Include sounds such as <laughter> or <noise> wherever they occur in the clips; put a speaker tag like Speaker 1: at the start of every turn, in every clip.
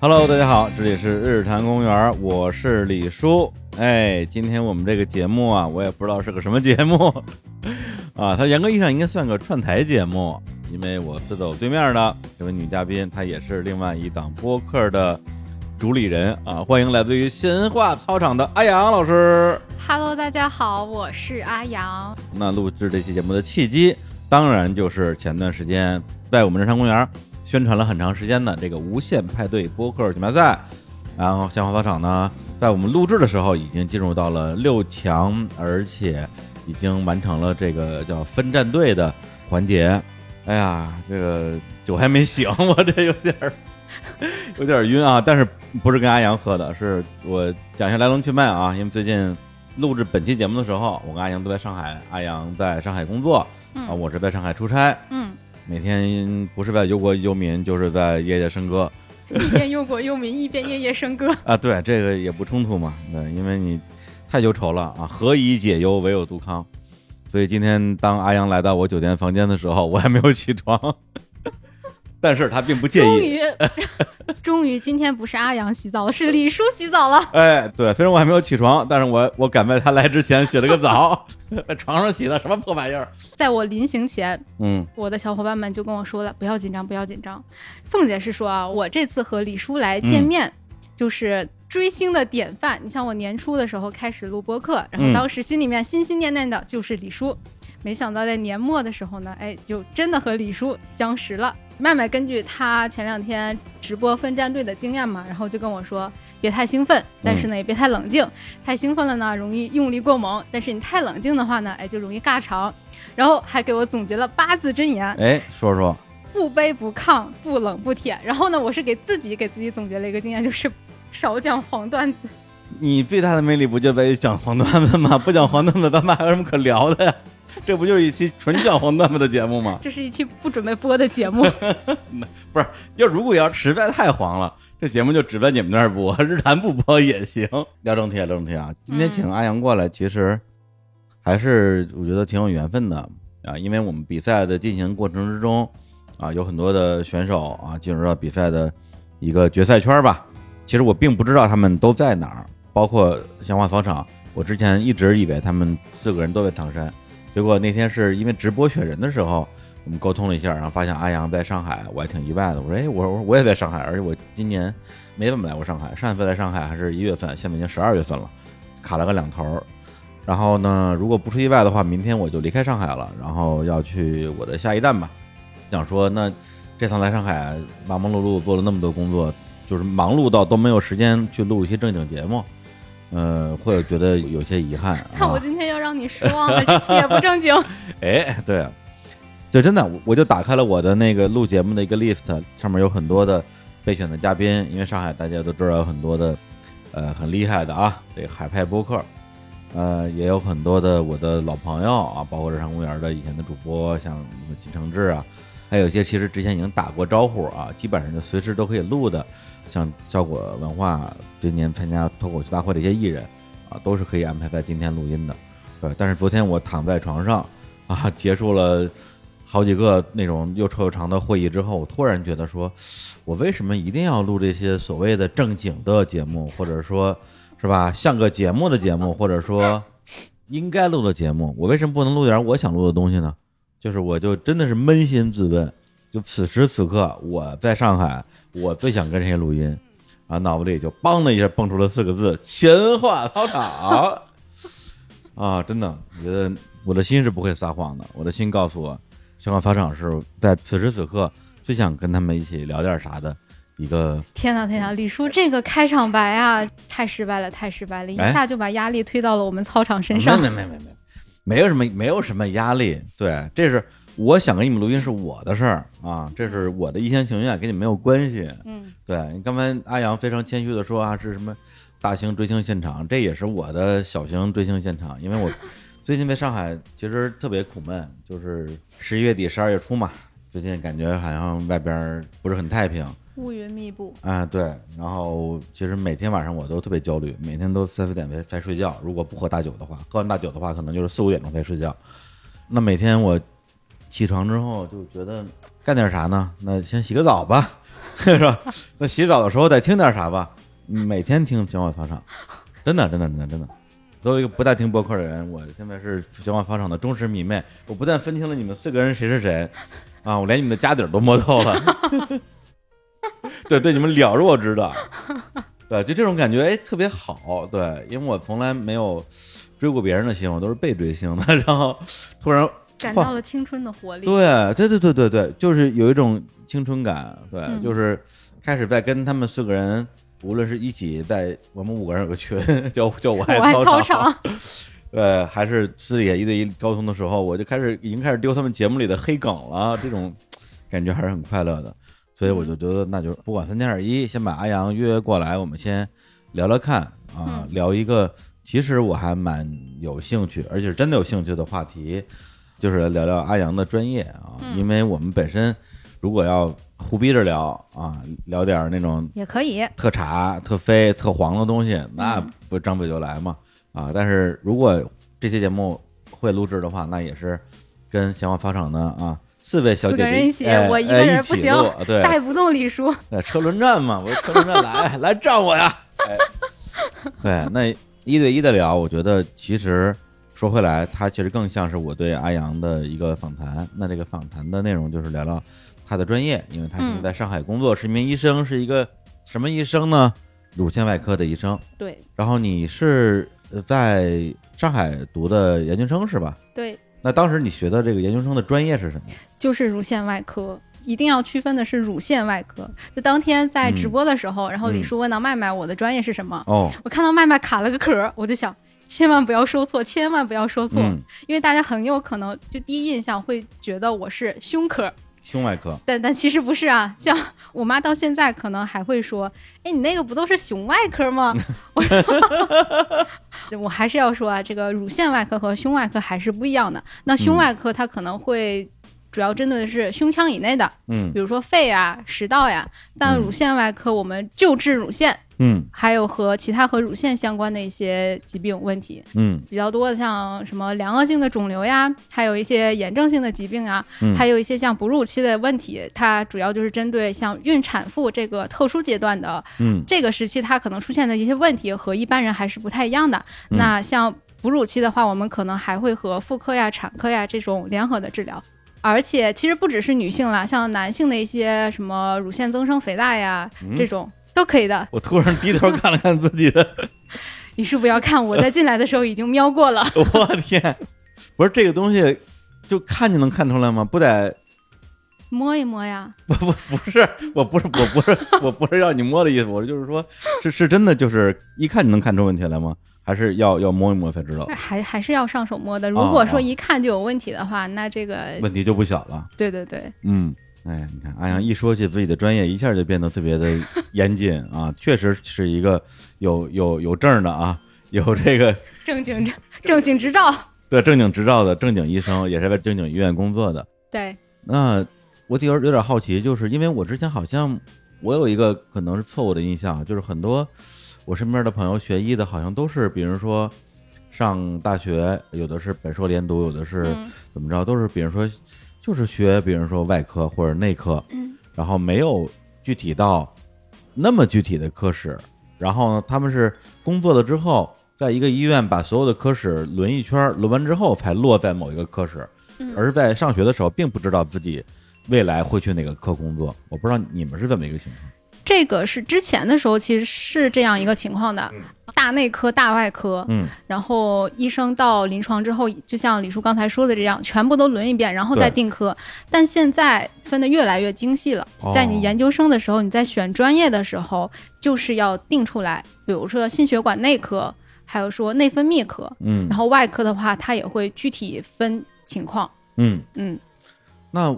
Speaker 1: Hello，大家好，这里是日坛公园，我是李叔。哎，今天我们这个节目啊，我也不知道是个什么节目 <laughs> 啊，它严格意义上应该算个串台节目，因为我坐在我对面的这位女嘉宾，她也是另外一档播客的主理人啊。欢迎来自于新化操场的阿阳老师。
Speaker 2: Hello，大家好，我是阿阳。
Speaker 1: 那录制这期节目的契机，当然就是前段时间在我们日常公园宣传了很长时间的这个无限派对播客锦标赛，然后鲜花操场呢，在我们录制的时候已经进入到了六强，而且已经完成了这个叫分战队的环节。哎呀，这个酒还没醒，我这有点儿 <laughs> 有点儿晕啊，但是不是跟阿阳喝的，是我讲一下来龙去脉啊，因为最近。录制本期节目的时候，我跟阿阳都在上海，阿阳在上海工作，
Speaker 2: 嗯
Speaker 1: 啊，我是在上海出差，
Speaker 2: 嗯，
Speaker 1: 每天不是在忧国忧民，就是在夜夜笙歌
Speaker 2: 一边忧国忧民，一边夜夜笙歌。
Speaker 1: 啊。对，这个也不冲突嘛，对，因为你太忧愁了啊，何以解忧，唯有杜康。所以今天当阿阳来到我酒店房间的时候，我还没有起床， <laughs> 但是他并不介
Speaker 2: 终
Speaker 1: 意。
Speaker 2: 于， <laughs> 终于今天不是阿阳洗澡了，是李叔洗澡了。
Speaker 1: 哎，对，虽然我还没有起床，但是我我赶在他来之前洗了个澡， <laughs> 在床上洗的，什么破玩意儿？
Speaker 2: 在我临行前，
Speaker 1: 嗯，
Speaker 2: 我的小伙伴们就跟我说了，不要紧张，不要紧张。凤姐是说啊，我这次和李叔来见面，就是。追星的典范，你像我年初的时候开始录播客，然
Speaker 1: 嗯
Speaker 2: 后当时心里面心心念念的就是李叔，没想到在年末的时候呢，哎，就真的和李叔相识了。麦麦根据他前两天直播分战队的经验嘛，然后就跟我说，别太兴奋，但是呢也别太冷静，太兴奋了呢容易用力过猛，但是你太冷静的话呢，哎就容易尬场。然后还给我总结了八字真言：
Speaker 1: 哎，说说，
Speaker 2: 不卑不亢，不冷不舔。然后呢，我是给自己给自己总结了一个经验，就是少讲黄段子。
Speaker 1: 你最大的魅力不就在于讲黄段子吗？ <laughs> 不讲黄段子，咱们还有什么可聊的呀？这不就是一期纯讲黄段子的节目吗？
Speaker 2: 这是一期不准备播的节 <laughs> 目，
Speaker 1: 不是，要如果要实在太黄了，这节目就只在你们那儿播， <laughs> 日坛不播也行。聊正题，聊正题啊！今天请阿阳过来，其实还是我觉得挺有缘分的啊，因为我们比赛的进行过程之中啊，有很多的选手啊进入到比赛的一个决赛圈吧。其实我并不知道他们都在哪儿，包括香花草场，我之前一直以为他们四个人都在唐山，结果那天是因为直播选人的时候。我们沟通了一下，然后发现阿阳在上海，我还挺意外的。我说，哎，我说我也在上海，而且我今年没怎么来过上海，上一次来上海还是一月份，现在已经十二月份了，卡了个两头儿。然后呢，如果不出意外的话，明天我就离开上海了，然后要去我的下一站吧。想说，那这趟来上海忙忙碌碌做了那么多工作，就是忙碌到都没有时间去录一些正经节目，呃，会觉得有些遗憾、啊。
Speaker 2: <laughs> 看我今天要让你失望了，这期也不正经。
Speaker 1: <laughs> 哎，对，对，真的，我我就打开了我的那个录节目的一个 list，上面有很多的备选的嘉宾，因为上海大家都知道有很多的，呃，很厉害的啊，这个海派播客，呃，也有很多的我的老朋友啊，包括日常公园的以前的主播，像什么金承志啊，还有一些其实之前已经打过招呼啊，基本上就随时都可以录的，像效果文化今年参加脱口秀大会的一些艺人啊，都是可以安排在今天录音的。对，但是昨天我躺在床上，啊，结束了好几个那种又臭又长的会议之后，我突然觉得说，我为什么一定要录这些所谓的正经的节目，或者说，是吧，像个节目的节目，或者说应该录的节目，我为什么不能录点我想录的东西呢？就是我就真的是扪心自问，就此时此刻我在上海，我最想跟谁录音？啊，脑子里就梆的一下蹦出了四个字：闲话操场。 <laughs> 啊，真的，我觉得我的心是不会撒谎的，我的心告诉我，香港法场是在此时此刻最想跟他们一起聊点啥的一个。
Speaker 2: 天呐天呐，李叔这个开场白啊，太失败了，太失败了，一
Speaker 1: 哎
Speaker 2: 下就把压力推到了我们操场身上。
Speaker 1: 没没没没没，没有什么没有什么压力，对，这是我想给你们录音是我的事儿啊，这是我的一厢情愿，跟你没有关系。
Speaker 2: 嗯，
Speaker 1: 对你刚才阿阳非常谦虚的说啊，是什么大型追星现场，这也是我的小型追星现场，因为我最近在上海其实特别苦闷，就是十一月底、十二月初嘛，最近感觉好像外边儿不是很太平
Speaker 2: 乌云密布。
Speaker 1: 啊，对，然后其实每天晚上我都特别焦虑，每天都三四点才才睡觉，如果不喝大酒的话，喝完大酒的话可能就是四五点钟才睡觉，那每天我起床之后就觉得干点啥呢？那先洗个澡吧。 <laughs> 是吧？那洗澡的时候得听点啥吧？每天听《小马操场》，真的，真的，真的，真的。作为一个不太听播客的人，我现在是小马操场的忠实迷妹。我不但分清了你们四个人谁是谁，啊，我连你们的家底儿都摸透了。 <laughs> 对对，你们了若指掌。 <laughs> 对，就这种感觉，哎，特别好。对，因为我从来没有追过别人的星，我都是被追星的。然后突然
Speaker 2: 感到了青春的活力。
Speaker 1: 对对对对对对，就是有一种青春感，对，
Speaker 2: 嗯
Speaker 1: 就是开始在跟他们四个人，无论是一起在我们五个人有个群， <laughs> 叫叫我爱
Speaker 2: 我爱操
Speaker 1: 场，
Speaker 2: 场，
Speaker 1: 呃，还是私底下一对一沟通的时候，我就开始已经开始丢他们节目里的黑梗了，这种感觉还是很快乐的，所以我就觉得那就不管三七二十一，先把阿阳约过来，我们先聊聊看啊，
Speaker 2: 嗯
Speaker 1: 聊一个其实我还蛮有兴趣，而且是真的有兴趣的话题，就是来聊聊阿阳的专业啊，
Speaker 2: 嗯
Speaker 1: 因为我们本身如果要胡逼着聊啊，聊点儿那种
Speaker 2: 也可以。
Speaker 1: 特茶、特飞、特黄的东西，那
Speaker 2: 嗯
Speaker 1: 不张嘴就来嘛啊！但是如果这期节目会录制的话，那也是跟想法发厂的啊四位小姐
Speaker 2: 四个
Speaker 1: 姐
Speaker 2: 人一起
Speaker 1: 哎
Speaker 2: 我一个
Speaker 1: 哎
Speaker 2: 人
Speaker 1: 起
Speaker 2: 不行
Speaker 1: 录
Speaker 2: <laughs>
Speaker 1: 对，
Speaker 2: 带不动李叔，
Speaker 1: 那车轮战嘛，我说车轮战来来战我呀！哎，对，那一对一的聊，我觉得其实说回来，它其实更像是我对阿阳的一个访谈。那这个访谈的内容就是聊聊他的专业，因为他现在在上海工作，是一名医生，是一个什么医生呢？乳腺外科的医生。
Speaker 2: 对
Speaker 1: 然后你是呃在上海读的研究生是吧？
Speaker 2: 对，
Speaker 1: 那当时你学的这个研究生的专业是什么？
Speaker 2: 就是乳腺外科。一定要区分的是乳腺外科。就当天在直播的时候，然后李叔问到麦麦我的专业是什么，
Speaker 1: 哦，
Speaker 2: 我看到麦麦卡了个壳，我就想千万不要说错，千万不要说错，
Speaker 1: 嗯，
Speaker 2: 因为大家很有可能就第一印象会觉得我是胸科，
Speaker 1: 胸外科。
Speaker 2: 但但其实不是啊，像我妈到现在可能还会说：“哎，你那个不都是熊外科吗？” <laughs> 我说，我还是要说啊，这个乳腺外科和胸外科还是不一样的。那胸外科它可能会主要针对的是胸腔以内的，
Speaker 1: 嗯
Speaker 2: 比如说肺啊、食道呀、但
Speaker 1: 嗯
Speaker 2: 乳腺外科我们救治乳腺，
Speaker 1: 嗯
Speaker 2: 还有和其他和乳腺相关的一些疾病问题。
Speaker 1: 嗯
Speaker 2: 比较多的，像什么良恶性的肿瘤呀，还有一些炎症性的疾病啊，
Speaker 1: 嗯
Speaker 2: 还有一些像哺乳期的问题，它主要就是针对像孕产妇这个特殊阶段的
Speaker 1: 嗯
Speaker 2: 这个时期，它可能出现的一些问题和一般人还是不太一样的。
Speaker 1: 嗯
Speaker 2: 那像哺乳期的话，我们可能还会和妇科呀、产科呀这种联合的治疗。而且其实不只是女性啦，像男性的一些什么乳腺增生肥大呀、
Speaker 1: 嗯
Speaker 2: 这种都可以的。
Speaker 1: 我突然低头看了看自己的， <laughs>
Speaker 2: 你是不要看我在进来的时候已经瞄
Speaker 1: <laughs>
Speaker 2: 过了，
Speaker 1: 我天！不是这个东西，就看就能看出来吗？不得，
Speaker 2: 摸一摸呀。
Speaker 1: 不不不是，我不是我不是我不是让你摸的意思，我就是说，是是真的，就是一看就能看出问题来吗？还是要要摸一摸才知道
Speaker 2: 那？还还是要上手摸的。如
Speaker 1: 哦
Speaker 2: 果
Speaker 1: 哦
Speaker 2: 说一看就有问题的话，那这个
Speaker 1: 问题就不小了。
Speaker 2: 对对对，
Speaker 1: 嗯，哎，你看阿阳一说起自己的专业，一下就变得特别的严谨啊，确实是一个有有有证儿的啊，有这个
Speaker 2: 正经正 <laughs> 正经执照，
Speaker 1: 对正经执照的正经医生，也是在正经医院工作的。
Speaker 2: 对，
Speaker 1: 那我有有点好奇，就是因为我之前好像我有一个可能是错误的印象，啊就是很多我身边的朋友学医的，好像都是比如说上大学，有的是本硕连读，有的是
Speaker 2: 嗯，
Speaker 1: 怎么着，都是比如说就是学比如说外科或者内科，
Speaker 2: 嗯
Speaker 1: 然后没有具体到那么具体的科室。然后呢，他们是工作了之后，在一个医院把所有的科室轮一圈儿，轮完之后才落在某一个科室。
Speaker 2: 嗯
Speaker 1: 而在上学的时候，并不知道自己未来会去哪个科工作。我不知道你们是怎么一个情况。
Speaker 2: 这个是之前的时候其实是这样一个情况的，大内科、大外科，
Speaker 1: 嗯
Speaker 2: 然后医生到临床之后，就像李叔刚才说的这样，全部都轮一遍，然后再
Speaker 1: 对
Speaker 2: 定科。但现在分得越来越精细了
Speaker 1: 哦，
Speaker 2: 在你研究生的时候，你在选专业的时候，就是要定出来，比如说心血管内科，还有说内分泌科，
Speaker 1: 嗯
Speaker 2: 然后外科的话，它也会具体分情况。
Speaker 1: 嗯。
Speaker 2: 嗯，
Speaker 1: 那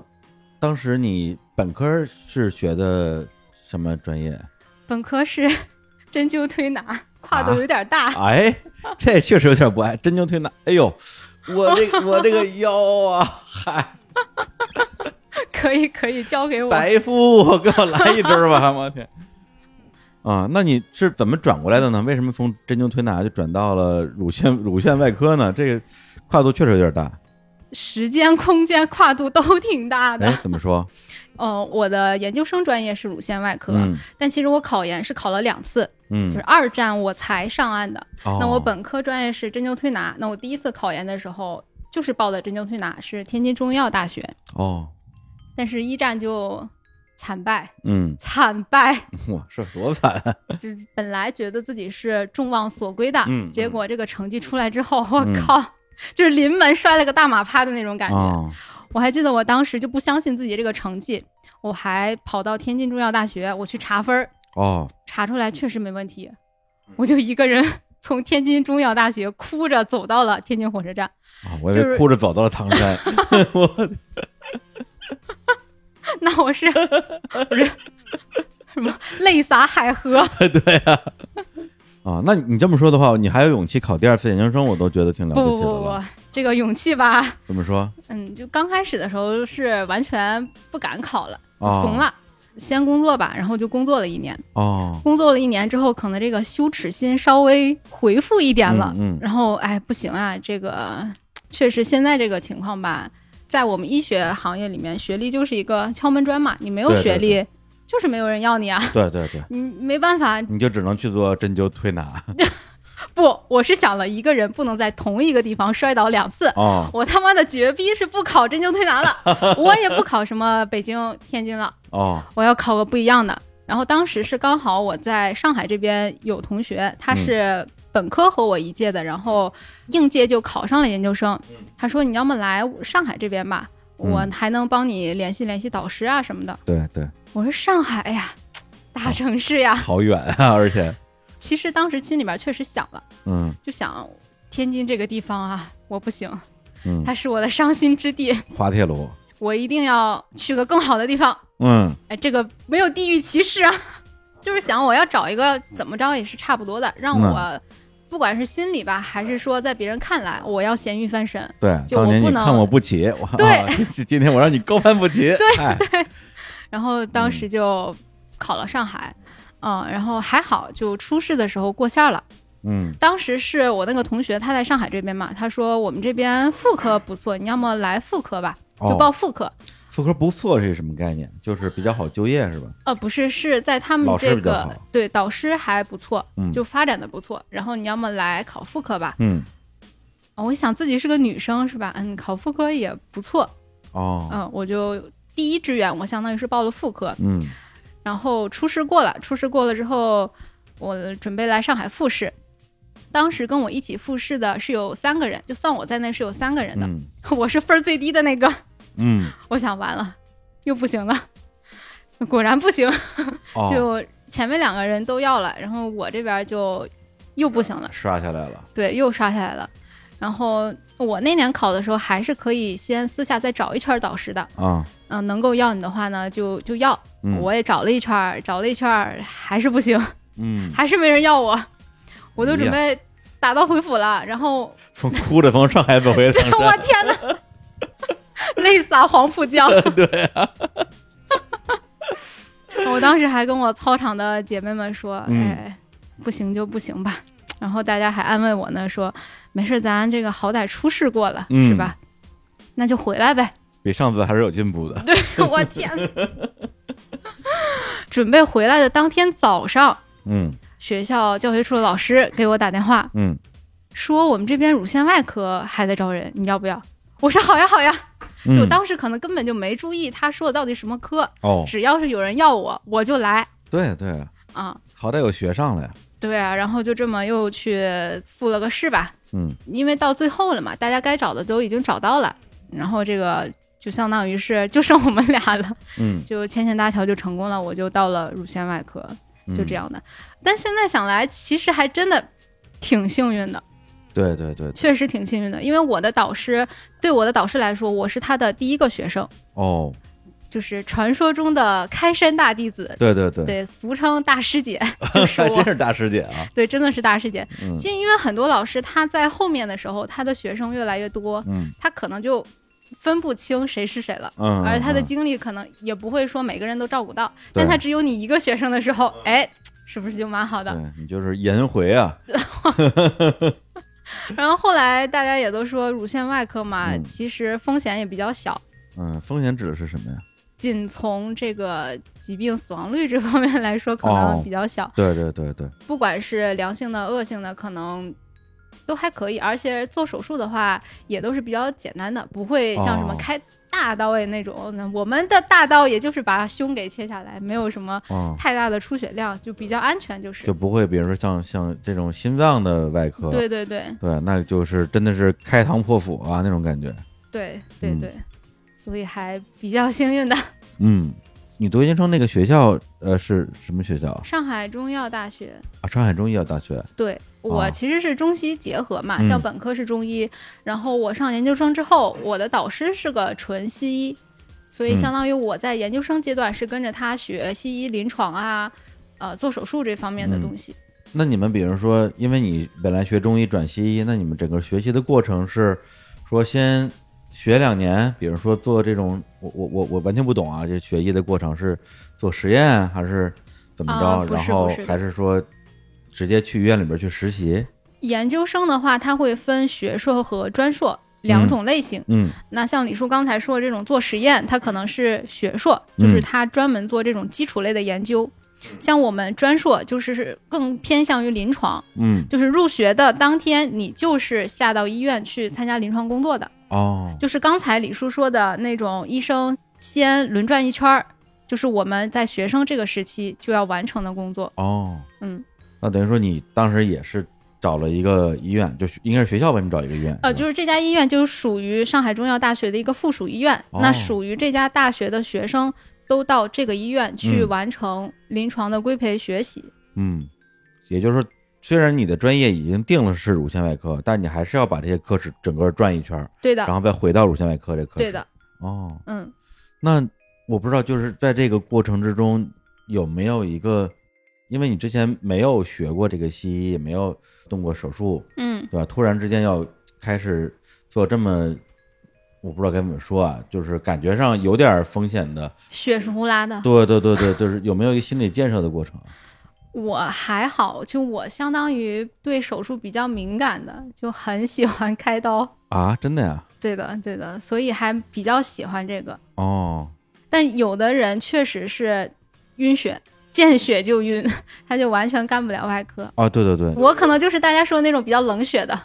Speaker 1: 当时你本科是学的什么专
Speaker 2: <laughs>
Speaker 1: 业？
Speaker 2: 本科是 <laughs> 针灸推拿，跨
Speaker 1: 啊
Speaker 2: 度有点大。 <laughs>
Speaker 1: 哎，这确实有点不爱针灸推拿。哎呦，我
Speaker 2: <laughs>
Speaker 1: 这我这个腰啊，嗨，
Speaker 2: 可以可以交给我。
Speaker 1: 大夫，给我来一针儿吧！我天。啊，那你是怎么转过来的呢？为什么
Speaker 2: <laughs>
Speaker 1: 从针灸推拿就转到了乳腺乳腺外科呢？这个跨度确实有点大。
Speaker 2: 时间、空间跨度都挺大的
Speaker 1: 哎。，怎么说？
Speaker 2: 嗯，我的研究生专业 <laughs> 是乳腺外科，
Speaker 1: 嗯
Speaker 2: 但其实我考研是考了两次，
Speaker 1: 嗯，
Speaker 2: 就是二战我才上岸的。那我
Speaker 1: 哦
Speaker 2: 本科专业是针灸推拿，那我第一次考研的时候就是报的针灸推拿，是天津中医药大学，
Speaker 1: 哦，
Speaker 2: 但是一战就惨败，
Speaker 1: 嗯，
Speaker 2: 惨败，
Speaker 1: 哇，这多惨！啊
Speaker 2: 就是本来觉得自己是众望所归的，
Speaker 1: 嗯
Speaker 2: 结果这个成绩出来之后，我
Speaker 1: 嗯
Speaker 2: 靠，就是临门摔了个大马趴的那种感觉。
Speaker 1: 哦，
Speaker 2: 我还记得我当时就不相信自己这个成绩，我还跑到天津中医药大学，我去查分儿，
Speaker 1: 哦，
Speaker 2: 查出来确实没问题，
Speaker 1: 嗯
Speaker 2: 我就一个人从天津中医药大学哭着走到了天津火车站，
Speaker 1: 哦我以
Speaker 2: 就是
Speaker 1: 为哭着走到了唐
Speaker 2: <laughs>
Speaker 1: 山。我
Speaker 2: 那
Speaker 1: <laughs>
Speaker 2: 我是 <laughs> 不是什么泪洒海河？
Speaker 1: 对呀。啊，那你这么说的话，你还有勇气考第二次研究生，我都觉得挺了
Speaker 2: 不不
Speaker 1: 不起
Speaker 2: 不
Speaker 1: 的
Speaker 2: 不
Speaker 1: 了。，
Speaker 2: 这个勇气吧，
Speaker 1: 怎么说？
Speaker 2: 嗯，就刚开始的时候是完全不敢考了，就
Speaker 1: 哦
Speaker 2: 怂了。先工作吧，然后就工作了一年。
Speaker 1: 哦，
Speaker 2: 工作了一年之后，可能这个羞耻心稍微回复一点了，
Speaker 1: 嗯嗯
Speaker 2: 然后哎，不行啊，这个确实现在这个情况吧，在我们医学行业里面，学历就是一个敲门砖嘛，你没有
Speaker 1: 对对
Speaker 2: 学历，
Speaker 1: 对
Speaker 2: 就是没有人要你啊，
Speaker 1: 嗯对对对，
Speaker 2: 你没办法。
Speaker 1: 你就只能去做针灸推拿。
Speaker 2: 不，我是想了一个人不能在同一个地方摔倒两次。
Speaker 1: 哦
Speaker 2: 我他妈的绝逼是不考针灸推拿了，我也不考什么北京、天津了，
Speaker 1: 哦，
Speaker 2: 我要考个不一样的。然后当时是刚好我在上海这边有同学，
Speaker 1: 嗯
Speaker 2: 他是本科和我一届的，然后应届就考上了研究生。他说你要么来上海这边吧，
Speaker 1: 嗯
Speaker 2: 我还能帮你联系联系导师啊什么的。
Speaker 1: 对对，
Speaker 2: 我说上海哎呀，
Speaker 1: 哦
Speaker 2: 大城市呀。
Speaker 1: 好远啊，而且，
Speaker 2: 其实当时心里面确实想了，
Speaker 1: 嗯
Speaker 2: 就想天津这个地方啊，我不行，
Speaker 1: 嗯，
Speaker 2: 它是我的伤心之地，
Speaker 1: 滑铁卢，
Speaker 2: 我一定要去个更好的地方。
Speaker 1: 嗯
Speaker 2: 哎，这个没有地域歧视啊， <laughs> 就是想我要找一个怎么着也是差不多的，让我不管是心里吧，还是说在别人看来，我要咸鱼翻身。
Speaker 1: 对，
Speaker 2: 就
Speaker 1: 当
Speaker 2: 我
Speaker 1: 年
Speaker 2: 不
Speaker 1: 你
Speaker 2: 能
Speaker 1: 看我不起，我
Speaker 2: 对
Speaker 1: 啊今天我让你高攀不起，哎对，
Speaker 2: 然后当时就考了上海，嗯，然后还好，就初试的时候过线儿了。
Speaker 1: 嗯
Speaker 2: 当时是我那个同学，他在上海这边嘛，他说我们这边妇科不错，你要么来妇科吧，就
Speaker 1: 哦
Speaker 2: 报妇科。
Speaker 1: 妇科不错是什么概念？就是比较好就业是吧？
Speaker 2: 呃，不是，是在他们
Speaker 1: 老师
Speaker 2: 这
Speaker 1: 比较
Speaker 2: 个
Speaker 1: 好
Speaker 2: 对导师还不错，
Speaker 1: 嗯
Speaker 2: 就发展的不错。然后你要么来考妇科吧，
Speaker 1: 嗯
Speaker 2: 哦我想自己是个女生是吧？嗯，考妇科也不错。
Speaker 1: 哦
Speaker 2: 嗯，我就第一志愿我相当于是报了妇科，
Speaker 1: 嗯
Speaker 2: 然后初试过了，初试过了之后，我准备来上海复试。当时跟我一起复试的是有三个人，就算我在内是有三个人的，
Speaker 1: 嗯
Speaker 2: <laughs> 我是分儿最低的那个。
Speaker 1: 嗯
Speaker 2: 我想完了，又不行了，果然不行，
Speaker 1: 哦，
Speaker 2: 就前面两个人都要了，然后我这边就又不行了。
Speaker 1: 刷下来了，
Speaker 2: 对，又刷下来了。然后我那年考的时候，还是可以先私下再找一圈导师的，
Speaker 1: 啊
Speaker 2: 嗯、能够要你的话呢，就就要。
Speaker 1: 嗯
Speaker 2: 我也找了一圈儿，找了一圈儿，还是不行，
Speaker 1: 嗯，
Speaker 2: 还是没人要我，我都
Speaker 1: 哎
Speaker 2: 准
Speaker 1: 呀
Speaker 2: 备打道回府了。然后
Speaker 1: 从哭着从上海走回唐
Speaker 2: <laughs> 我
Speaker 1: 山，
Speaker 2: 天哪，泪洒黄
Speaker 1: <laughs>
Speaker 2: 浦江。对、
Speaker 1: 啊
Speaker 2: <laughs> 我当时还跟我操场的姐妹们说，
Speaker 1: 嗯
Speaker 2: 哎，不行就不行吧。然后大家还安慰我呢，说没事，咱这个好歹初试过了，
Speaker 1: 嗯
Speaker 2: 是吧？那就回
Speaker 1: <laughs>
Speaker 2: 来呗。
Speaker 1: 比上次还是有进步的。
Speaker 2: 我天！准备回来的当天早上，
Speaker 1: 嗯
Speaker 2: 学校教学处的老师给我打电话，
Speaker 1: 嗯，
Speaker 2: 说我们这边乳腺外科还在招人，你要不要？我说好呀好呀，
Speaker 1: 嗯
Speaker 2: <laughs> 我当时可能根本就没注意他说的到底什么科，
Speaker 1: 哦，
Speaker 2: 只要是有人要我，我就来
Speaker 1: 对对，
Speaker 2: 啊、
Speaker 1: 好歹有学上了呀。
Speaker 2: 对啊，然后就这么又去复了个试吧，
Speaker 1: 嗯
Speaker 2: 因为到最后了嘛，大家该找的都已经找到了，然后这个就相当于是就剩我们俩了，
Speaker 1: 嗯，
Speaker 2: 就牵线搭桥就成功了，我就到了乳腺外科，
Speaker 1: 嗯
Speaker 2: 就这。样的。但现在想来，其实还真的挺幸运的，
Speaker 1: 对对对，
Speaker 2: 确实挺幸运的，因为我的导师对我的导师来说，我是他的第一个学生，
Speaker 1: 哦，
Speaker 2: 就是传说中的开山大弟子，
Speaker 1: 对对对，
Speaker 2: 对，俗称大
Speaker 1: <laughs>
Speaker 2: 师姐，就是
Speaker 1: 还真
Speaker 2: 我。
Speaker 1: 是大师姐啊。
Speaker 2: 对，真的是大师姐。
Speaker 1: 嗯
Speaker 2: 其实因为很多老师他在后面的时候，他的学生越来越多，
Speaker 1: 嗯
Speaker 2: 他可能就分不清谁是谁了。
Speaker 1: 嗯，
Speaker 2: 而他的
Speaker 1: 嗯
Speaker 2: 精力可能也不会说每个人都照顾到，
Speaker 1: 对嗯
Speaker 2: 但他只有你一个学生的时候，哎，是不是就蛮好的？
Speaker 1: 对你就是颜回啊。
Speaker 2: 然后后来大家也都说乳腺外科嘛，
Speaker 1: 嗯
Speaker 2: 其实风险也比较小，
Speaker 1: 嗯，风险指的是什么呀？
Speaker 2: 仅从这个疾病死亡率这方面来说，可
Speaker 1: 哦
Speaker 2: 能比较小。
Speaker 1: 对对对对，
Speaker 2: 不管是良性的、恶性的，可能都还可以。而且做手术的话，也都是比较简单的，不会像什么
Speaker 1: 哦
Speaker 2: 开大刀哎那种。那我们的大刀也就是把胸给切下来，没有什么
Speaker 1: 哦，
Speaker 2: 太大的出血量，就比较安全，就是。
Speaker 1: 就不会，比如说像像这种心脏的外科，
Speaker 2: 对对对
Speaker 1: 对，那就是真的是开膛破腹啊那种感觉。
Speaker 2: 对对
Speaker 1: 嗯
Speaker 2: 对，所以还比较幸运的。
Speaker 1: 嗯，你读研究生那个学校，呃，是什么学校啊？
Speaker 2: 上海中医药大学，
Speaker 1: 啊上海中医药大学。
Speaker 2: 对我
Speaker 1: 哦
Speaker 2: 其实是中西结合嘛，
Speaker 1: 嗯
Speaker 2: 像本科是中医，然后我上研究生之后，我的导师是个纯西医，所以
Speaker 1: 嗯
Speaker 2: 相当于我在研究生阶段是跟着他学西医临床啊，呃，做手术这方面的
Speaker 1: 嗯
Speaker 2: 东西。
Speaker 1: 那你们比如说，因为你本来学中医转西医，那你们整个学习的过程是说先学两年，比如说做这种，我我我我完全不懂啊，这学医的过程是做实验还是怎么着？
Speaker 2: 啊不
Speaker 1: 然
Speaker 2: 是
Speaker 1: 后
Speaker 2: 不是的
Speaker 1: 还是说直接去医院里边去实习？
Speaker 2: 研究生的话，它会分学硕和专硕两种类型。
Speaker 1: 嗯
Speaker 2: 那像李叔刚才说的这种做实验，它可能是学硕，就
Speaker 1: 嗯
Speaker 2: 是他专门做这种基础类的研究。像我们专硕就是是更偏向于临床，
Speaker 1: 嗯
Speaker 2: 就是入学的当天，你就是下到医院去参加临床工作的，
Speaker 1: 哦
Speaker 2: 就是刚才李叔说的那种医生先轮转一圈儿，就是我们在学生这个时期就要完成的工作。
Speaker 1: 哦，
Speaker 2: 嗯，
Speaker 1: 那等于说你当时也是找了一个医院，就是应该是学校吧？你找一个医院？
Speaker 2: 呃，
Speaker 1: 是
Speaker 2: 就是这家医院就是属于上海中药大学的一个附属医院，
Speaker 1: 哦
Speaker 2: 那属于这家大学的学生都到这个医院去
Speaker 1: 嗯
Speaker 2: 完成临床的规培学习。
Speaker 1: 吧嗯，也就是说。虽然你的专业已经定了是乳腺外科，但你还是要把这些科室整个转一圈，
Speaker 2: 对的
Speaker 1: 然，后再回到乳腺外科这科室。
Speaker 2: 对。的，
Speaker 1: 哦，
Speaker 2: 嗯。
Speaker 1: 那我不知道，就是在这个过程之中有没有一个，因为你之前没有学过这个西医，也没有动过手术，
Speaker 2: 嗯，
Speaker 1: 对吧？突然之间要开始做这么，我不知道该怎么说啊，就是感觉上有点风险的。
Speaker 2: 血是呼
Speaker 1: <laughs>
Speaker 2: 啦的，
Speaker 1: 对对对对，就是有没有一个心理建设的过程啊？
Speaker 2: 我还好，就我相当于对手术比较敏感的，就很喜欢开刀。 <laughs>
Speaker 1: 啊，真的呀？
Speaker 2: 对的，对的，所以还比较喜欢这个。
Speaker 1: 哦，
Speaker 2: 但有的人确实是晕血，见血就晕， <laughs> 他就完全干不了外科。
Speaker 1: 哦，对对对，
Speaker 2: 我可能就是大家说的那种比较冷血的，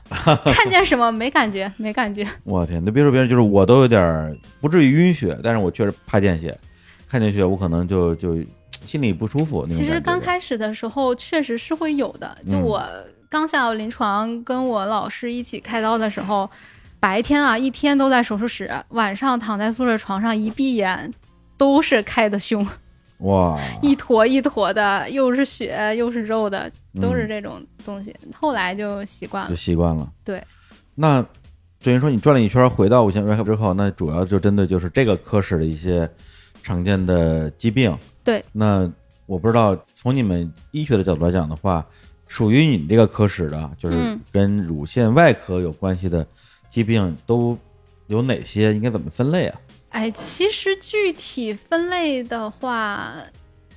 Speaker 2: 看见什么没感觉，没感觉。
Speaker 1: 我天，那别说别人，就是我都有点儿不至于晕血，但是我确实怕见血，看见血我可能就就心里不舒服那种
Speaker 2: 其实
Speaker 1: 感觉
Speaker 2: 刚开始的时候确实是会有的，就
Speaker 1: 嗯
Speaker 2: 我刚下到临床，跟我老师一起开刀的时候，白天啊一天都在手术室，晚上躺在宿舍床上一闭眼。都是开的胸，
Speaker 1: 哇，
Speaker 2: 一坨一坨的，又是血又是肉的，都是
Speaker 1: 嗯
Speaker 2: 这种东西。后来就习惯了
Speaker 1: 就。习惯了。
Speaker 2: 啊对，
Speaker 1: 那等于说你转了一圈儿回到五线外科之后，那主要就针对就是这个科室的一些常见的疾病。
Speaker 2: 对，
Speaker 1: 那我不知道从你们医学的角度来讲的话，属于你这个科室的，就是
Speaker 2: 嗯
Speaker 1: 跟乳腺外科有关系的疾病都有哪些？应该怎么分类啊？
Speaker 2: 哎，其实具体分类的话，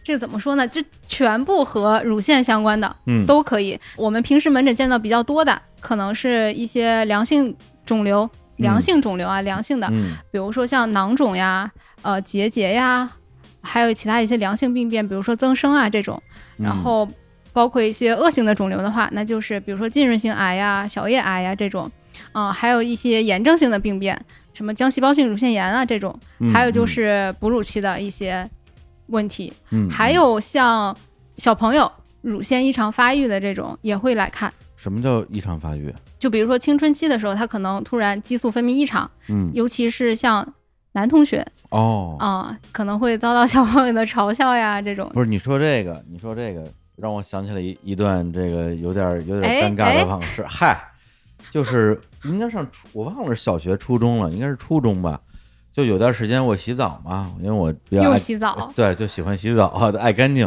Speaker 2: 这怎么说呢？这全部和乳腺相关的
Speaker 1: 嗯，
Speaker 2: 都可以。我们平时门诊见到比较多的，可能是一些良性肿瘤、良性肿瘤啊，良性的，
Speaker 1: 嗯
Speaker 2: 比如说像囊肿呀、呃结节呀，还有其他一些良性病变，比如说增生啊这种。然
Speaker 1: 嗯
Speaker 2: 后包括一些恶性的肿瘤的话，那就是比如说浸润性癌呀、小叶癌呀这种，啊、还有一些炎症性的病变，什么浆细胞性乳腺炎啊这种，
Speaker 1: 嗯
Speaker 2: 还有就是哺乳期的一些问题，
Speaker 1: 嗯，
Speaker 2: 还
Speaker 1: 嗯
Speaker 2: 有像小朋友乳腺异常发育的这种也会来看。
Speaker 1: 什么叫异常发育？
Speaker 2: 就比如说青春期的时候，他可能突然激素分泌异常，
Speaker 1: 嗯，
Speaker 2: 尤其是像男同学
Speaker 1: 哦，
Speaker 2: 啊、可能会遭到小朋友的嘲笑呀这种。
Speaker 1: 不是你说这个，你说这个让我想起了一一段这个有点儿有点
Speaker 2: 哎
Speaker 1: 儿尴尬
Speaker 2: 哎
Speaker 1: 的往事。嗨，就是应该上初，我忘了是小学初中了，应该是初中吧。就有段时间我洗澡嘛，因为我比较
Speaker 2: 又
Speaker 1: 爱
Speaker 2: 洗
Speaker 1: <laughs>
Speaker 2: 澡，
Speaker 1: 对，就喜欢洗澡，爱干净。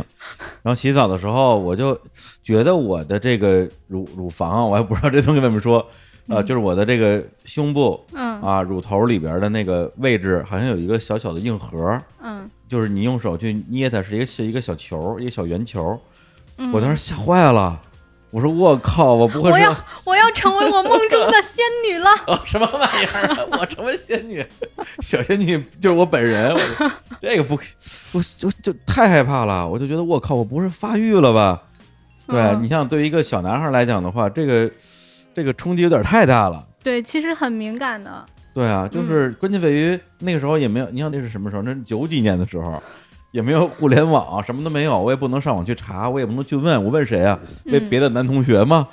Speaker 1: 然后洗澡的时候，我就觉得我的这个乳乳房啊，我还不知道这东西怎么说，呃，就是我的这个胸部
Speaker 2: 嗯
Speaker 1: 啊，乳头里边的那个位置，好像有一个小小的硬核儿。
Speaker 2: 嗯
Speaker 1: 就是你用手去捏它，是一个是一个小球，一个小圆球。
Speaker 2: 嗯，
Speaker 1: 我当时吓坏了，我说我靠，我不会
Speaker 2: 我
Speaker 1: 是
Speaker 2: 要我要成为我梦中的仙女
Speaker 1: <laughs>
Speaker 2: 了。
Speaker 1: 哦什么玩意儿啊？ <laughs> 我成为仙女，小仙女就是我本人。
Speaker 2: <laughs>
Speaker 1: 我这个不，我就就太害怕了，我就觉得我靠，我不是发育了吧？对、
Speaker 2: 嗯
Speaker 1: 你像对于一个小男孩来讲的话，这个这个冲击有点太大了。
Speaker 2: 对，其实很敏感的，
Speaker 1: 对啊，
Speaker 2: 嗯
Speaker 1: 就是关键在于那个时候也没有，你想那是什么时候？那是九几年的时候，也没有互联网，什么都没有，我也不能上网去查，我也不能去问，我问谁啊？问
Speaker 2: 嗯
Speaker 1: 别的男同学
Speaker 2: <laughs>
Speaker 1: 吗？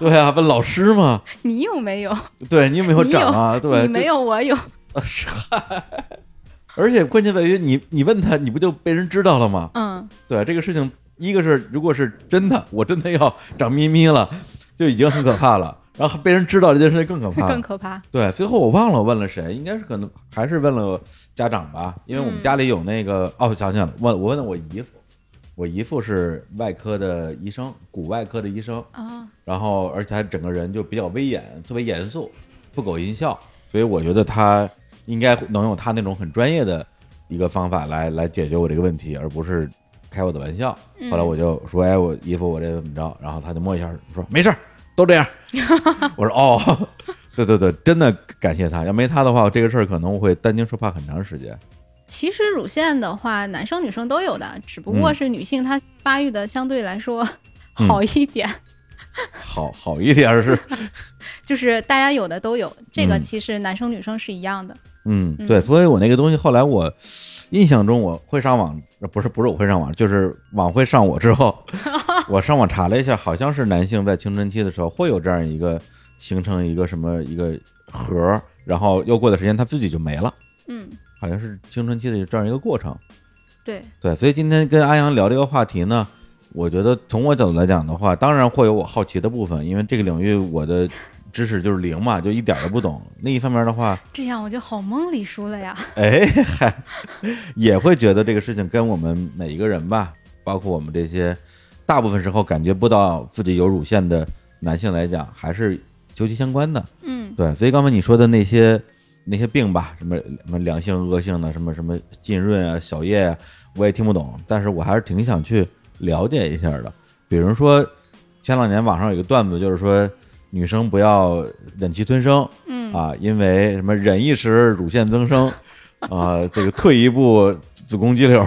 Speaker 1: 对啊，问老师吗？
Speaker 2: 你有没有？
Speaker 1: 对你有没有
Speaker 2: 你
Speaker 1: 长
Speaker 2: 有
Speaker 1: 啊？对，
Speaker 2: 你
Speaker 1: 就
Speaker 2: 没有，我有。
Speaker 1: <laughs> 而且关键在于你，你问他，你不就被人知道了吗？
Speaker 2: 嗯，
Speaker 1: 对这个事情，一个是如果是真的，我真的要长咪咪了，就已经很可怕了。然后被人知道这件事情更可怕。
Speaker 2: <laughs> 更可怕。
Speaker 1: 对，最后我忘了问了谁，应该是可能还是问了家长吧，因为我们
Speaker 2: 嗯
Speaker 1: 家里有那个、哦，想起来了，问我问了我姨父，我姨父是外科的医生，骨外科的医生，
Speaker 2: 啊，
Speaker 1: 然后而且他整个人就比较威严，特别严肃，不苟言笑，所以我觉得他应该能用他那种很专业的一个方法来来解决我这个问题，而不是开我的玩笑。
Speaker 2: 嗯
Speaker 1: 后来我就说，哎，我姨夫我这怎么着？然后他就摸一下说没事儿，都这样。我说哦， <laughs> 对对对，真的感谢他，要没他的话，这个事儿可能会担惊受怕很长时间。
Speaker 2: 其实乳腺的话，男生女生都有的，只不过
Speaker 1: 嗯
Speaker 2: 是女性她发育的相对来说好一点， <laughs>
Speaker 1: 好好一点是，
Speaker 2: 就是大家有的都有。这个
Speaker 1: 嗯
Speaker 2: 其实男生女生是一样的。
Speaker 1: 嗯，对，
Speaker 2: 嗯
Speaker 1: 所以我那个东西后来我印象中我会上网，呃不是不是我会上网，就是网会上我之后，我上网查了一下，好像是男性在青春期的时候会有这样一个形成一个什么一个核儿，然后又过段时间它自己就没了，
Speaker 2: 嗯，
Speaker 1: 好像是青春期的这样一个过程。
Speaker 2: 对，
Speaker 1: 对，所以今天跟阿阳聊这个话题呢，我觉得从我角度来讲的话，当然会有我好奇的部分，因为这个领域我的知识就是零嘛，就一点儿都不懂。另一方面的话，
Speaker 2: 这样我就好梦李叔了呀。
Speaker 1: 哎，嗨，也会觉得这个事情跟我们每一个人吧，包括我们这些大部分时候感觉不到自己有乳腺的男性来讲，还是究其相关的。
Speaker 2: 嗯
Speaker 1: 对，所以刚才你说的那些那些病吧，什么什么良性、恶性的，什么什么浸润啊、小叶啊，我也听不懂，但是我还是挺想去了解一下的。比如说，前两年网上有一个段子，就是说女生不要忍气吞声，
Speaker 2: 嗯
Speaker 1: 啊，因为什么忍一时乳腺增生，啊，这个退一步子宫肌瘤，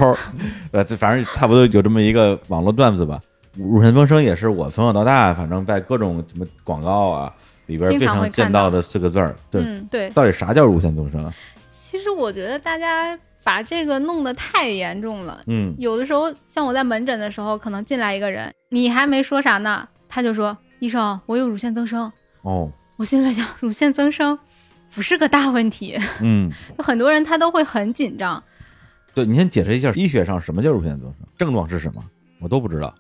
Speaker 1: 呃，这反正差不多有这么一个网络段子吧。乳腺增生也是我从小到大，反正在各种什么广告啊里边
Speaker 2: 经
Speaker 1: 非
Speaker 2: 常
Speaker 1: 常
Speaker 2: 会
Speaker 1: 见
Speaker 2: 看到
Speaker 1: 到的四个字儿。对，
Speaker 2: 嗯，对。
Speaker 1: 到底啥叫乳腺增生啊？
Speaker 2: 其实我觉得大家把这个弄得太严重了。
Speaker 1: 嗯，
Speaker 2: 有的时候，像我在门诊的时候，可能进来一个人，你还没说啥呢，他就说：“医生，我有乳腺增生。
Speaker 1: 哦，”
Speaker 2: 我心里面想，乳腺增生不是个大问题，
Speaker 1: 嗯，
Speaker 2: 就很多人他都会很紧张。
Speaker 1: 对，你先解释一下医学上什么叫乳腺增生，症状是什么，我都不知道。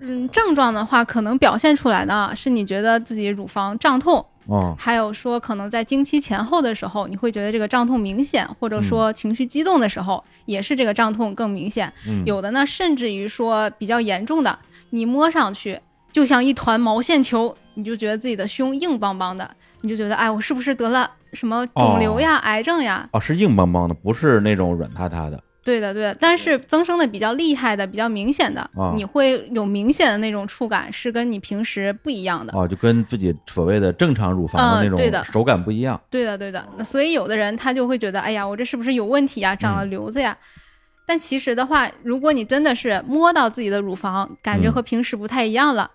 Speaker 2: 嗯，症状的话，可能表现出来的啊是你觉得自己乳房胀痛，
Speaker 1: 哦，
Speaker 2: 还有说可能在经期前后的时候，你会觉得这个胀痛明显，或者说情绪激动的时候，也是这个胀痛更明显。
Speaker 1: 嗯，
Speaker 2: 有的呢，甚至于说比较严重的，你摸上去就像一团毛线球，你就觉得自己的胸硬邦邦的，你就觉得哎，我是不是得了什么肿瘤呀、癌症呀？
Speaker 1: 哦，是硬邦邦的，不是那种软塌塌的。
Speaker 2: 对的，对的。但是增生的比较厉害的、比较明显的，
Speaker 1: 哦
Speaker 2: 你会有明显的那种触感，是跟你平时不一样的。
Speaker 1: 哦，就跟自己所谓的正常乳房的
Speaker 2: 嗯
Speaker 1: 那
Speaker 2: 对的
Speaker 1: 种手感不一样。
Speaker 2: 对的，对的。那所以有的人他就会觉得，哎呀，我这是不是有问题呀？长了
Speaker 1: 嗯
Speaker 2: 瘤子呀？但其实的话，如果你真的是摸到自己的乳房，感觉
Speaker 1: 嗯
Speaker 2: 和平时不太一样了，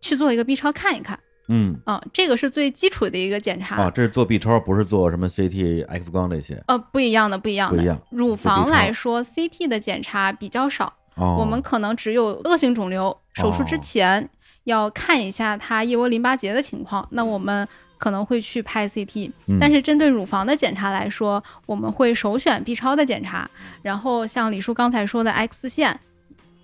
Speaker 2: 去做一个 B 超看一看。
Speaker 1: 嗯，
Speaker 2: 嗯，这个是最基础的一个检查。
Speaker 1: 啊，这是做 B 超，不是做什么 CT、X 光这些。
Speaker 2: 呃，不一样的，不一样
Speaker 1: 不
Speaker 2: 的。
Speaker 1: 一样
Speaker 2: 乳
Speaker 1: 做 B
Speaker 2: 房
Speaker 1: 超
Speaker 2: 来说，CT 的检查比较少，
Speaker 1: 哦，
Speaker 2: 我们可能只有恶性肿瘤手术之前要看一下它腋窝淋巴结的情况，那我们可能会去拍 CT。
Speaker 1: 嗯
Speaker 2: 但是针对乳房的检查来说，我们会首选 B 超的检查，然后像李叔刚才说的 X 线，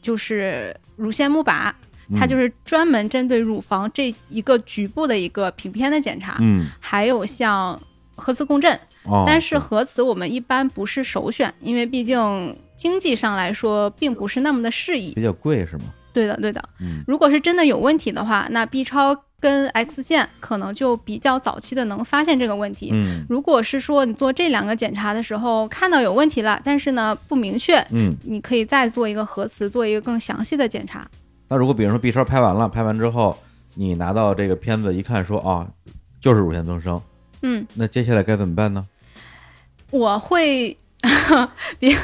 Speaker 2: 就是乳腺钼靶，
Speaker 1: 嗯
Speaker 2: 它就是是专门针对乳房这一个局部的一个平片的检查，
Speaker 1: 嗯，
Speaker 2: 还有像核磁共振。
Speaker 1: 哦，
Speaker 2: 但是
Speaker 1: 对
Speaker 2: 核磁我们一般不是首选，因为毕竟经济上来说并不是那么的适宜。
Speaker 1: 比较贵是吗？
Speaker 2: 对的，对的。
Speaker 1: 嗯
Speaker 2: 如果是真的有问题的话，那 B 超跟 X 线可能就比较早期的能发现这个问题。
Speaker 1: 嗯
Speaker 2: 如果是说你做这两个检查的时候看到有问题了，但是呢不明确，
Speaker 1: 嗯。
Speaker 2: 你可以再做一个核磁，做一个更详细的检查。
Speaker 1: 那如果比如说 B 超拍完了，拍完之后你拿到这个片子一看说，啊，就是乳腺增生，
Speaker 2: 嗯，
Speaker 1: 那接下来该怎么办呢？
Speaker 2: 我会 <laughs> 别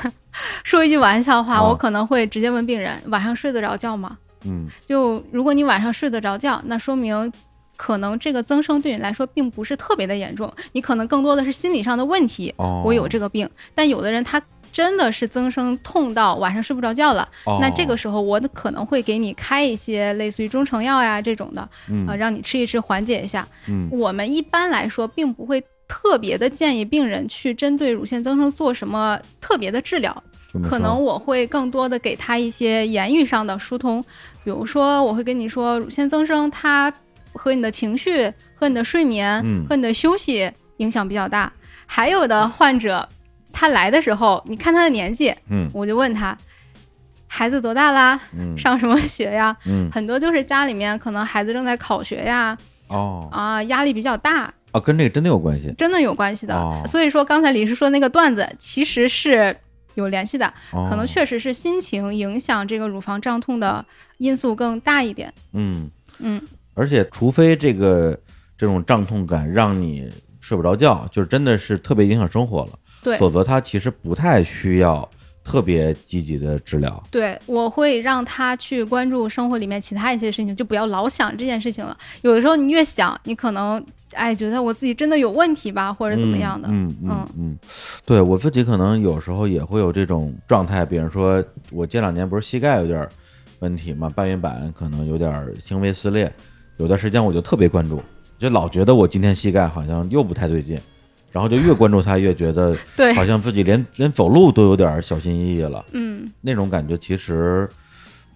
Speaker 2: 说一句玩笑话，
Speaker 1: 啊
Speaker 2: 我可能会直接问病人：晚上睡得着觉吗？
Speaker 1: 嗯
Speaker 2: 就如果你晚上睡得着觉，那说明可能这个增生对你来说并不是特别的严重，你可能更多的是心理上的问题。
Speaker 1: 哦，
Speaker 2: 我有这个病，但有的人他真的是增生痛到晚上睡不着觉了，
Speaker 1: 哦，
Speaker 2: 那这个时候我可能会给你开一些类似于中成药呀这种的，
Speaker 1: 嗯
Speaker 2: 呃，让你吃一吃缓解一下。
Speaker 1: 嗯
Speaker 2: 我们一般来说并不会特别的建议病人去针对乳腺增生做什么特别的治疗，
Speaker 1: 怎么
Speaker 2: 可
Speaker 1: 说
Speaker 2: 能我会更多的给他一些言语上的疏通，比如说我会跟你说，乳腺增生它和你的情绪、和你的睡眠、
Speaker 1: 嗯
Speaker 2: 和你的休息影响比较大。还有的患者，他来的时候，你看他的年纪，
Speaker 1: 嗯
Speaker 2: 我就问他，孩子多大啦？
Speaker 1: 嗯
Speaker 2: 上什么学呀？
Speaker 1: 嗯
Speaker 2: 很多就是家里面可能孩子正在考学呀，
Speaker 1: 哦
Speaker 2: 啊，压力比较大，
Speaker 1: 啊，跟这个真的有关系
Speaker 2: 真的有关系的。
Speaker 1: 哦
Speaker 2: 所以说，刚才李师说那个段子其实是有联系的，
Speaker 1: 哦，
Speaker 2: 可能确实是心情影响这个乳房胀痛的因素更大一点。
Speaker 1: 嗯
Speaker 2: 嗯，
Speaker 1: 而且除非这个这种胀痛感让你睡不着觉，就是真的是特别影响生活了，
Speaker 2: 对
Speaker 1: 否则它其实不太需要特别积极的治疗。
Speaker 2: 对，我会让他去关注生活里面其他一些事情，就不要老想这件事情了。有的时候你越想，你可能哎觉得我自己真的有问题吧，或者怎么样的。
Speaker 1: 嗯嗯嗯嗯，对我自己可能有时候也会有这种状态，比如说我这两年不是膝盖有点儿问题嘛，半月板可能有点儿轻微撕裂，有段时间我就特别关注，就老觉得我今天膝盖好像又不太对劲，然后就越关注它越觉
Speaker 2: <laughs>
Speaker 1: 得
Speaker 2: 对
Speaker 1: 好像自己连连走路都有点儿小心翼翼了，
Speaker 2: 嗯，
Speaker 1: 那种感觉其实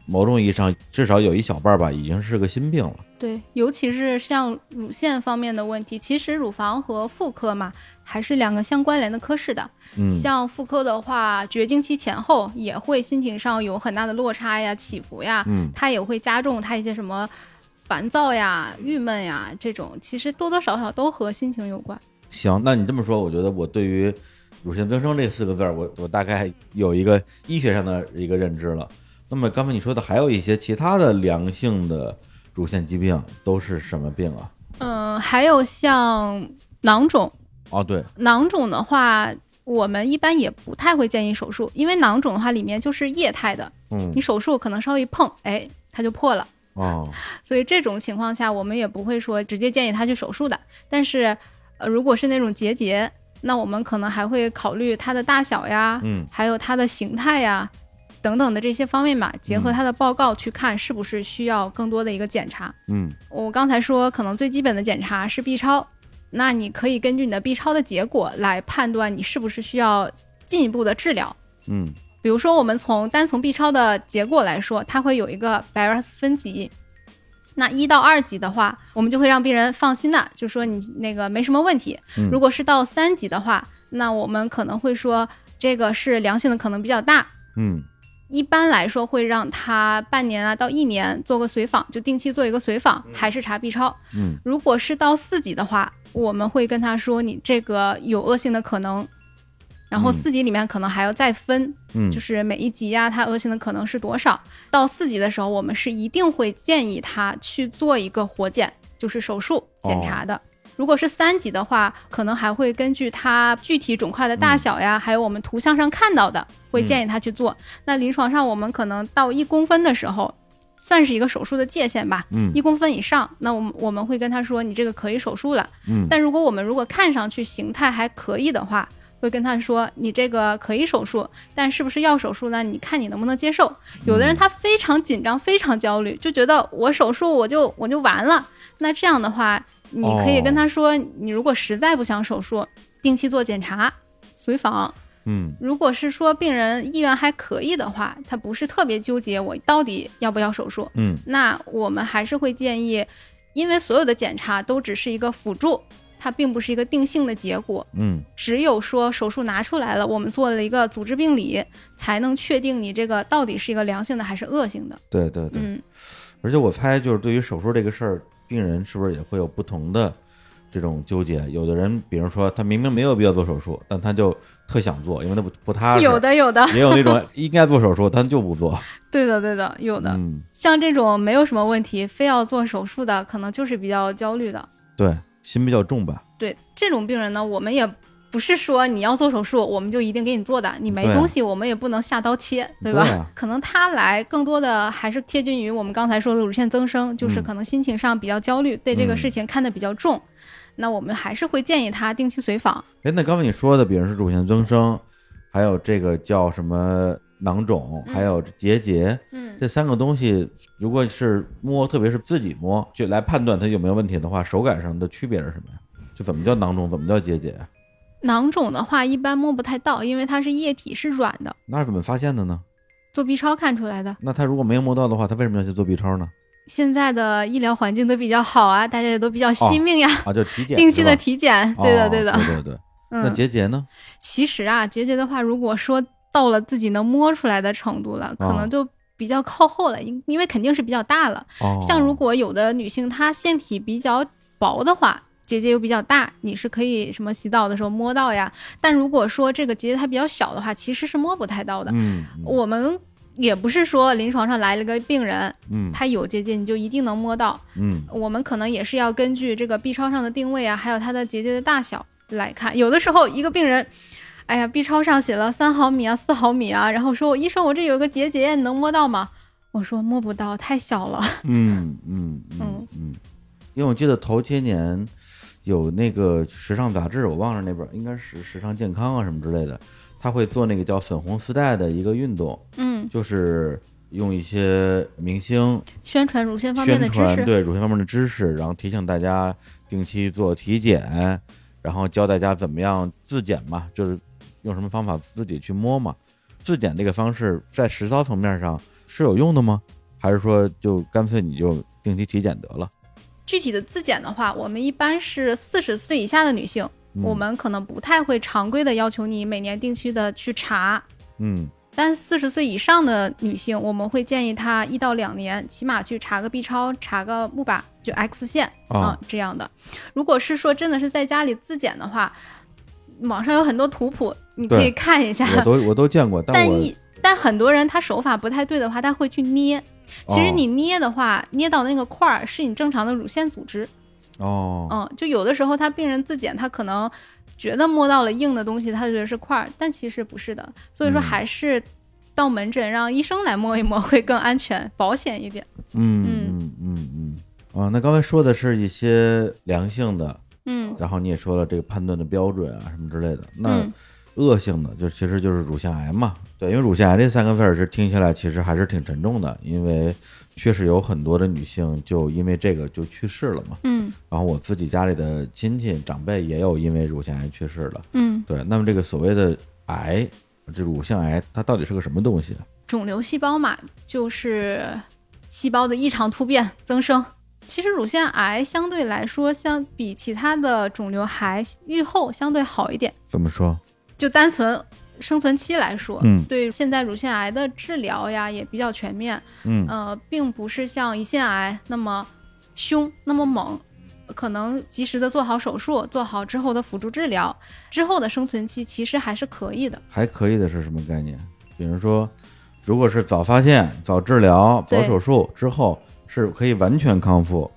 Speaker 1: 某种意义上至少有一小半儿吧，已经是个心病了。
Speaker 2: 对，尤其是像乳腺方面的问题，其实乳房和妇科嘛，还是两个相关联的科室的。
Speaker 1: 嗯
Speaker 2: 像妇科的话，绝经期前后也会心情上有很大的落差呀、起伏呀，
Speaker 1: 嗯
Speaker 2: 它也会加重它一些什么烦躁呀、郁闷呀这种，其实多多少少都和心情有关。
Speaker 1: 行，那你这么说，我觉得我对于乳腺增生这四个字儿，我我大概有一个医学上的一个认知了。那么刚才你说的还有一些其他的良性的乳腺疾病都是什么病啊？
Speaker 2: 嗯、还有像囊肿，
Speaker 1: 哦，对，
Speaker 2: 囊肿的话。我们一般也不太会建议手术，因为囊肿的话里面就是液态的，
Speaker 1: 嗯
Speaker 2: 你，手术可能稍微一碰，哎，它就破了。
Speaker 1: 哦，
Speaker 2: 所以这种情况下，我们也不会说直接建议他去手术的。但是，呃，如果是那种结节，那我们可能还会考虑它的大小呀，
Speaker 1: 嗯
Speaker 2: 还有它的形态呀，等等的这些方面吧，结合
Speaker 1: 嗯
Speaker 2: 它的报告去看是不是需要更多的一个检查。
Speaker 1: 嗯
Speaker 2: 我刚才说，可能最基本的检查是 B 超，那你可以根据你的 B 超的结果来判断你是不是需要进一步的治疗。
Speaker 1: 嗯
Speaker 2: 比如说，我们从单从 B 超的结果来说，它会有一个 BRAS 分级。那一到二级的话，我们就会让病人放心的，就说你那个没什么问题。
Speaker 1: 嗯
Speaker 2: 如果是到三级的话，那我们可能会说这个是良性的可能比较大。
Speaker 1: 嗯，
Speaker 2: 一般来说会让他半年啊到一年做个随访，就定期做一个随访，还是查 B 超。
Speaker 1: 嗯，
Speaker 2: 如果是到四级的话，我们会跟他说你这个有恶性的可能，然后
Speaker 1: 嗯
Speaker 2: 四级里面可能还要再分，
Speaker 1: 嗯，
Speaker 2: 就是是每一级呀、它恶性的可能是多少？到四级的时候，我们是一定会建议他去做一个活检，就是手术
Speaker 1: 哦
Speaker 2: 检查的。如果是三级的话，可能还会根据他具体肿块的大小
Speaker 1: 嗯
Speaker 2: 呀，还有我们图像上看到的，会建议他去做。那临床上我们可能到一公分的时候，算是一个手术的界限吧。
Speaker 1: 嗯
Speaker 2: 一公分以上，那我们我们会跟他说，你这个可以手术了。
Speaker 1: 嗯
Speaker 2: 但如果我们如果看上去形态还可以的话，会跟他说你这个可以手术，但是不是要手术呢？你看你能不能接受？有的人他非常紧张，非常焦虑，就觉得我手术我就我就完了。那这样的话，你可以跟他说，你如果实在不想手术，定期做检查、随访。
Speaker 1: 嗯
Speaker 2: 如果是说病人意愿还可以的话，他不是特别纠结我到底要不要手术，
Speaker 1: 嗯
Speaker 2: 那我们还是会建议，因为所有的检查都只是一个辅助，它并不是一个定性的结果。
Speaker 1: 嗯
Speaker 2: 只有说手术拿出来了，我们做了一个组织病理，才能确定你这个到底是一个良性的还是恶性的。
Speaker 1: 对对对，
Speaker 2: 嗯，
Speaker 1: 而且我猜就是对于手术这个事儿，病人是不是也会有不同的这种纠结。有的人，比如说他明明没有必要做手术，但他就特想做，因为他不不踏实。
Speaker 2: 有的有的，
Speaker 1: 也有那种应该做手术，但就不做。
Speaker 2: <laughs> 对的对的，有的。
Speaker 1: 嗯，
Speaker 2: 像这种没有什么问题，非要做手术的，可能就是比较焦虑的。
Speaker 1: 对，心比较重吧。
Speaker 2: 对这种病人呢，我们也不是说你要做手术，我们就一定给你做的，你没
Speaker 1: 对啊
Speaker 2: 东西，我们也不能下刀切，对吧？
Speaker 1: 对啊
Speaker 2: 可能他来更多的还是贴近于我们刚才说的乳腺增生，就是
Speaker 1: 嗯
Speaker 2: 可能心情上比较焦虑，对这个
Speaker 1: 嗯
Speaker 2: 事情看得比较重。那我们还是会建议他定期随访，
Speaker 1: 哎，那刚才你说的，比如是乳腺增生，还有这个叫什么囊肿，
Speaker 2: 嗯
Speaker 1: 还有结节，
Speaker 2: 嗯，
Speaker 1: 这三个东西，如果是摸，特别是自己摸，就来判断它有没有问题的话，手感上的区别是什么呀？就怎么叫囊肿，怎么叫结节？
Speaker 2: 囊肿的话一般摸不太到，因为它是液体，是软的，
Speaker 1: 那是怎么发现的呢？
Speaker 2: 做 B 超看出来的。
Speaker 1: 那他如果没有摸到的话，他为什么要去做 B 超呢？
Speaker 2: 现在的医疗环境都比较好啊，大家也都比较惜命呀， <laughs>
Speaker 1: 啊，就体检，
Speaker 2: 定期的
Speaker 1: 是吧
Speaker 2: 体检，对的
Speaker 1: 哦
Speaker 2: 对的，
Speaker 1: 对对对。那
Speaker 2: 嗯。
Speaker 1: 结节呢？
Speaker 2: 其实啊，结节的话，如果说到了自己能摸出来的程度了，可
Speaker 1: 啊
Speaker 2: 能就比较靠后了，因因为肯定是比较大了。
Speaker 1: 哦，
Speaker 2: 像如果有的女性她腺体比较薄的话，结节又比较大，你是可以什么洗澡的时候摸到呀。但如果说这个结节它比较小的话，其实是摸不太到的。
Speaker 1: 嗯，嗯，
Speaker 2: 我们也不是说临床上来了个病人，
Speaker 1: 嗯
Speaker 2: 他有结节你就一定能摸到，
Speaker 1: 嗯，
Speaker 2: 我们可能也是要根据这个 B 超上的定位啊，还有它的结节的大小来看。有的时候一个病人，哎呀，B 超上写了三毫米啊、四毫米啊，然后说我医生，我这有一个结节，你能摸到吗？我说摸不到，太小了。
Speaker 1: 嗯嗯嗯
Speaker 2: 嗯
Speaker 1: 嗯，因为我记得头些年有那个时尚杂志，我忘了那本儿应该是《时尚健康》啊什么之类的，他会做那个叫粉红丝带的一个运动，
Speaker 2: 嗯，
Speaker 1: 就是用一些明星
Speaker 2: 宣传乳腺方面的
Speaker 1: 宣
Speaker 2: 知
Speaker 1: 传
Speaker 2: 识，
Speaker 1: 对乳腺方面的知识，然后提醒大家定期做体检，然后教大家怎么样自检嘛，就是用什么方法自己去摸嘛。自检这个方式在实操层面上是有用的吗？还是说就干脆你就定期体检得了？
Speaker 2: 具体的自检的话，我们一般是四十岁以下的女性，
Speaker 1: 嗯
Speaker 2: 我们可能不太会常规的要求你每年定期的去查。
Speaker 1: 嗯
Speaker 2: 但是四十岁以上的女性，我们会建议她一到两年，起码去查个 B 超、查个钼靶，就 X 线
Speaker 1: 哦
Speaker 2: 啊、这样的。如果是说真的是在家里自检的话，网上有很多图谱，你可
Speaker 1: 对
Speaker 2: 以看一下。
Speaker 1: 我都我都见
Speaker 2: <laughs>
Speaker 1: 过，但
Speaker 2: 但
Speaker 1: 我
Speaker 2: 一但很多人他手法不太对的话，他会去捏。
Speaker 1: 哦
Speaker 2: 其实你捏的话，捏到那个块儿是你正常的乳腺组织，
Speaker 1: 哦哦
Speaker 2: 嗯，就有的时候他病人自检，他可能觉得摸到了硬的东西，他觉得是块儿，但其实不是的。所以说
Speaker 1: 嗯
Speaker 2: 还是到门诊让医生来摸一摸会更安全、保险一点。
Speaker 1: 嗯嗯
Speaker 2: 嗯
Speaker 1: 嗯嗯啊，那刚才说的是一些良性的，
Speaker 2: 嗯
Speaker 1: 然后你也说了这个判断的标准啊什么之类的，那。
Speaker 2: 嗯，
Speaker 1: 恶性的，就其实就是乳腺癌嘛。对，因为乳腺癌这三个字儿是听下来其实还是挺沉重的，因为确实有很多的女性就因为这个就去世了嘛。
Speaker 2: 嗯
Speaker 1: 然后我自己家里的亲戚长辈也有因为乳腺癌去世了。
Speaker 2: 嗯，
Speaker 1: 对，那么这个所谓的癌，这乳腺癌它到底是个什么东西？
Speaker 2: 肿瘤细胞嘛，就是细胞的异常突变增生。其实乳腺癌相对来说，相比其他的肿瘤还预后相对好一点。
Speaker 1: 怎么说？
Speaker 2: 就单纯生存期来说，
Speaker 1: 嗯
Speaker 2: 对现在乳腺癌的治疗呀也比较全面，
Speaker 1: 嗯
Speaker 2: 呃，并不是像胰腺癌那么凶那么猛，可能及时的做好手术，做好之后的辅助治疗，之后的生存期其实还是可以的。
Speaker 1: 还可以的是什么概念？比如说，如果是早发现、早治疗、早
Speaker 2: 对
Speaker 1: 手术之后，是可以完全康复，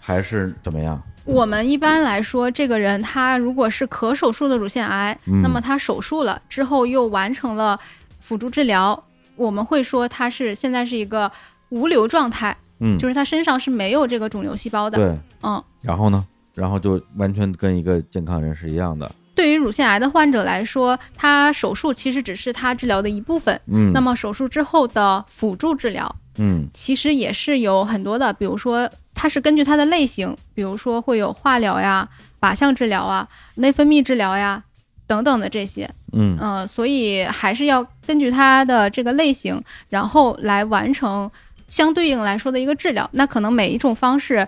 Speaker 1: 还是怎么样？
Speaker 2: 我们一般来说，这个人他如果是可手术的乳腺癌，
Speaker 1: 嗯
Speaker 2: 那么他手术了之后又完成了辅助治疗，我们会说他是现在是一个无瘤状态，
Speaker 1: 嗯，
Speaker 2: 就是他身上是没有这个肿瘤细胞的。
Speaker 1: 对，
Speaker 2: 嗯，
Speaker 1: 然后呢？然后就完全跟一个健康人是一样的。
Speaker 2: 对于乳腺癌的患者来说，他手术其实只是他治疗的一部分。
Speaker 1: 嗯，
Speaker 2: 那么手术之后的辅助治疗，
Speaker 1: 嗯
Speaker 2: 其实也是有很多的，比如说它是根据它的类型，比如说会有化疗呀、靶向治疗啊、内分泌治疗呀等等的这些。
Speaker 1: 嗯
Speaker 2: 嗯、所以还是要根据它的这个类型，然后来完成相对应来说的一个治疗。那可能每一种方式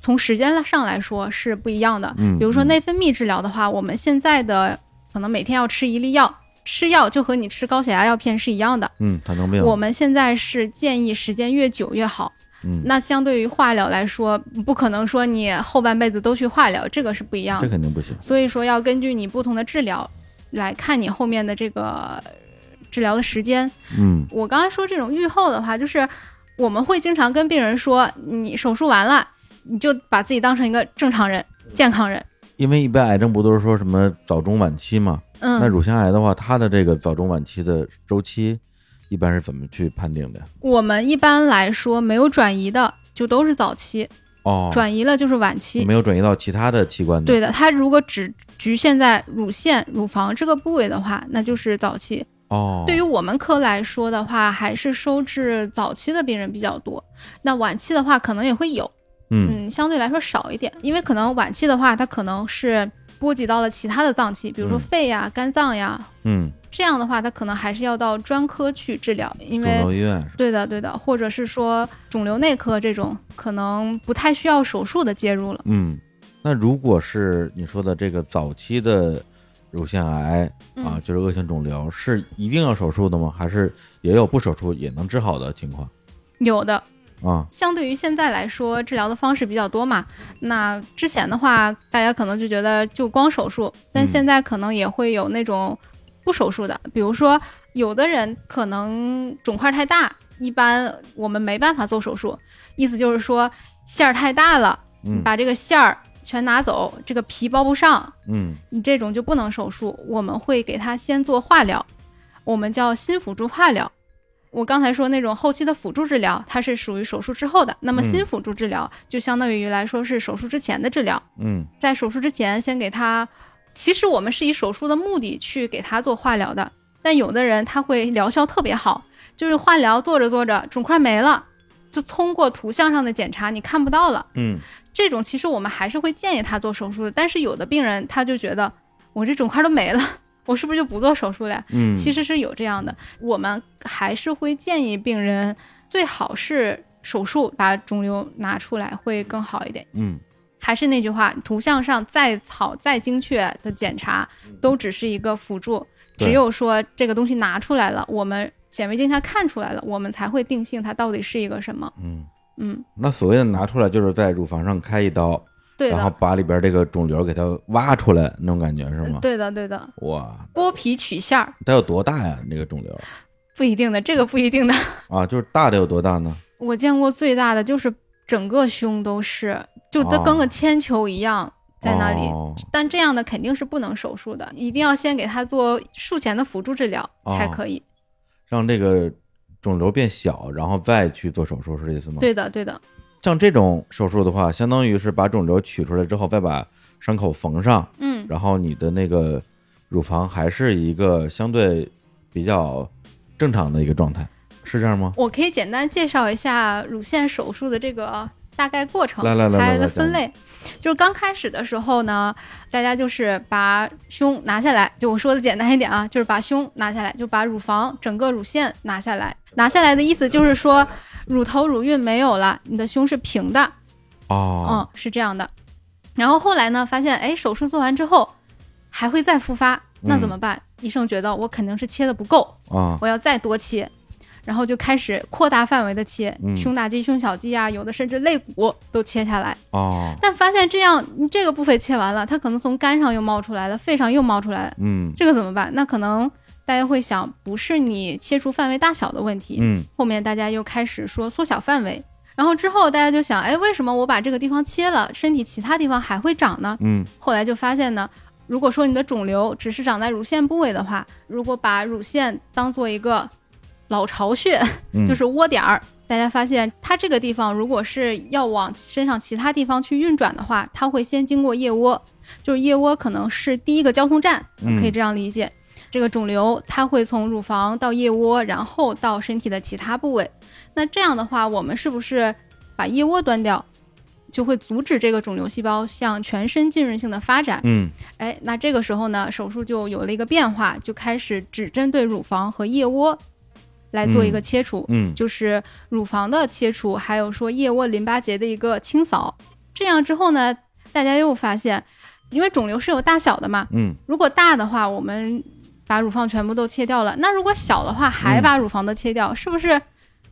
Speaker 2: 从时间上来说是不一样的。
Speaker 1: 嗯
Speaker 2: 比如说
Speaker 1: 嗯
Speaker 2: 内分泌治疗的话，我们现在的可能每天要吃一粒药，吃药就和你吃高血压药片是一样的。
Speaker 1: 嗯嗯，糖尿病。
Speaker 2: 我们现在是建议时间越久越好。
Speaker 1: 嗯，
Speaker 2: 那相对于化疗来说，不可能说你后半辈子都去化疗，这个是不一样
Speaker 1: 这
Speaker 2: 的。
Speaker 1: 肯定不行。
Speaker 2: 所以说要根据你不同的治疗来看你后面的这个治疗的时间。
Speaker 1: 嗯
Speaker 2: 我刚才说这种预后的话，就是我们会经常跟病人说，你手术完了，你就把自己当成一个正常人、
Speaker 1: 嗯
Speaker 2: 健康人。，
Speaker 1: 因为一般癌症不都是说什么早中晚期嘛？那
Speaker 2: 嗯，
Speaker 1: 乳腺癌的话，它的这个早中晚期的周期一般是怎么去判定的？
Speaker 2: 我们一般来说没有转移的就都是早期，
Speaker 1: 哦，
Speaker 2: 转移了就是晚期。
Speaker 1: 没有转移到其他的器官的。
Speaker 2: 对的，它如果只局限在乳腺、乳房这个部位的话，那就是早期。
Speaker 1: 哦，
Speaker 2: 对于我们科来说的话，还是收治早期的病人比较多。那晚期的话，可能也会有，
Speaker 1: 嗯
Speaker 2: 嗯，相对来说少一点，因为可能晚期的话，它可能是波及到了其他的脏器，比如
Speaker 1: 嗯
Speaker 2: 说肺呀、肝脏呀，
Speaker 1: 嗯，
Speaker 2: 这样的话，它可能还是要到专科去治疗，因
Speaker 1: 肿
Speaker 2: 为
Speaker 1: 瘤医院是吧
Speaker 2: 对的对的，或者是说肿瘤内科这种，可能不太需要手术的介入了。
Speaker 1: 嗯，那如果是你说的这个早期的乳腺癌啊，
Speaker 2: 嗯
Speaker 1: 就是恶性肿瘤，是一定要手术的吗？还是也有不手术也能治好的情况
Speaker 2: 有的，
Speaker 1: 啊？
Speaker 2: 相对于现在来说，治疗的方式比较多嘛。那之前的话，大家可能就觉得就光手术，但
Speaker 1: 嗯
Speaker 2: 现在可能也会有那种不手术的，比如说有的人可能肿块太大，一般我们没办法做手术，意思就是说馅儿太大了，
Speaker 1: 嗯
Speaker 2: 把这个馅儿全拿走，这个皮包不上，
Speaker 1: 嗯
Speaker 2: 你这种就不能手术，我们会给他先做化疗，我们叫新辅助化疗。我刚才说那种后期的辅助治疗，它是属于手术之后的，那么
Speaker 1: 嗯
Speaker 2: 新辅助治疗就相当于来说是手术之前的治疗，
Speaker 1: 嗯
Speaker 2: 在手术之前先给他，其实我们是以手术的目的去给他做化疗的，但有的人他会疗效特别好，就是化疗做着做着肿块没了，就通过图像上的检查你看不到了。
Speaker 1: 嗯，
Speaker 2: 这种其实我们还是会建议他做手术的，但是有的病人他就觉得我这肿块都没了， <laughs> 我是不是就不做手术了呀？
Speaker 1: 嗯，
Speaker 2: 其
Speaker 1: 实
Speaker 2: 实是有这样的，我们还是会建议病人最好是手术把肿瘤拿出来会更好一点。
Speaker 1: 嗯
Speaker 2: 还是那句话，图像上再好再精确的检查，都只是一个辅助，
Speaker 1: 嗯对
Speaker 2: 只有说这个东西拿出来了，我们显微镜下看出来了，我们才会定性它到底是一个什么。
Speaker 1: 嗯，
Speaker 2: 嗯，
Speaker 1: 那所谓的拿出来就是在乳房上开一刀，
Speaker 2: 对
Speaker 1: 然后
Speaker 2: 的，
Speaker 1: 把里边这个肿瘤给它挖出来那种感觉是吗？
Speaker 2: 对的，呃对的，
Speaker 1: 哇，
Speaker 2: 剥皮取馅儿。
Speaker 1: 它有多大呀？那个肿瘤
Speaker 2: 不一定的，这个不一定的。 <laughs>
Speaker 1: 啊，就是大的有多大呢？
Speaker 2: 我见过最大的就是整个胸都是，就它跟个铅球一样在那里。
Speaker 1: 哦
Speaker 2: 但这样的肯定是不能手术的，一定要先给他做术前的辅助治疗
Speaker 1: 哦
Speaker 2: 才可以。
Speaker 1: 让这个肿瘤变小，然后再去做手术，是这意思吗？
Speaker 2: 对的，对的，
Speaker 1: 像这种手术的话，相当于是把肿瘤取出来之后，再把伤口缝上，
Speaker 2: 嗯，
Speaker 1: 然后你的那个乳房还是一个相对比较正常的一个状态，是这样吗？
Speaker 2: 我可以简单介绍一下乳腺手术的这个大概过程，
Speaker 1: 来来来
Speaker 2: 还
Speaker 1: 来
Speaker 2: 有
Speaker 1: 来
Speaker 2: 它的分类。就是刚开始的时候呢，大家就是把胸拿下来，就我说的简单一点啊，就是把胸拿下来，就把乳房整个乳腺拿下来。拿下来的意思就是说，乳头乳晕没有了，你的胸是平的，嗯
Speaker 1: 哦，，
Speaker 2: 是这样的。然后后来呢，发现哎，手术做完之后还会再复发，
Speaker 1: 嗯
Speaker 2: 那怎么办？医生觉得我肯定是切的不够，
Speaker 1: 啊，
Speaker 2: 我要再多切，然后就开始扩大范围的切，
Speaker 1: 嗯
Speaker 2: 胸大肌、胸小肌啊，有的甚至肋骨都切下来。
Speaker 1: 哦，
Speaker 2: 但发现这样，你这个部分切完了，它可能从肝上又冒出来了，肺上又冒出来了，
Speaker 1: 嗯
Speaker 2: 这个怎么办？那可能大家会想，不是你切除范围大小的问题，
Speaker 1: 嗯
Speaker 2: 后面大家又开始说缩小范围。然后之后大家就想，哎，为什么我把这个地方切了，身体其他地方还会长呢？
Speaker 1: 嗯
Speaker 2: 后来就发现呢，如果说你的肿瘤只是长在乳腺部位的话，如果把乳腺当做一个老巢穴，
Speaker 1: 嗯，
Speaker 2: 就是窝点儿，大家发现它这个地方如果是要往身上其他地方去运转的话，它会先经过腋窝，就是腋窝可能是第一个交通站，
Speaker 1: 嗯
Speaker 2: 可以这样理解。这个肿瘤它会从乳房到腋窝，然后到身体的其他部位。那这样的话，我们是不是把腋窝端掉，就会阻止这个肿瘤细胞向全身浸润性的发展？
Speaker 1: 嗯
Speaker 2: 哎，那这个时候呢，手术就有了一个变化，就开始只针对乳房和腋窝来做一个切除，
Speaker 1: 嗯
Speaker 2: 就是乳房的切除，还有说腋窝淋巴结的一个清扫。这样之后呢，大家又发现，因为肿瘤是有大小的嘛，
Speaker 1: 嗯
Speaker 2: 如果大的话，我们把乳房全部都切掉了；那如果小的话，还把乳房都切掉，是不是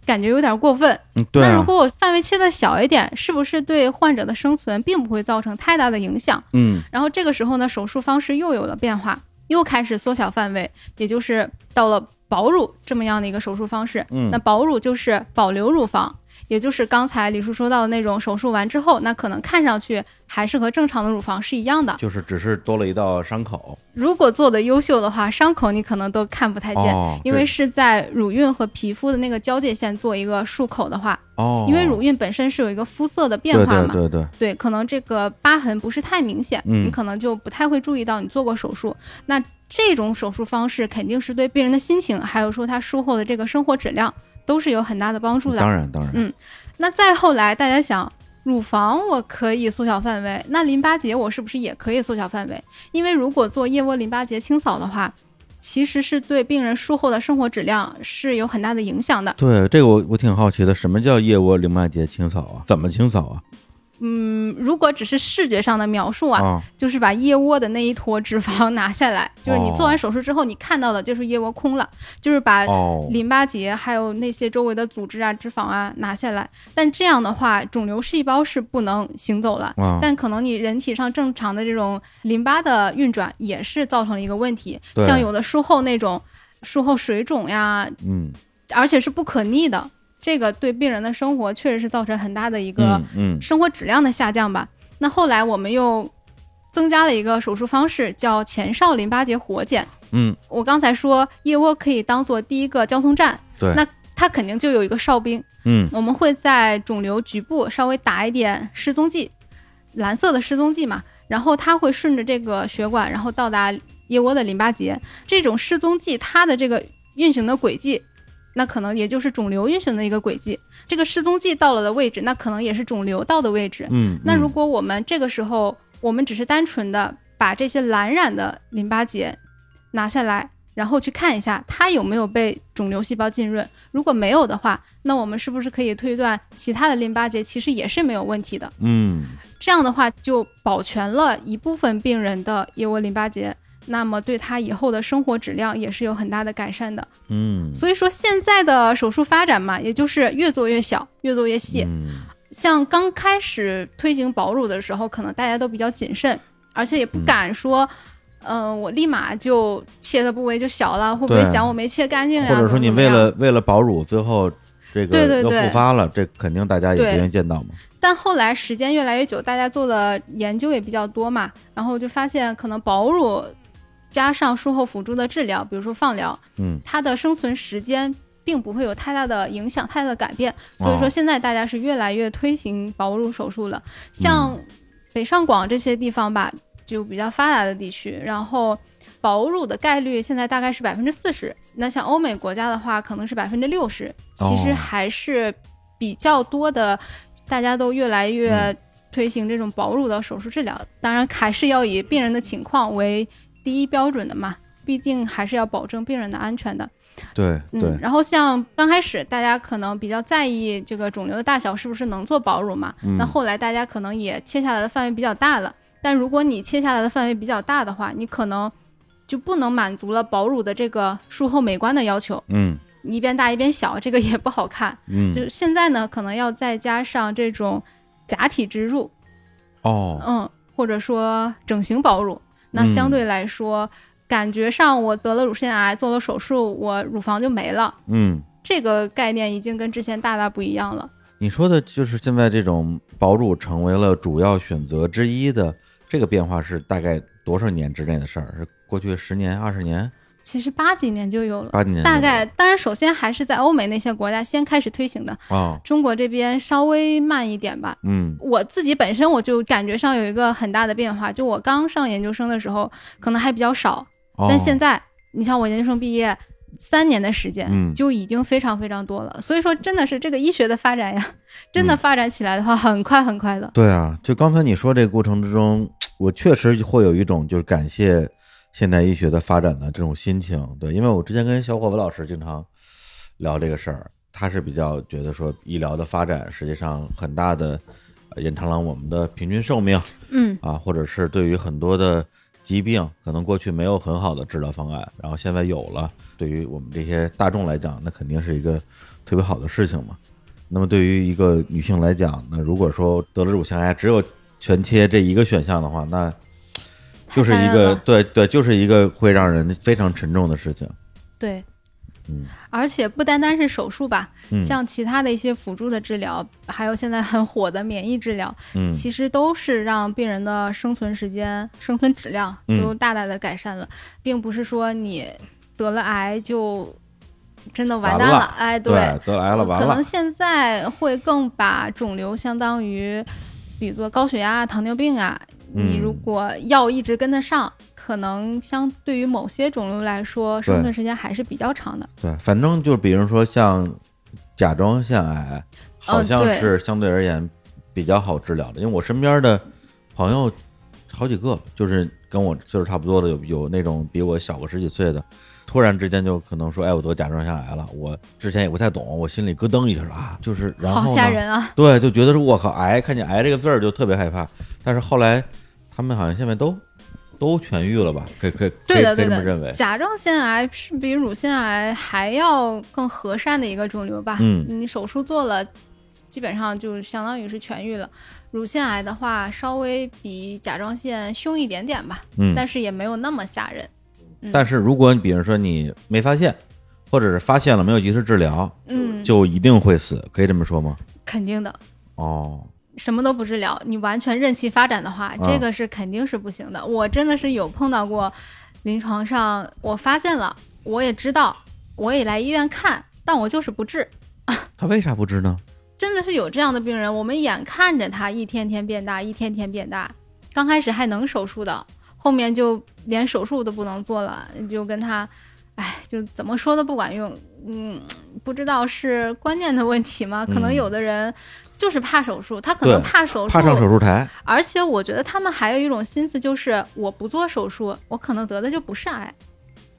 Speaker 2: 感觉有点过分。
Speaker 1: 嗯，对
Speaker 2: 那如
Speaker 1: 啊，
Speaker 2: 果我范围切的小一点，是不是对患者的生存并不会造成太大的影响？
Speaker 1: 嗯
Speaker 2: 然后这个时候呢，手术方式又有了变化，又开始缩小范围，也就是到了保乳这么样的一个手术方式。
Speaker 1: 嗯
Speaker 2: 那保乳就是保留乳房，也就是刚才李叔说到的那种手术完之后，那可能看上去还是和正常的乳房是一样的。
Speaker 1: 就是只是多了一道伤口，
Speaker 2: 如果做的优秀的话，伤口你可能都看不太见。
Speaker 1: 哦，
Speaker 2: 因
Speaker 1: 这
Speaker 2: 为是在乳晕和皮肤的那个交界线做一个束口的话，
Speaker 1: 哦，
Speaker 2: 因为乳晕本身是有一个肤色的变
Speaker 1: 对
Speaker 2: 化嘛，
Speaker 1: 对对对，
Speaker 2: 对，可能这个疤痕不是太明显，
Speaker 1: 嗯
Speaker 2: 你可能就不太会注意到你做过手术。那这种手术方式肯定是对病人的心情，还有说他术后的这个生活质量都是有很大的帮助的。
Speaker 1: 当然当然，
Speaker 2: 嗯那再后来，大家想。乳房我可以缩小范围，那淋巴结我是不是也可以缩小范围？因为如果做腋窝淋巴结清扫的话，其实是对病人术后的生活质量是有很大的影响的。
Speaker 1: 对这个我我挺好奇的，什么叫腋窝淋巴结清扫啊？怎么清扫啊？
Speaker 2: 嗯，如果只是视觉上的描述啊，
Speaker 1: 啊，
Speaker 2: 就是把腋窝的那一坨脂肪 <laughs> 拿下来，就是你做完手术之后，你看到的就是腋窝空了，就是把
Speaker 1: 哦，
Speaker 2: 淋巴结还有那些周围的组织啊、脂肪啊拿下来。但这样的话，肿瘤细胞是不能行走了。
Speaker 1: 啊，
Speaker 2: 但可能你人体上正常的这种淋巴的运转也是造成了一个问题，
Speaker 1: 对
Speaker 2: 像有的术后那种术后水肿呀，
Speaker 1: 嗯，
Speaker 2: 而且是不可逆的，这个对病人的生活确实是造成很大的一个
Speaker 1: 嗯嗯
Speaker 2: 生活质量的下降吧。那后来我们又增加了一个手术方式，叫前哨淋巴结活检。
Speaker 1: 嗯，
Speaker 2: 我刚才说腋窝可以当做第一个交通站，
Speaker 1: 对，
Speaker 2: 那它肯定就有一个哨兵。
Speaker 1: 嗯
Speaker 2: 我们会在肿瘤局部稍微打一点失踪剂，蓝色的失踪剂嘛，然后它会顺着这个血管，然后到达腋窝的淋巴结。这种失踪剂它的这个运行的轨迹，那可能也就是肿瘤运行的一个轨迹。这个失踪剂到了的位置，那可能也是肿瘤到的位置。
Speaker 1: 嗯，
Speaker 2: 那
Speaker 1: 嗯
Speaker 2: 如果我们这个时候，我们只是单纯的把这些蓝染的淋巴结拿下来，然后去看一下它有没有被肿瘤细胞浸润。如果没有的话，那我们是不是可以推断其他的淋巴结其实也是没有问题的？
Speaker 1: 嗯
Speaker 2: 这样的话就保全了一部分病人的腋窝淋巴结。那么对他以后的生活质量也是有很大的改善的，
Speaker 1: 嗯，
Speaker 2: 所以说现在的手术发展嘛，也就是越做越小，越做越细，
Speaker 1: 嗯
Speaker 2: 像刚开始推行保乳的时候，可能大家都比较谨慎，而且也不敢说，嗯、我立马就切的部位就小了，会不会
Speaker 1: 对
Speaker 2: 想我没切干净呀、
Speaker 1: 或者说
Speaker 2: 啊怎么
Speaker 1: 你
Speaker 2: 怎么
Speaker 1: 为
Speaker 2: 样
Speaker 1: 了为了保乳，最后这
Speaker 2: 对
Speaker 1: 个
Speaker 2: 对
Speaker 1: 又
Speaker 2: 对
Speaker 1: 复发了，这肯定大家也不
Speaker 2: 对
Speaker 1: 愿意见到嘛。
Speaker 2: 但后来时间越来越久，大家做的研究也比较多嘛，然后就发现可能保乳加上术后辅助的治疗，比如说放疗，
Speaker 1: 嗯，
Speaker 2: 它的生存时间并不会有太大的影响、太大的改变。所以
Speaker 1: 哦
Speaker 2: 说现在大家是越来越推行保乳手术了，像
Speaker 1: 嗯
Speaker 2: 北上广这些地方吧，就比较发达的地区，然后。保乳的概率现在大概是百分之四十，那像欧美国家的话，可能是百分之六十，其实
Speaker 1: 哦
Speaker 2: 还是比较多的，大家都越来越
Speaker 1: 嗯
Speaker 2: 推行这种保乳的手术治疗，当然还是要以病人的情况为第一标准的嘛，毕竟还是要保证病人的安全的。
Speaker 1: 对
Speaker 2: 嗯
Speaker 1: 对，，
Speaker 2: 然后像刚开始大家可能比较在意这个肿瘤的大小是不是能做保乳嘛，
Speaker 1: 嗯
Speaker 2: 那后来大家可能也切下来的范围比较大了，但如果你切下来的范围比较大的话，你可能就不能满足了保乳的这个术后美观的要求，
Speaker 1: 嗯
Speaker 2: 你一边大一边小，这个也不好看。就
Speaker 1: 嗯
Speaker 2: 是现在呢，可能要再加上这种假体植入，
Speaker 1: 哦，嗯
Speaker 2: 嗯，或者说整形保乳，那相对来说，感觉上我得了乳腺癌，做了手术，我乳房就没了。
Speaker 1: 嗯，
Speaker 2: 这个概念已经跟之前大大不一样了。
Speaker 1: 你说的就是现在这种保乳成为了主要选择之一的这个变化是大概多少年之内的事儿？是过去十年、二十年、
Speaker 2: 其实八几年就有了，
Speaker 1: 八几年之内？
Speaker 2: 大概当然首先还是在欧美那些国家先开始推行的，
Speaker 1: 哦，
Speaker 2: 中国这边稍微慢一点吧。
Speaker 1: 嗯
Speaker 2: 我自己本身我就感觉上有一个很大的变化，就我刚上研究生的时候可能还比较少，
Speaker 1: 哦，
Speaker 2: 但现在你像我研究生毕业三年的时间，
Speaker 1: 嗯
Speaker 2: 就已经非常非常多了。所以说，真的是这个医学的发展
Speaker 1: 嗯
Speaker 2: 呀，真的发展起来的话，很快很快的。
Speaker 1: 对啊，就刚才你说这个过程之中，我确实会有一种就是感谢现代医学的发展的这种心情。对，因为我之前跟小伙子老师经常聊这个事儿，他是比较觉得说医疗的发展实际上很大的呃延长了我们的平均寿命
Speaker 2: 嗯，
Speaker 1: 啊，或者是对于很多的疾病，可能过去没有很好的治疗方案，然后现在有了，对于我们这些大众来讲，那肯定是一个特别好的事情嘛。那么对于一个女性来讲，那如果说得了乳腺癌只有全切这一个选项的话，那就是一
Speaker 2: 太残忍
Speaker 1: 个
Speaker 2: 了
Speaker 1: 对对，就是一个会让人非常沉重的事情。
Speaker 2: 对，
Speaker 1: 嗯
Speaker 2: 而且不单单是手术吧，
Speaker 1: 嗯
Speaker 2: 像其他的一些辅助的治疗，还有现在很火的免疫治疗，
Speaker 1: 嗯
Speaker 2: 其实都是让病人的生存时间、生存质量
Speaker 1: 嗯
Speaker 2: 都大大的改善了，并不是说你得了癌就真的完
Speaker 1: 完
Speaker 2: 蛋
Speaker 1: 了
Speaker 2: 哎，
Speaker 1: 对，得癌了
Speaker 2: 呃
Speaker 1: 完
Speaker 2: 可
Speaker 1: 了
Speaker 2: 能，现在会更把肿瘤相当于，比作高血压、糖尿病啊。你
Speaker 1: 嗯
Speaker 2: 如果药一直跟得上，可能相对于某些肿瘤来说，生
Speaker 1: 对
Speaker 2: 存时间还是比较长的。
Speaker 1: 对，反正就比如说像甲状腺癌，好
Speaker 2: 嗯
Speaker 1: 像
Speaker 2: 对
Speaker 1: 是相对而言比较好治疗的，因为我身边的朋友好几个，就是跟我岁数差不多的，有有那种比我小个十几岁的，突然之间就可能说，哎，我得甲状腺癌了，我之前也不太懂，我心里咯噔一下啊，就是然后
Speaker 2: 好
Speaker 1: 呢
Speaker 2: 吓人啊！
Speaker 1: 对，就觉得是我靠，癌，看见癌这个字儿就特别害怕。但是后来他们好像现在都都痊愈了吧？可以可以可
Speaker 2: 对
Speaker 1: 以
Speaker 2: 的，
Speaker 1: 可以
Speaker 2: 对
Speaker 1: 这么
Speaker 2: 的。
Speaker 1: 认为。
Speaker 2: 甲状腺癌是比乳腺癌还要更和善的一个肿瘤吧？
Speaker 1: 嗯
Speaker 2: 你手术做了，基本上就相当于是痊愈了。乳腺癌的话，稍微比甲状腺凶一点点吧，
Speaker 1: 嗯，
Speaker 2: 但是也没有那么吓人。
Speaker 1: 但是如果你比如说你没发现，或者是发现了没有及时治疗，
Speaker 2: 嗯，
Speaker 1: 就一定会死，可以这么说吗？
Speaker 2: 肯定的，
Speaker 1: 哦，
Speaker 2: 什么都不治疗，你完全任其发展的话，
Speaker 1: 啊
Speaker 2: 这个是肯定是不行的。我真的是有碰到过，临床上我发现了，我也知道，我也来医院看，但我就是不治。
Speaker 1: 他为啥不治呢？
Speaker 2: 真的是有这样的病人，我们眼看着他一天天变大，一天天变大，刚开始还能手术的，后面就连手术都不能做了，就跟他，哎，就怎么说都不管用，嗯，不知道是观念的问题吗？可能
Speaker 1: 嗯
Speaker 2: 有的人就是怕手术，他可能
Speaker 1: 对
Speaker 2: 怕手术，
Speaker 1: 怕上手术台，
Speaker 2: 而且我觉得他们还有一种心思，就是我不做手术，我可能得的就不是癌，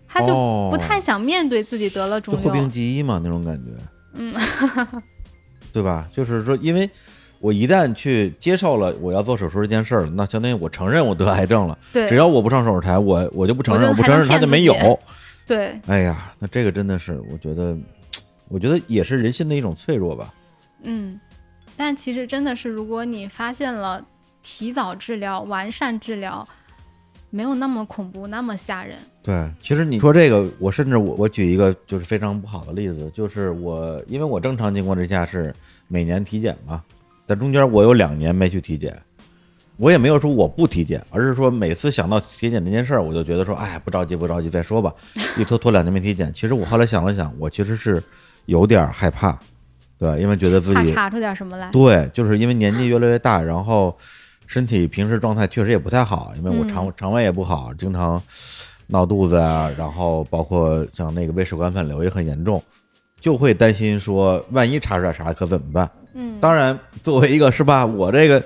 Speaker 2: 他就
Speaker 1: 哦
Speaker 2: 不太想面对自己得了
Speaker 1: 就
Speaker 2: 肿
Speaker 1: 后
Speaker 2: 瘤
Speaker 1: 病，即医嘛那种感觉，
Speaker 2: 嗯，
Speaker 1: <laughs> 对吧？就是说，因为我一旦去接受了我要做手术这件事儿，那相当于我承认我得癌症了。
Speaker 2: 对，
Speaker 1: 只要我不上手术台，我我就不承认，
Speaker 2: 我
Speaker 1: 我
Speaker 2: 就
Speaker 1: 不承认他
Speaker 2: 还能骗
Speaker 1: 就没有
Speaker 2: 自。己对，
Speaker 1: 哎呀，那这个真的是，我觉得，我觉得也是人性的一种脆弱吧。
Speaker 2: 嗯，但其实真的是，如果你发现了，提早治疗、完善治疗，没有那么恐怖，那么吓人。
Speaker 1: 对，其实你说这个，我甚至我我举一个就是非常不好的例子，就是我因为我正常情况之下是每年体检嘛，但中间我有两年没去体检，我也没有说我不体检，而是说每次想到体检这件事儿，我就觉得说，哎，不着急不着急，再说 <laughs> 吧，一拖拖两年没体检。其实我后来想了想，我其实是有点害怕，对，因为觉得自
Speaker 2: 怕
Speaker 1: 己
Speaker 2: 查出点什么来。
Speaker 1: 对，就是因为年纪越来越大，然后身体平时状态确实也不太好，因为
Speaker 2: 嗯
Speaker 1: 我肠、肠胃也不好，经常闹肚子啊，然后包括像那个胃食管反流也很严重，就会担心说，万一查出来啥可怎么办？
Speaker 2: 嗯，
Speaker 1: 当然，作为一个是吧，我这个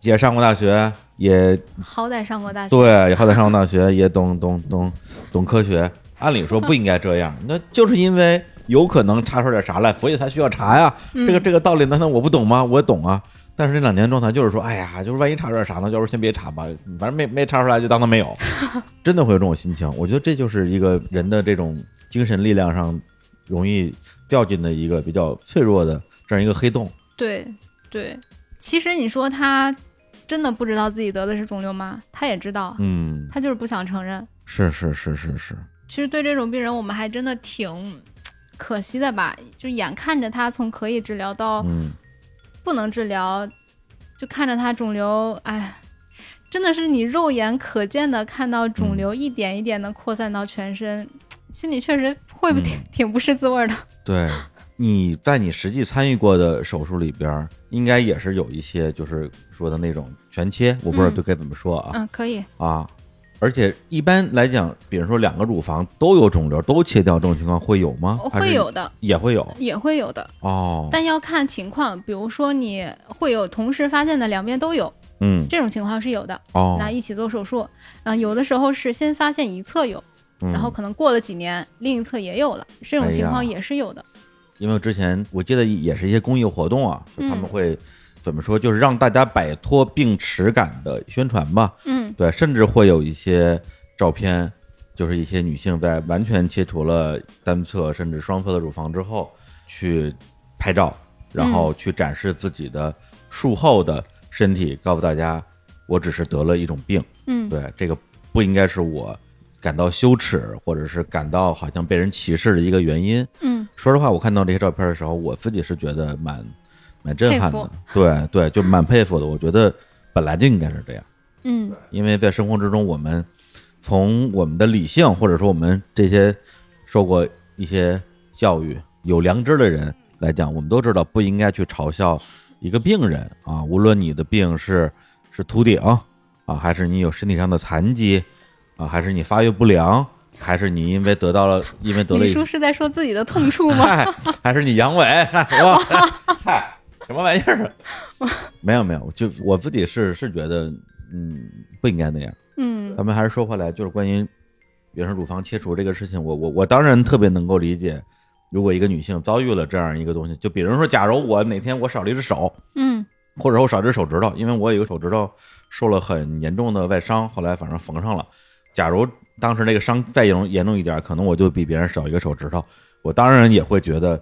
Speaker 1: 也上过大学，也
Speaker 2: 好歹上过大学。
Speaker 1: 对，也好歹上过大学，也懂懂懂懂科学，按理
Speaker 2: <laughs>
Speaker 1: 说不应该这样，那就是因为。有可能查出点啥来，所以才需要查呀。
Speaker 2: 嗯、
Speaker 1: 这个这个道理难道我不懂吗？我懂啊。但是这两年状态就是说，哎呀，就是万一查出来啥呢？要不先别查吧，反正没没查出来就当它没
Speaker 2: <laughs>
Speaker 1: 有。真的会有这种心情，我觉得这就是一个人的这种精神力量上容易掉进的一个比较脆弱的这样一个黑洞。
Speaker 2: 对对，其实你说他真的不知道自己得的是肿瘤吗？他也知道，
Speaker 1: 嗯，
Speaker 2: 他就是不想承认。
Speaker 1: 是是是是是，
Speaker 2: 其实对这种病人，我们还真的挺可惜的吧？就眼看着他从可以治疗到
Speaker 1: 嗯，
Speaker 2: 不能治疗，就看着它肿瘤，哎，真的是你肉眼可见的看到
Speaker 1: 嗯
Speaker 2: 肿瘤一点一点的扩散到全身，心里确实会不
Speaker 1: 嗯
Speaker 2: 挺、挺不是滋味儿的。 <laughs>
Speaker 1: 对。你在你实际参与过的手术里边儿，应该也是有一些就是说的那种全切，我不知道
Speaker 2: 嗯
Speaker 1: 对该怎么说啊。
Speaker 2: 嗯，可以，
Speaker 1: 啊。而且一般来讲，比如说两个乳房都有肿瘤，都切掉，这种情况会有吗？还是
Speaker 2: 哦会有，的，
Speaker 1: 也会有
Speaker 2: 也会有的，
Speaker 1: 哦。
Speaker 2: 但要看情况。比如说你会有同时发现的两边都有，
Speaker 1: 嗯
Speaker 2: 这种情况是有的，
Speaker 1: 哦，
Speaker 2: 那一起做手术。嗯、有的时候是先发现一侧有，
Speaker 1: 嗯
Speaker 2: 然后可能过了几年另一侧也有了，这种情
Speaker 1: 哎
Speaker 2: 况
Speaker 1: 呀
Speaker 2: 也是有的。
Speaker 1: 因为之前我记得也是一些公益活动啊，就他们
Speaker 2: 嗯
Speaker 1: 会怎么说，就是让大家摆脱病耻感的宣传吧。
Speaker 2: 嗯
Speaker 1: 对，甚至会有一些照片，就是一些女性在完全切除了单侧甚至双侧的乳房之后，去拍照，
Speaker 2: 嗯
Speaker 1: 然后去展示自己的术后的身体，告诉大家，我只是得了一种病，
Speaker 2: 嗯，
Speaker 1: 对，这个不应该是我感到羞耻或者是感到好像被人歧视的一个原因。
Speaker 2: 嗯
Speaker 1: 说实话，我看到这些照片的时候，我自己是觉得蛮蛮震撼
Speaker 2: 佩
Speaker 1: 的
Speaker 2: 服，
Speaker 1: 对对，就蛮佩服的。我觉得本来就应该是这样。
Speaker 2: 嗯
Speaker 1: 因为在生活之中，我们从我们的理性，或者说我们这些受过一些教育、有良知的人来讲，我们都知道不应该去嘲笑一个病人啊，无论你的病是是秃顶啊，还是你有身体上的残疾啊，还是你发育不良，还是你因为得到了因为得了
Speaker 2: 李
Speaker 1: 一
Speaker 2: 叔是在说自己的痛处吗？ <laughs>
Speaker 1: 嗨，还是你阳痿， <laughs> 哇，嗨，什么玩意儿啊？没有没有，就我自己是是觉得，嗯，不应该那样。
Speaker 2: 嗯
Speaker 1: 咱们还是说回来，就是关于原生乳房切除这个事情，我我我当然特别能够理解，如果一个女性遭遇了这样一个东西，就比如说，假如我哪天我少了一只手，
Speaker 2: 嗯
Speaker 1: 或者我少了一只手指头，因为我有一个手指头受了很严重的外伤，后来反正缝上了。假如当时那个伤再严重严重一点，可能我就比别人少一个手指头，我当然也会觉得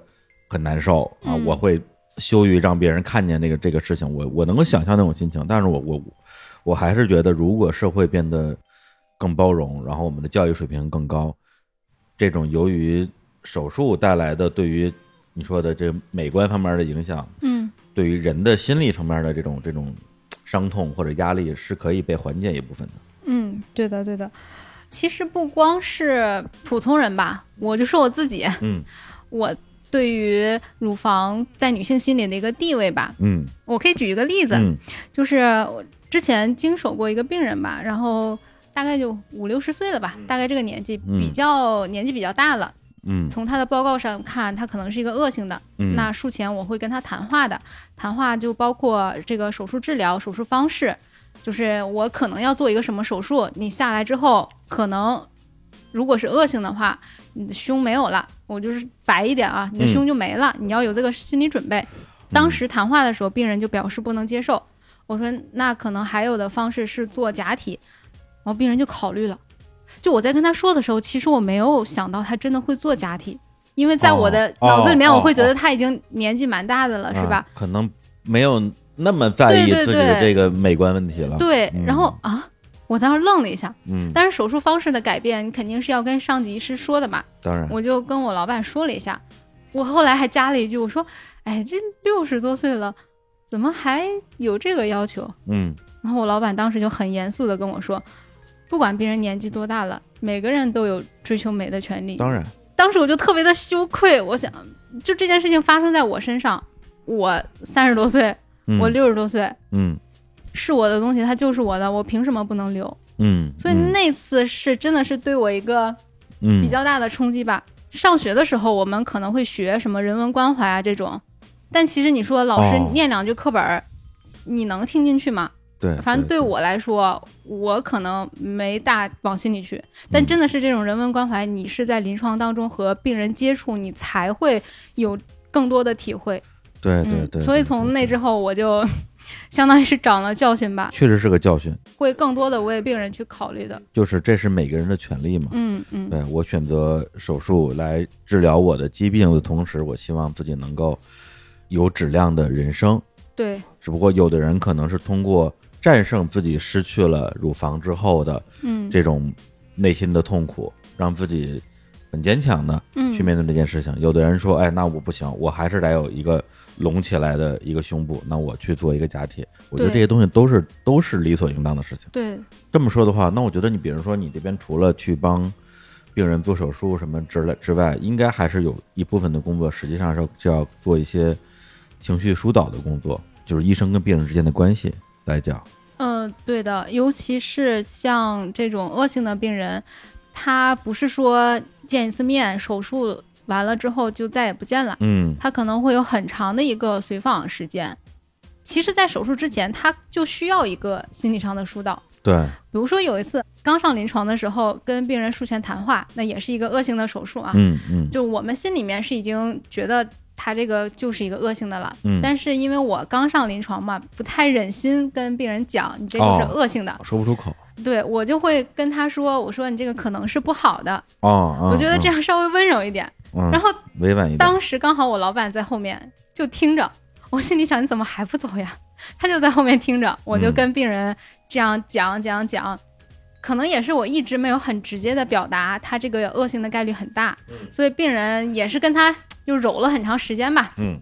Speaker 1: 很难受啊，
Speaker 2: 嗯
Speaker 1: 我会羞于让别人看见那个这个事情，我我能够想象那种心情，但是我我我还是觉得，如果社会变得更包容，然后我们的教育水平更高，这种由于手术带来的对于你说的这美观方面的影响，
Speaker 2: 嗯
Speaker 1: 对于人的心理方面的这种这种伤痛或者压力是可以被缓解一部分的。
Speaker 2: 嗯，对的对的。其实不光是普通人吧，我就说我自己，
Speaker 1: 嗯
Speaker 2: 我对于乳房在女性心里的一个地位吧，
Speaker 1: 嗯
Speaker 2: 我可以举一个例子，
Speaker 1: 嗯
Speaker 2: 就是我之前经手过一个病人吧，然后大概就五六十岁了吧，大概这个年纪，
Speaker 1: 嗯
Speaker 2: 比较年纪比较大了。
Speaker 1: 嗯
Speaker 2: 从他的报告上看，他可能是一个恶性的。
Speaker 1: 嗯，
Speaker 2: 那术前我会跟他谈话的，谈话就包括这个手术治疗、手术方式，就是我可能要做一个什么手术，你下来之后可能。如果是恶性的话，你的胸没有了，我就是白一点啊，
Speaker 1: 嗯
Speaker 2: 你的胸就没了，你要有这个心理准备。当时谈话的时候，病人就表示不能接受。我说那可能还有的方式是做假体，然后病人就考虑了。就我在跟他说的时候，其实我没有想到他真的会做假体，因为在我的
Speaker 1: 哦
Speaker 2: 脑子里面，
Speaker 1: 哦
Speaker 2: 我会觉
Speaker 1: 哦
Speaker 2: 得他已经年纪蛮大的了，是吧
Speaker 1: 啊？？可能没有那么在意
Speaker 2: 对对
Speaker 1: 自己的
Speaker 2: 对
Speaker 1: 这个美观问题了。
Speaker 2: 对，然后啊，我当时愣了一下。
Speaker 1: 嗯，
Speaker 2: 但是手术方式的改变，你肯定是要跟上级医师说的嘛。
Speaker 1: 当然，
Speaker 2: 我就跟我老板说了一下，我后来还加了一句，我说：“哎，这六十多岁了，怎么还有这个要求？”
Speaker 1: 嗯
Speaker 2: 然后我老板当时就很严肃的跟我说：“不管别人年纪多大了，每个人都有追求美的权利。”
Speaker 1: 当然，
Speaker 2: 当时我就特别的羞愧，我想，就这件事情发生在我身上，我三十多岁，
Speaker 1: 嗯
Speaker 2: 我六十多岁，
Speaker 1: 嗯
Speaker 2: 是我的东西，它就是我的，我凭什么不能留？
Speaker 1: 嗯，
Speaker 2: 所以那次是真的是对我一个
Speaker 1: 嗯
Speaker 2: 比较大的冲击吧。上学的时候，我们可能会学什么人文关怀啊这种，但其实你说老师
Speaker 1: 哦
Speaker 2: 念两句课本儿，你能听进去吗？
Speaker 1: 对，
Speaker 2: 反正
Speaker 1: 对
Speaker 2: 对我来说，我可能没大往心里去，但
Speaker 1: 嗯
Speaker 2: 真的是这种人文关怀，你是在临床当中和病人接触，你才会有更多的体会。
Speaker 1: 对对对，
Speaker 2: 嗯，所以
Speaker 1: 对
Speaker 2: 从
Speaker 1: 对
Speaker 2: 那
Speaker 1: 对
Speaker 2: 之后，我就 <laughs> 相当于是长了教训吧，
Speaker 1: 确实是个教训，
Speaker 2: 会更多的为病人去考虑的。
Speaker 1: 就是这是每个人的权利嘛。
Speaker 2: 嗯嗯
Speaker 1: 对我选择手术来治疗我的疾病的同时，我希望自己能够有质量的人生。
Speaker 2: 对，
Speaker 1: 只不过有的人可能是通过战胜自己失去了乳房之后的
Speaker 2: 嗯
Speaker 1: 这种内心的痛苦，让自己很坚强的
Speaker 2: 嗯
Speaker 1: 去面对这件事情。有的人说，哎，那我不行，我还是得有一个隆起来的一个胸部，那我去做一个假体。我觉得
Speaker 2: 对
Speaker 1: 这些东西都是都是理所应当的事情。
Speaker 2: 对
Speaker 1: 这么说的话，那我觉得你比如说你这边除了去帮病人做手术什么之类之外，应该还是有一部分的工作，实际上是是要做一些情绪疏导的工作，就是医生跟病人之间的关系来讲。
Speaker 2: 嗯、对的，尤其是像这种恶性的病人，他不是说见一次面，手术完了之后就再也不见了。
Speaker 1: 嗯
Speaker 2: 他可能会有很长的一个随访时间。其实，在手术之前，他就需要一个心理上的疏导。
Speaker 1: 对，
Speaker 2: 比如说有一次刚上临床的时候，跟病人术前谈话，那也是一个恶性的手术啊，
Speaker 1: 嗯嗯
Speaker 2: 就我们心里面是已经觉得他这个就是一个恶性的了。
Speaker 1: 嗯
Speaker 2: 但是因为我刚上临床嘛，不太忍心跟病人讲你这就是
Speaker 1: 哦
Speaker 2: 恶性的，
Speaker 1: 说不出口
Speaker 2: 对我就会跟他说，我说你这个可能是不好的，
Speaker 1: 哦，嗯
Speaker 2: 我觉得这
Speaker 1: 嗯
Speaker 2: 样稍微温柔一点。
Speaker 1: 嗯
Speaker 2: 然后
Speaker 1: 委婉一点，
Speaker 2: 当时刚好我老板在后面就听着，我心里想你怎么还不走呀？ <laughs> 他就在后面听着，我就
Speaker 1: 嗯
Speaker 2: 跟病人这样讲讲讲，可能也是我一直没有很直接的表达，他这个恶性的概率很大，所以病人也是跟他就揉了很长时间吧，
Speaker 1: 嗯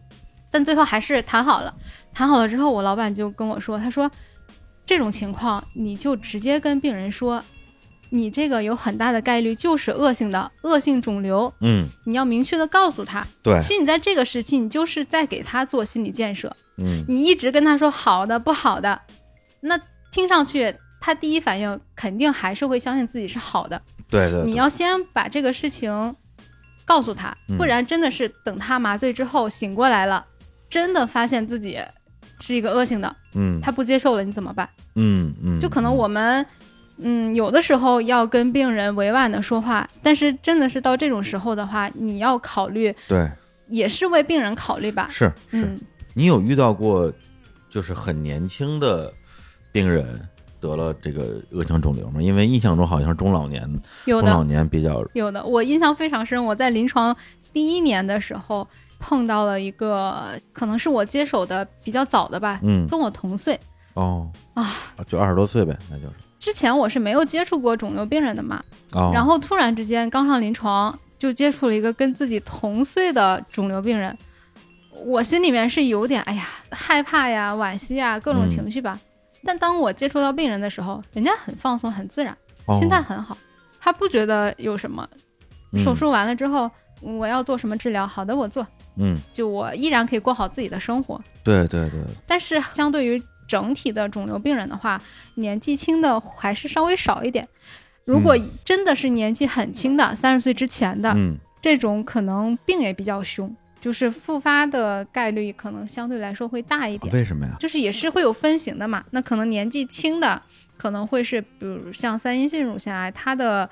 Speaker 2: 但最后还是谈好了。谈好了之后，我老板就跟我说，他说这种情况你就直接跟病人说，你这个有很大的概率就是恶性的恶性肿瘤，
Speaker 1: 嗯
Speaker 2: 你要明确的告诉他。
Speaker 1: 对
Speaker 2: 其实你在这个时期，你就是在给他做心理建设，
Speaker 1: 嗯
Speaker 2: 你一直跟他说好的、不好的，那听上去他第一反应肯定还是会相信自己是好的。
Speaker 1: 对对，对
Speaker 2: 你要先把这个事情告诉他
Speaker 1: 嗯，
Speaker 2: 不然真的是等他麻醉之后醒过来了，真的发现自己是一个恶性的，
Speaker 1: 嗯
Speaker 2: 他不接受了，你怎么办？
Speaker 1: 嗯嗯
Speaker 2: 就可能我们，嗯，有的时候要跟病人委婉的说话，但是真的是到这种时候的话，你要考虑，
Speaker 1: 对
Speaker 2: 也是为病人考虑吧。
Speaker 1: 是是，
Speaker 2: 嗯，
Speaker 1: 你有遇到过就是很年轻的病人得了这个恶性肿瘤吗？因为印象中好像是中老年，
Speaker 2: 有
Speaker 1: 中老
Speaker 2: 的
Speaker 1: 年比较
Speaker 2: 有的，我印象非常深，我在临床第一年的时候碰到了一个，可能是我接手的比较早的吧，
Speaker 1: 嗯
Speaker 2: 跟我同岁。
Speaker 1: 哦
Speaker 2: 啊，
Speaker 1: 就二十多岁呗，那就是
Speaker 2: 之前我是没有接触过肿瘤病人的嘛，
Speaker 1: 哦，
Speaker 2: 然后突然之间刚上临床就接触了一个跟自己同岁的肿瘤病人，我心里面是有点哎呀害怕呀、惋惜呀各种
Speaker 1: 嗯
Speaker 2: 情绪吧。但当我接触到病人的时候，人家很放松、很自然，
Speaker 1: 哦
Speaker 2: 心态很好，他不觉得有什么。手术完了之后，我要做什么治疗？好的，我做，
Speaker 1: 嗯嗯
Speaker 2: 就我依然可以过好自己的生活。
Speaker 1: 对对对
Speaker 2: 但是相对于整体的肿瘤病人的话，年纪轻的还是稍微少一点。如果真的是年纪很轻的，三十、岁之前的、
Speaker 1: 嗯
Speaker 2: 这种，可能病也比较凶，就是复发的概率可能相对来说会大一点。
Speaker 1: 为什么呀？
Speaker 2: 就是也是会有分型的嘛，那可能年纪轻的可能会是，比如像三阴性乳腺癌，它的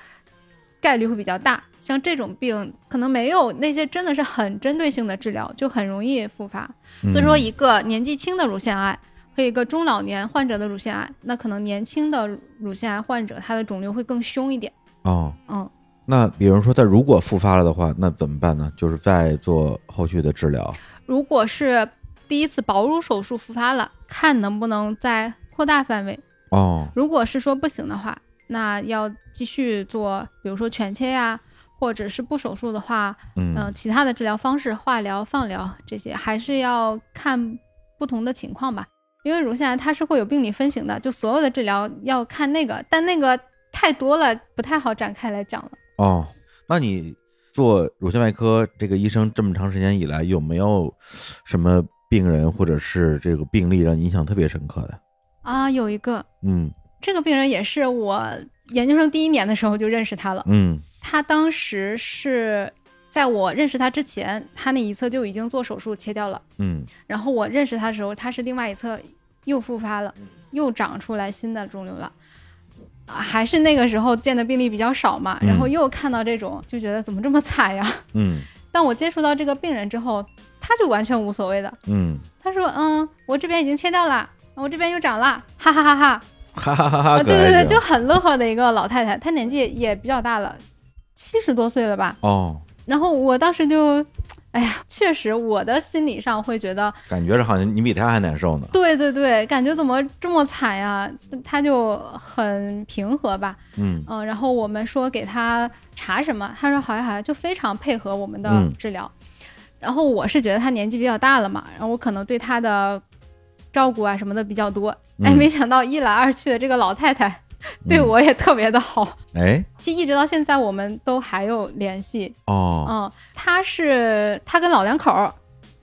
Speaker 2: 概率会比较大。像这种病，可能没有那些真的是很针对性的治疗，就很容易复发。所以说，
Speaker 1: 嗯
Speaker 2: 一个年纪轻的乳腺癌和一个中老年患者的乳腺癌，那可能年轻的乳腺癌患者他的肿瘤会更凶一点。
Speaker 1: 哦，
Speaker 2: 嗯，
Speaker 1: 那比如说，他如果复发了的话，那怎么办呢？就是再做后续的治疗。
Speaker 2: 如果是第一次保乳手术复发了，看能不能再扩大范围。
Speaker 1: 哦，
Speaker 2: 如果是说不行的话，那要继续做，比如说全切呀、或者是不手术的话，
Speaker 1: 嗯
Speaker 2: 嗯、其他的治疗方式，化疗、放疗这些，还是要看不同的情况吧。因为乳腺癌它是会有病理分型的，就所有的治疗要看那个，但那个太多了，不太好展开来讲了。
Speaker 1: 哦，那你做乳腺外科这个医生这么长时间以来，有没有什么病人或者是这个病例让你印象特别深刻的？
Speaker 2: 啊，有一个
Speaker 1: 嗯
Speaker 2: 这个病人也是我研究生第一年的时候就认识他了，
Speaker 1: 嗯
Speaker 2: <laughs> 他当时是在我认识他之前，他那一侧就已经做手术切掉了。
Speaker 1: 嗯
Speaker 2: 然后我认识他的时候，他是另外一侧又复发了，又长出来新的肿瘤了。啊还是那个时候见的病例比较少嘛，
Speaker 1: 嗯
Speaker 2: 然后又看到这种，就觉得怎么这么惨呀？ <laughs>
Speaker 1: 嗯
Speaker 2: 但我接触到这个病人之后，他就完全无所谓的，
Speaker 1: 嗯，
Speaker 2: 他说：“嗯，我这边已经切掉了，我这边又长了，哈哈哈哈。
Speaker 1: 哈哈哈哈！
Speaker 2: 啊，
Speaker 1: 可
Speaker 2: 对对
Speaker 1: 爱
Speaker 2: 对，
Speaker 1: 极
Speaker 2: 就
Speaker 1: 了
Speaker 2: 很乐呵的一个老太太，她年纪也比较大了，七十多岁了吧。
Speaker 1: 哦，
Speaker 2: 然后我当时就，哎呀，确实我的心理上会觉得，
Speaker 1: 感觉着好像你比他还难受呢。
Speaker 2: 对对对，感觉怎么这么惨呀？他就很平和吧，
Speaker 1: 嗯
Speaker 2: 嗯，然后我们说给他查什么，他说好呀好呀，就非常配合我们的
Speaker 1: 嗯
Speaker 2: 治疗。然后我是觉得他年纪比较大了嘛，然后我可能对他的照顾啊什么的比较多，哎，
Speaker 1: 嗯
Speaker 2: 没想到一来二去的这个老太太对
Speaker 1: 嗯
Speaker 2: 我也特别的好，
Speaker 1: 哎
Speaker 2: 其实一直到现在我们都还有联系。
Speaker 1: 哦
Speaker 2: 嗯，他是他跟老两口儿，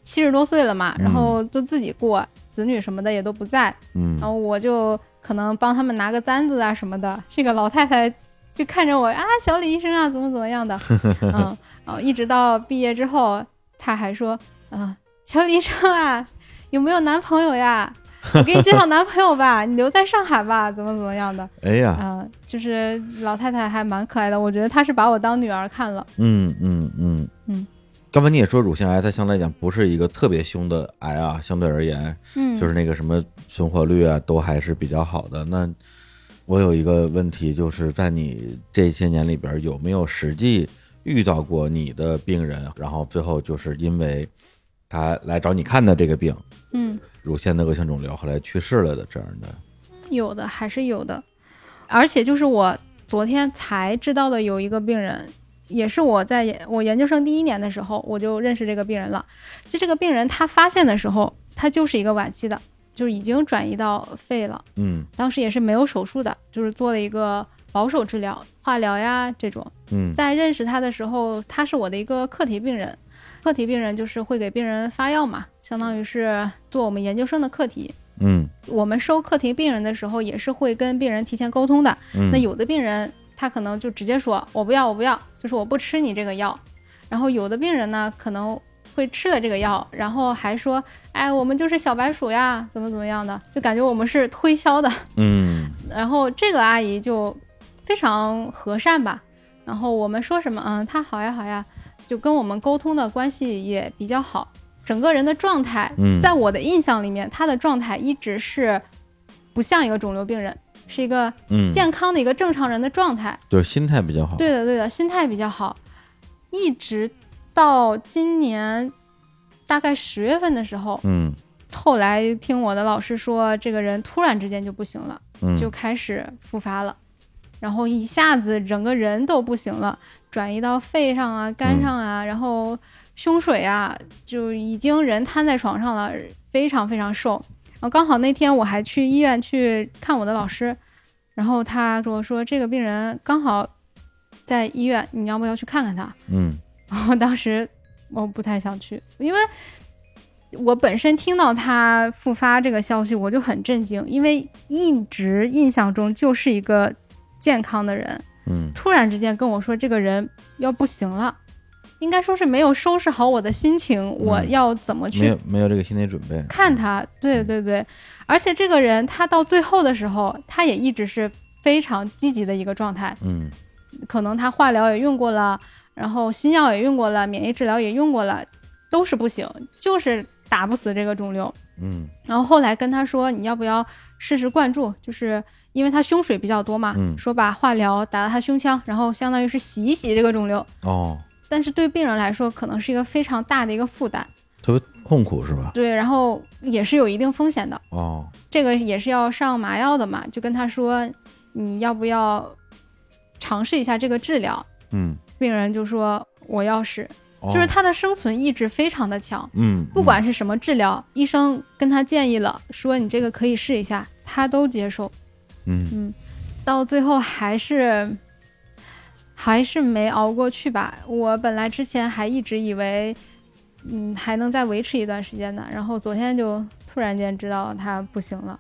Speaker 2: 七十多岁了嘛，
Speaker 1: 嗯
Speaker 2: 然后就自己过，子女什么的也都不在，
Speaker 1: 嗯
Speaker 2: 然后我就可能帮他们拿个簪子啊什
Speaker 1: <laughs>
Speaker 2: 么的。这个老太太就看着我啊，小李医生啊，怎么怎么
Speaker 1: <laughs>
Speaker 2: 样的，嗯，哦，一直到毕业之后，她还说，啊、小李医生啊，有没有男朋
Speaker 1: <laughs>
Speaker 2: 友呀？我给你介绍男朋友吧， <laughs> 你留在上海吧，怎么怎么样的。
Speaker 1: 哎呀
Speaker 2: 啊、就是老太太还蛮可爱的，我觉得她是把我当女儿看了。
Speaker 1: 嗯嗯嗯
Speaker 2: 嗯，
Speaker 1: 刚才你也说乳腺癌它相对来讲不是一个特别凶的癌啊，相对而言，
Speaker 2: 嗯，
Speaker 1: 就是那个什么存活率啊都还是比较好的。那我有一个问题，就是在你这些年里边有没有实际遇到过你的病人，然后最后就是因为他来找你看的这个病，
Speaker 2: 嗯，
Speaker 1: 乳腺的恶性肿瘤后来去世了的这样的？
Speaker 2: 有的还是有的，而且就是我昨天才知道的，有一个病人，也是我在研我研究生第一年的时候，我就认识这个病人了。就这个病人，他发现的时候，他就是一个晚期的，就是已经转移到肺了，
Speaker 1: 嗯
Speaker 2: 当时也是没有手术的，就是做了一个保守治疗，化疗呀这种。
Speaker 1: 嗯
Speaker 2: 在认识他的时候，他是我的一个课题病人。课题病人就是会给病人发药嘛，相当于是做我们研究生的课题。
Speaker 1: 嗯
Speaker 2: 我们收课题病人的时候，也是会跟病人提前沟通的。
Speaker 1: 嗯，
Speaker 2: 那有的病人他可能就直接说我不要，我不要，就是我不吃你这个药。然后有的病人呢，可能会吃了这个药，然后还说，哎，我们就是小白鼠呀，怎么怎么样的，就感觉我们是推销的。 <laughs>
Speaker 1: 嗯
Speaker 2: 然后这个阿姨就非常和善吧，然后我们说什么，嗯，她好呀好呀，就跟我们沟通的关系也比较好，整个人的状态，
Speaker 1: 嗯
Speaker 2: 在我的印象里面，她的状态一直是不像一个肿瘤病人，是一个
Speaker 1: 嗯，哦
Speaker 2: 健康的一个正常人的状态。
Speaker 1: 就是心态比较好。
Speaker 2: 对的对的，心态比较好，一直到今年大概十月份的时候，
Speaker 1: 嗯
Speaker 2: 后来听我的老师说，这个人突然之间就不行了。
Speaker 1: 嗯，
Speaker 2: 就开始复发了，然后一下子整个人都不行了，转移到肺上啊、肝上啊，然后胸水啊，就已经人瘫在床上了，非常非常瘦。然后刚好那天我还去医院去看我的老师，然后他说说这个病人刚好在医院，你要不要去看看他？
Speaker 1: 嗯
Speaker 2: 然后当时我不太想去，因为我本身听到他复发这个消息，我就很震惊，因为一直印象中就是一个健康的人，
Speaker 1: 嗯
Speaker 2: 突然之间跟我说这个人要不行了，应该说是没有收拾好我的心情，我要怎
Speaker 1: 嗯
Speaker 2: 么
Speaker 1: 没
Speaker 2: 去
Speaker 1: 有嗯没有这个心理准备。
Speaker 2: 看他？对对对，而且这个人他到最后的时候，他也一直是非常积极的一个状态，
Speaker 1: 嗯
Speaker 2: 可能他化疗也用过了，然后新药也用过了，免疫治疗也用过了，都是不行，就是打不死这个肿瘤。
Speaker 1: 嗯
Speaker 2: 然后后来跟他说，你要不要试试灌注？就是因为他胸水比较多嘛，
Speaker 1: 嗯
Speaker 2: 说把化疗打到他胸腔，然后相当于是洗一洗这个肿瘤。
Speaker 1: 哦，
Speaker 2: 但是对病人来说，可能是一个非常大的一个负担，
Speaker 1: 特别痛苦是吧？
Speaker 2: 对，然后也是有一定风险的。
Speaker 1: 哦，
Speaker 2: 这个也是要上麻药的嘛，就跟他说，你要不要尝试一下这个治疗？
Speaker 1: 嗯，
Speaker 2: 病人就说我要是，
Speaker 1: 哦
Speaker 2: 就是他的生存意志非常的强，
Speaker 1: 嗯，
Speaker 2: 不管是什么治疗，医生跟他建议了，说你这个可以试一下，他都接受，
Speaker 1: 嗯
Speaker 2: 到最后还是还是没熬过去吧。我本来之前还一直以为，嗯，还能再维持一段时间呢，然后昨天就突然间知道他不行了，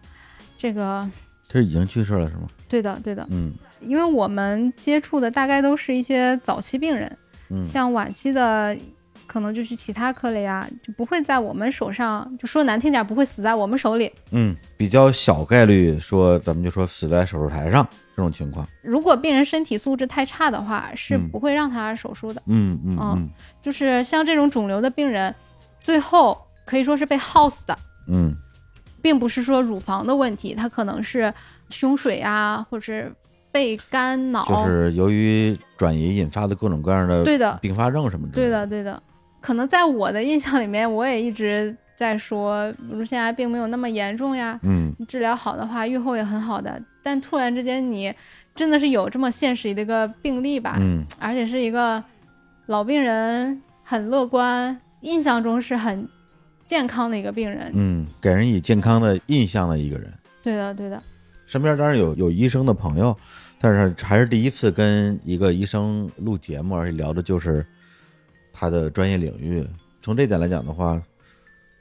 Speaker 2: 这个
Speaker 1: 这已经去世了是吗？
Speaker 2: 对的对的，
Speaker 1: 嗯
Speaker 2: 因为我们接触的大概都是一些早期病人。
Speaker 1: 嗯，
Speaker 2: 像晚期的，可能就去其他科了呀，就不会在我们手上，就说难听点，不会死在我们手里。
Speaker 1: 嗯比较小概率说咱们就说死在手术台上这种情况。
Speaker 2: 如果病人身体素质太差的话，是
Speaker 1: 嗯
Speaker 2: 不会让他手术的。
Speaker 1: 嗯嗯
Speaker 2: 哦就是像这种肿瘤的病人，最后可以说是被耗死的，
Speaker 1: 嗯
Speaker 2: 并不是说乳房的问题，它可能是胸水啊，或者是肺、肝、脑。
Speaker 1: 嗯，就是由于转移引发的各种各样的
Speaker 2: 对的，
Speaker 1: 并发症什么之类
Speaker 2: 对的，。对的。可能在我的印象里面，我也一直在说乳腺癌并没有那么严重呀，
Speaker 1: 嗯
Speaker 2: 治疗好的话，预后也很好的。但突然之间，你真的是有这么现实的一个病例吧，
Speaker 1: 嗯
Speaker 2: 而且是一个老病人，很乐观，印象中是很健康的一个病人。
Speaker 1: 嗯，给人以健康的印象的一个人。
Speaker 2: 对的，对的，
Speaker 1: 身边当然有有医生的朋友，但是还是第一次跟一个医生录节目，而且聊的就是他的专业领域。从这点来讲的话，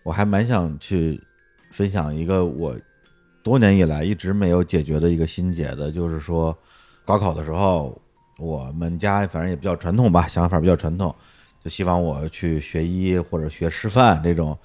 Speaker 1: 我还蛮想去分享一个我多年以来一直没有解决的一个心结的，就是说高考的时候，我们家反正也比较传统吧，想法比较传统，就希望我去学医或者学师范这种。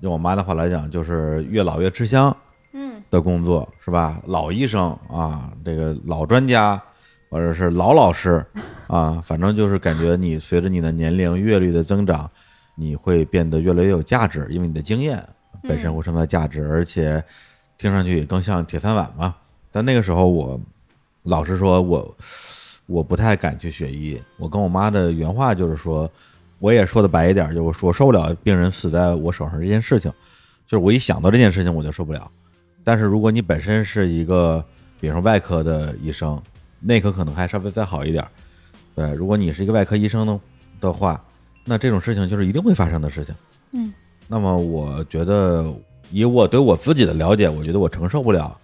Speaker 1: 用我妈的话来讲，就是越老越吃香。
Speaker 2: 嗯
Speaker 1: 的工作是吧？老医生啊，这个老专家，或者是老老师啊，反正就是感觉你随着你的年龄阅历的增长，你会变得越来越有价值，因为你的经验本身会承载价值，而且听上去也更像铁饭碗嘛。但那个时候我老实说我，我不太敢去学医。我跟我妈的原话就是说，我也说的白一点，就是我说我受不了病人死在我手上这件事情，就是我一想到这件事情我就受不了。但是如果你本身是一个，比如说外科的医生，内科可能还稍微再好一点。对，如果你是一个外科医生呢的话，那这种事情就是一定会发生的事情。
Speaker 2: 嗯，
Speaker 1: 那么我觉得以我对我自己的了解，我觉得我承受不了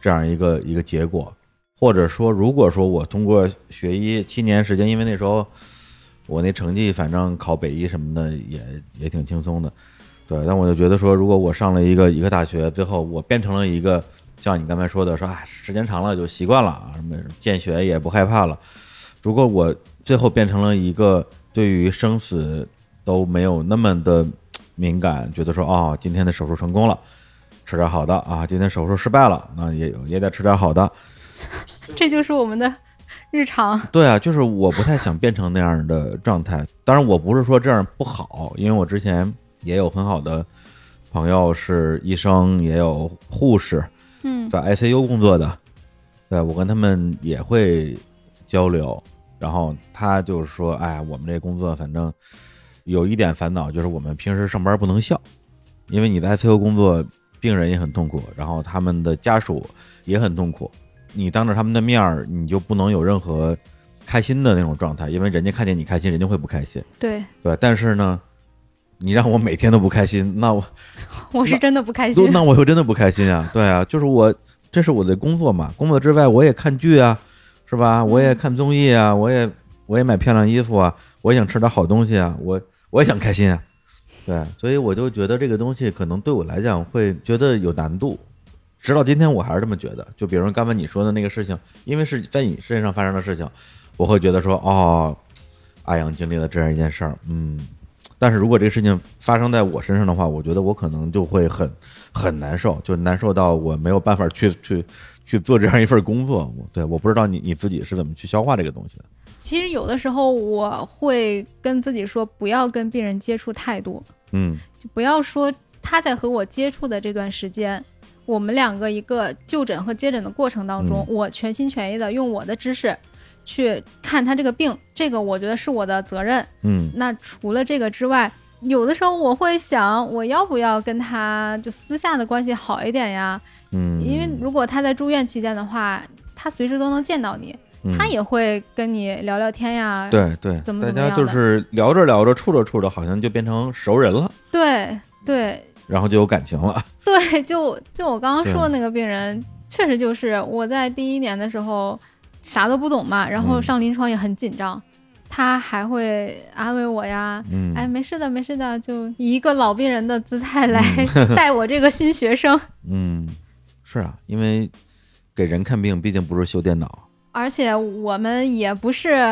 Speaker 1: 这样一个一个结果，或者说，如果说我通过学医七年时间，因为那时候我那成绩反正考北医什么的也也挺轻松的，对，但我就觉得说，如果我上了一个一个大学，最后我变成了一个像你刚才说的，说啊、时间长了就习惯了啊，什么见血也不害怕了。如果我最后变成了一个对于生死都没有那么的敏感，觉得说哦，今天的手术成功了，吃点好的啊；今天手术失败了，那也也得吃点好的。
Speaker 2: <laughs> 这就是我们的日常。
Speaker 1: 对啊，就是我不太想变成那样的状态。当然，我不是说这样不好，因为我之前也有很好的朋友是医生，也有护士，
Speaker 2: 嗯
Speaker 1: 在 ICU 工作的，对我跟他们也会交流。然后他就是说，哎，我们这工作反正有一点烦恼，就是我们平时上班不能笑，因为你在 ICU 工作，病人也很痛苦，然后他们的家属也很痛苦。你当着他们的面儿，你就不能有任何开心的那种状态，因为人家看见你开心，人家会不开心，
Speaker 2: <laughs> 对，
Speaker 1: 对吧？但是呢，你让我每天都不开心，那我
Speaker 2: 我是真的不开
Speaker 1: 那
Speaker 2: 心。
Speaker 1: 那我又真的不开心啊！对啊，就是我，这是我的工作嘛。工作之外，我也看剧啊，是吧？我
Speaker 2: 嗯
Speaker 1: 也看综艺啊，我也我也买漂亮衣服啊，我也想吃点好东西啊，我我也想开心啊。对，所以我就觉得这个东西可能对我来讲会觉得有难度，直到今天我还是这么觉得。就比如刚才你说的那个事情，因为是在你身上发生的事情，我会觉得说，哦，阿阳经历了这样一件事儿，嗯。但是如果这个事情发生在我身上的话，我觉得我可能就会很很难受，就难受到我没有办法去 <laughs> 去去做这样一份工作。我对，我不知道你你自己是怎么去消化这个东西的。
Speaker 2: 其实有的时候我会跟自己说，不要跟病人接触太多，
Speaker 1: 嗯
Speaker 2: 就不要说他在和我接触的这段时间。我们两个一个就诊和接诊的过程当中，
Speaker 1: 嗯
Speaker 2: 我全心全意的用我的知识去看他这个病，这个我觉得是我的责任。
Speaker 1: 嗯
Speaker 2: 那除了这个之外，有的时候我会想，我要不要跟他就私下的关系好一点呀？
Speaker 1: 嗯，
Speaker 2: 因为如果他在住院期间的话，他随时都能见到你，
Speaker 1: 嗯
Speaker 2: 他也会跟你聊聊天呀。
Speaker 1: 对对，
Speaker 2: 怎么
Speaker 1: 大
Speaker 2: 怎么
Speaker 1: 家
Speaker 2: 样
Speaker 1: 就
Speaker 2: 的
Speaker 1: 是聊着聊着，处着处着，好像就变成熟人了，
Speaker 2: 对对
Speaker 1: 然后就有感情了。
Speaker 2: <laughs> 对，就就我刚刚说的
Speaker 1: 对
Speaker 2: 那个病人，确实就是我在第一年的时候啥都不懂嘛，然后
Speaker 1: 嗯
Speaker 2: 上临床也很紧张，他还会安慰我呀，
Speaker 1: 嗯，
Speaker 2: 哎，没事的，没事的，就以一个老病人的姿态来 <laughs> 带我这个新学生。 <laughs>
Speaker 1: 嗯，是啊，因为给人看病毕竟不是修电脑。
Speaker 2: 而且我们也不是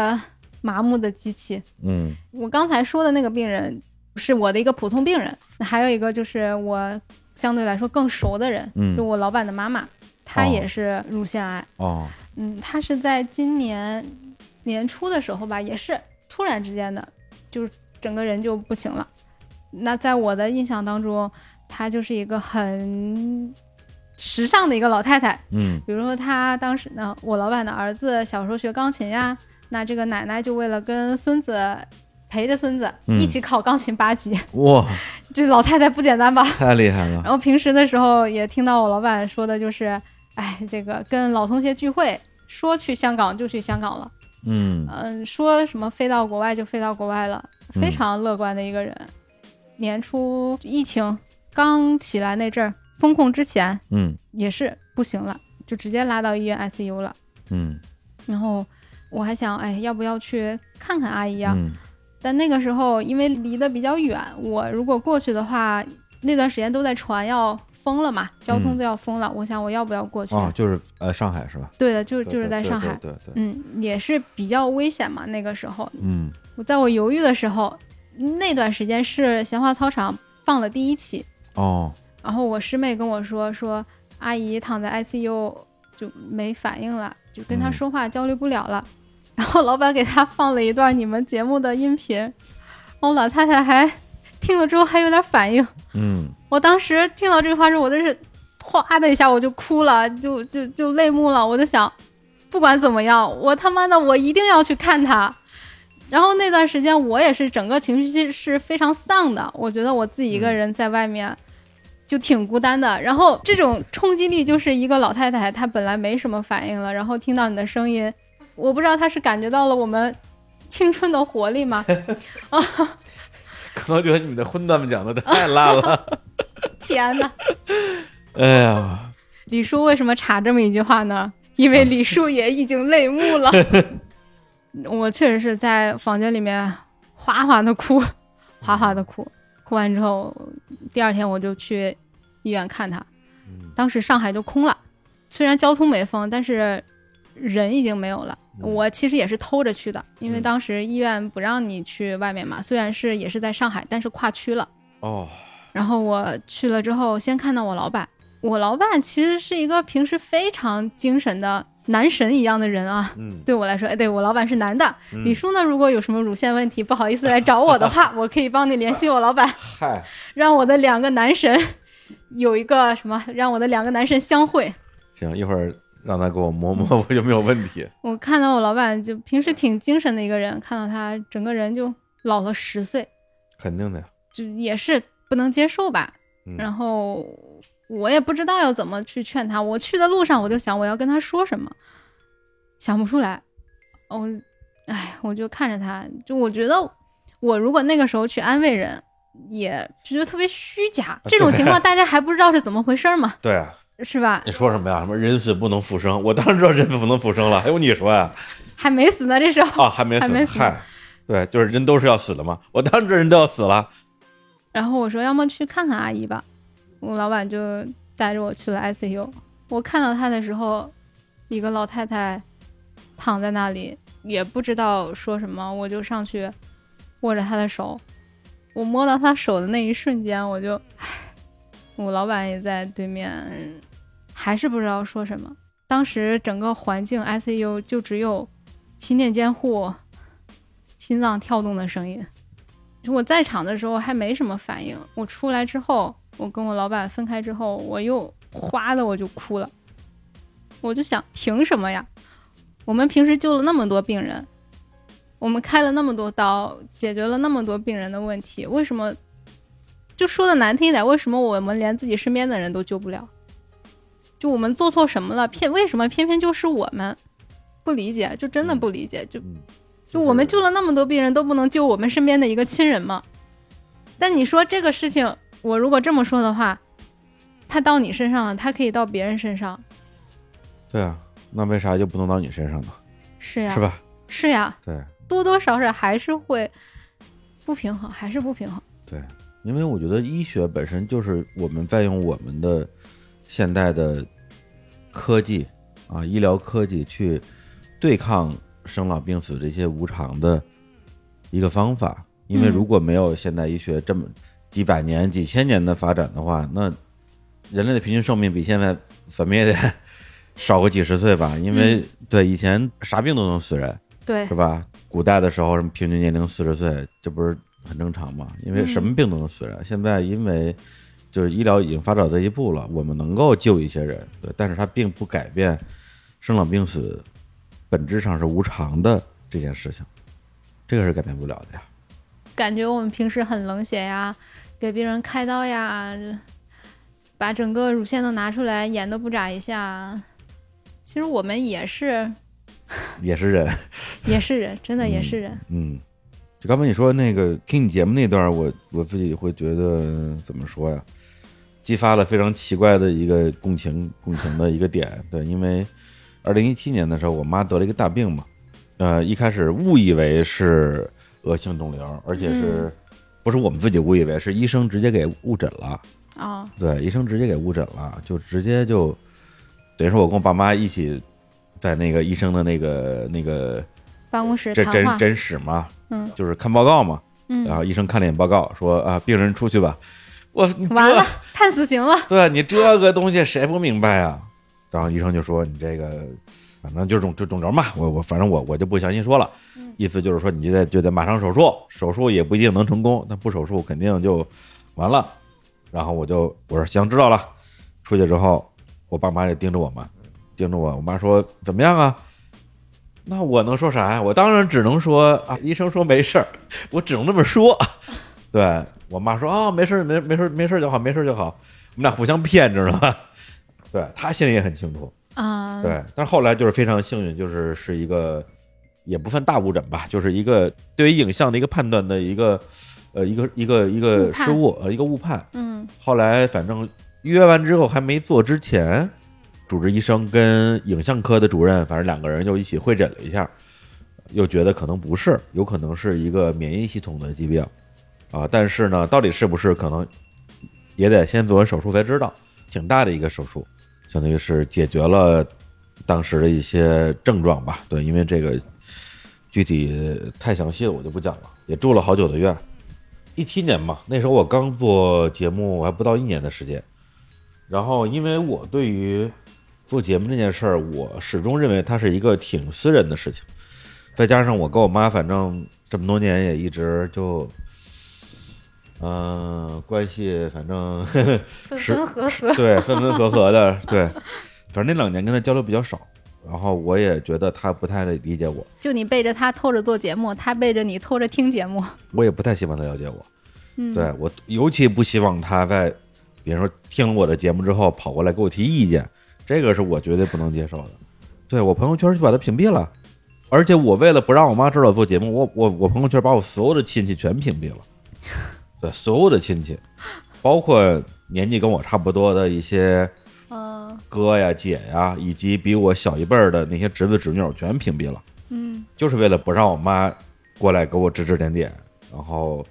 Speaker 2: 麻木的机器。
Speaker 1: 嗯
Speaker 2: 我刚才说的那个病人是我的一个普通病人，还有一个就是我相对来说更熟的人，
Speaker 1: 嗯
Speaker 2: 就我老板的妈妈，她
Speaker 1: 哦
Speaker 2: 也是乳腺癌。
Speaker 1: 哦
Speaker 2: 嗯，她是在今年年初的时候吧，也是突然之间的，就是整个人就不行了。那在我的印象当中，她就是一个很时尚的一个老太太，
Speaker 1: 嗯
Speaker 2: 比如说他当时呢，我老板的儿子小时候学钢琴呀，那这个奶奶就为了跟孙子陪着孙子
Speaker 1: 嗯
Speaker 2: 一起考钢琴八级， <laughs>
Speaker 1: 哇，
Speaker 2: 这老太太不简单吧？
Speaker 1: 太厉害了。
Speaker 2: 然后平时的时候也听到我老板说的就是，哎，这个跟老同学聚会，说去香港就去香港了，
Speaker 1: 嗯
Speaker 2: 嗯，说什么飞到国外就飞到国外了，
Speaker 1: 嗯
Speaker 2: 非常乐观的一个人。年初疫情刚起来那阵儿，封控之前
Speaker 1: 嗯
Speaker 2: 也是不行了，就直接拉到医院 ICU 了。
Speaker 1: 嗯
Speaker 2: 然后我还想，哎，要不要去看看阿姨啊？
Speaker 1: 嗯
Speaker 2: 但那个时候因为离得比较远，我如果过去的话，那段时间都在传要封了嘛，交
Speaker 1: 嗯
Speaker 2: 通都要封了。我想我要不要过去？
Speaker 1: 哦，就是呃上海是吧？
Speaker 2: 对的，就是
Speaker 1: 对
Speaker 2: 就是
Speaker 1: 对
Speaker 2: 在
Speaker 1: 对
Speaker 2: 上海。
Speaker 1: 对对对，
Speaker 2: 嗯，也是比较危险嘛。那个时候，
Speaker 1: 嗯
Speaker 2: 我在我犹豫的时候，那段时间是闲话操场放了第一期，
Speaker 1: 哦
Speaker 2: 然后我师妹跟我说说，阿姨躺在 ICU 就没反应了，就跟她
Speaker 1: 嗯
Speaker 2: 说话交流不了了。然后老板给她放了一段你们节目的音频，然后老太太还听了之后还有点反应。
Speaker 1: 嗯，
Speaker 2: 我当时听到这句话时候，我真是哗的一下我就哭了，就就就泪目了。我就想，不管怎么样，我他妈的我一定要去看他。然后那段时间我也是整个情绪是非常丧的，我觉得我自己一个人在外面就挺孤单的。然后这种冲击力就是一个老太太，她本来没什么反应了，然后听到你的声音，我不知道她是感觉到了我们青春的活力吗？ <laughs>
Speaker 1: 可能觉得你们的荤段们讲的太烂了。
Speaker 2: 天哪！
Speaker 1: <laughs> 哎呀，
Speaker 2: 李叔为什么插这么一句话呢？因为李叔也已经泪目
Speaker 1: <laughs>
Speaker 2: 了。我确实是在房间里面哗哗的哭，哗哗的哭。哭完之后，第二天我就去医院看他。
Speaker 1: 嗯
Speaker 2: 当时上海就空了，虽然交通没封，但是人已经没有了。
Speaker 1: 嗯
Speaker 2: 我其实也是偷着去的，因为
Speaker 1: 嗯
Speaker 2: 当时医院不让你去外面嘛。虽然是也是在上海，但是跨区了。
Speaker 1: 哦，
Speaker 2: 然后我去了之后，先看到我老板，我老板其实是一个平时非常精神的男神一样的人啊。
Speaker 1: 嗯，
Speaker 2: 对我来说，哎，对我老板是男的。
Speaker 1: 嗯
Speaker 2: 李叔呢，如果有什么乳腺问题，不好意思来找我的话，我可以帮你联系我老板， <laughs>
Speaker 1: 嗨，
Speaker 2: 让我的两个男神有一个什么，让我的两个男神相会。
Speaker 1: 行，一会儿让他给我摸 <laughs> 摸我有没有问题。
Speaker 2: 我看到我老板就平时挺精神的一个人，看到他整个人就老了十岁，
Speaker 1: 肯定的呀，
Speaker 2: 就也是不能接受吧。
Speaker 1: 嗯
Speaker 2: 然后我也不知道要怎么去劝他。我去的路上我就想我要跟他说什么，想不出来。哦，哎，我就看着他，就我觉得我如果那个时候去安慰人，也觉得特别虚假。这种情况大家还不知道是怎么回事儿嘛，
Speaker 1: 对啊，
Speaker 2: 是吧？
Speaker 1: 你说什么呀？什么人死不能复生？我当然知道人不能复生 <laughs> 了，还哎用你说呀？
Speaker 2: 还没死呢，这时候。
Speaker 1: 啊，还没死，
Speaker 2: 哦还没死呢
Speaker 1: 嗨，对，就是人都是要死的嘛。我当然知道人都要死了。
Speaker 2: 然后我说，要么去看看阿姨吧。我老板就带着我去了 ICU。我看到她的时候，一个老太太躺在那里，也不知道说什么，我就上去握着她的手。我摸到她手的那一瞬间，我就，唉，我老板也在对面，还是不知道说什么。当时整个环境 ICU 就只有心电监护、心脏跳动的声音。我在场的时候还没什么反应，我出来之后，我跟我老板分开之后，我又哗的我就哭了，我就想凭什么呀？我们平时救了那么多病人，我们开了那么多刀，解决了那么多病人的问题，为什么？就说的难听一点，为什么我们连自己身边的人都救不了？就我们做错什么了？偏为什么偏偏就是我们？不理解，就真的不理解，就
Speaker 1: 嗯，
Speaker 2: 就我们救了那么多病人，都不能救我们身边的一个亲人吗？但你说这个事情，我如果这么说的话，他到你身上了，他可以到别人身上，
Speaker 1: 对啊，那为啥就不能到你身上呢？
Speaker 2: 是呀，
Speaker 1: 是吧？
Speaker 2: 是呀，
Speaker 1: 对
Speaker 2: 多多少少还是会不平衡，还是不平衡。
Speaker 1: 对，因为我觉得医学本身就是我们在用我们的现代的科技啊，医疗科技去对抗生老病死这些无常的一个方法。因为
Speaker 2: 嗯
Speaker 1: 如果没有现代医学这么几百年、几千年的发展的话，那人类的平均寿命比现在怎么也得 <laughs> 少个几十岁吧。因为、对以前啥病都能死人，
Speaker 2: 对
Speaker 1: 是，吧？古代的时候，什么平均年龄四十岁，这不是很正常吗？因为什么病都能死人。现在因为就是医疗已经发展到这一步了，我们能够救一些人，对，但是它并不改变生老病死本质上是无常的这件事情，这个是改变不了的呀。
Speaker 2: 感觉我们平时很冷血呀，给别人开刀呀，把整个乳腺都拿出来，眼都不眨一下。其实我们也是，
Speaker 1: 也是人，
Speaker 2: 也是人，真的也是人。
Speaker 1: 嗯。就刚才你说那个听你节目那段儿，我我自己会觉得怎么说呀？激发了非常奇怪的一个共情共情的一个点。对，因为二零一七年的时候，我妈得了一个大病嘛，呃，一开始误以为是恶性肿瘤，而且是、不是我们自己误以为，是医生直接给误诊了。
Speaker 2: 啊、
Speaker 1: 对，医生直接给误诊了，就直接就等于说我跟我爸妈一起在那个医生的那个那个
Speaker 2: 办公室
Speaker 1: 这
Speaker 2: 谈话
Speaker 1: 诊，诊室嘛，
Speaker 2: 嗯
Speaker 1: 就是看报告嘛，
Speaker 2: 嗯，
Speaker 1: 然后医生看了眼报告说啊，病人出去吧。我你
Speaker 2: <laughs> 完
Speaker 1: 这
Speaker 2: 了，
Speaker 1: <laughs>
Speaker 2: 判死刑了。
Speaker 1: 啊对你这个东西谁不明白啊？然后医生就说你这个反正就肿就肿瘤嘛，我我反正我我就不详细说了，意思就是说你就得就得马上手术，手术也不一定能成功，但不手术肯定就完了。然后我就我说行，知道了。出去之后，我爸妈就盯着我嘛，盯着我，我妈说怎么样啊？那我能说啥呀？我当然只能说啊，医生说没事儿，我只能这么说。 <laughs> 对我妈说啊、没事儿，没没事儿，没事儿就好，没事儿就好。我们俩互相骗，知道吗？对她心里也很清楚。
Speaker 2: 啊，
Speaker 1: 对，但是后来就是非常幸运，就是是一个也不算大误诊吧，就是一个对于影像的一个判断的一个呃一个一个一
Speaker 2: 误
Speaker 1: 个
Speaker 2: 判
Speaker 1: 失误呃一个误判。
Speaker 2: 嗯
Speaker 1: 后来反正约完之后还没做之前，主治医生跟影像科的主任，反正两个人就一起会诊了一下，又觉得可能不是，有可能是一个免疫系统的疾病啊。但是呢，到底是不是，可能也得先做完手术才知道。挺大的一个手术，相当于是解决了当时的一些症状吧。对，因为这个具体太详细了，我就不讲了。也住了好久的院，一七年嘛，那时候我刚做节目，还不到一年的时间。然后，因为我对于做节目这件事儿，我始终认为它是一个挺私人的事情。再加上我跟我妈，反正这么多年也一直就，嗯、关系反正 <laughs>
Speaker 2: 分
Speaker 1: 是
Speaker 2: 分合合，
Speaker 1: 对，分分合合的，对，反正那两年跟他交流比较少，然后我也觉得他不太理解我，
Speaker 2: 就你背着他偷着做节目，他背着你偷着听节目，
Speaker 1: 我也不太希望他了解我，
Speaker 2: 嗯，
Speaker 1: 对我尤其不希望他在，比如说听了我的节目之后跑过来给我提意见，这个是我绝对不能接受的。对我朋友圈就把他屏蔽了，而且我为了不让我妈知道我做节目，我我我朋友圈把我所有的亲戚全屏蔽了，对，所有的亲戚，包括年纪跟我差不多的一些。
Speaker 2: 嗯
Speaker 1: 哥呀、姐呀，以及比我小一辈儿的那些侄子侄女儿全屏蔽了，
Speaker 2: 嗯
Speaker 1: 就是为了不让我妈过来给我指指点点。然后，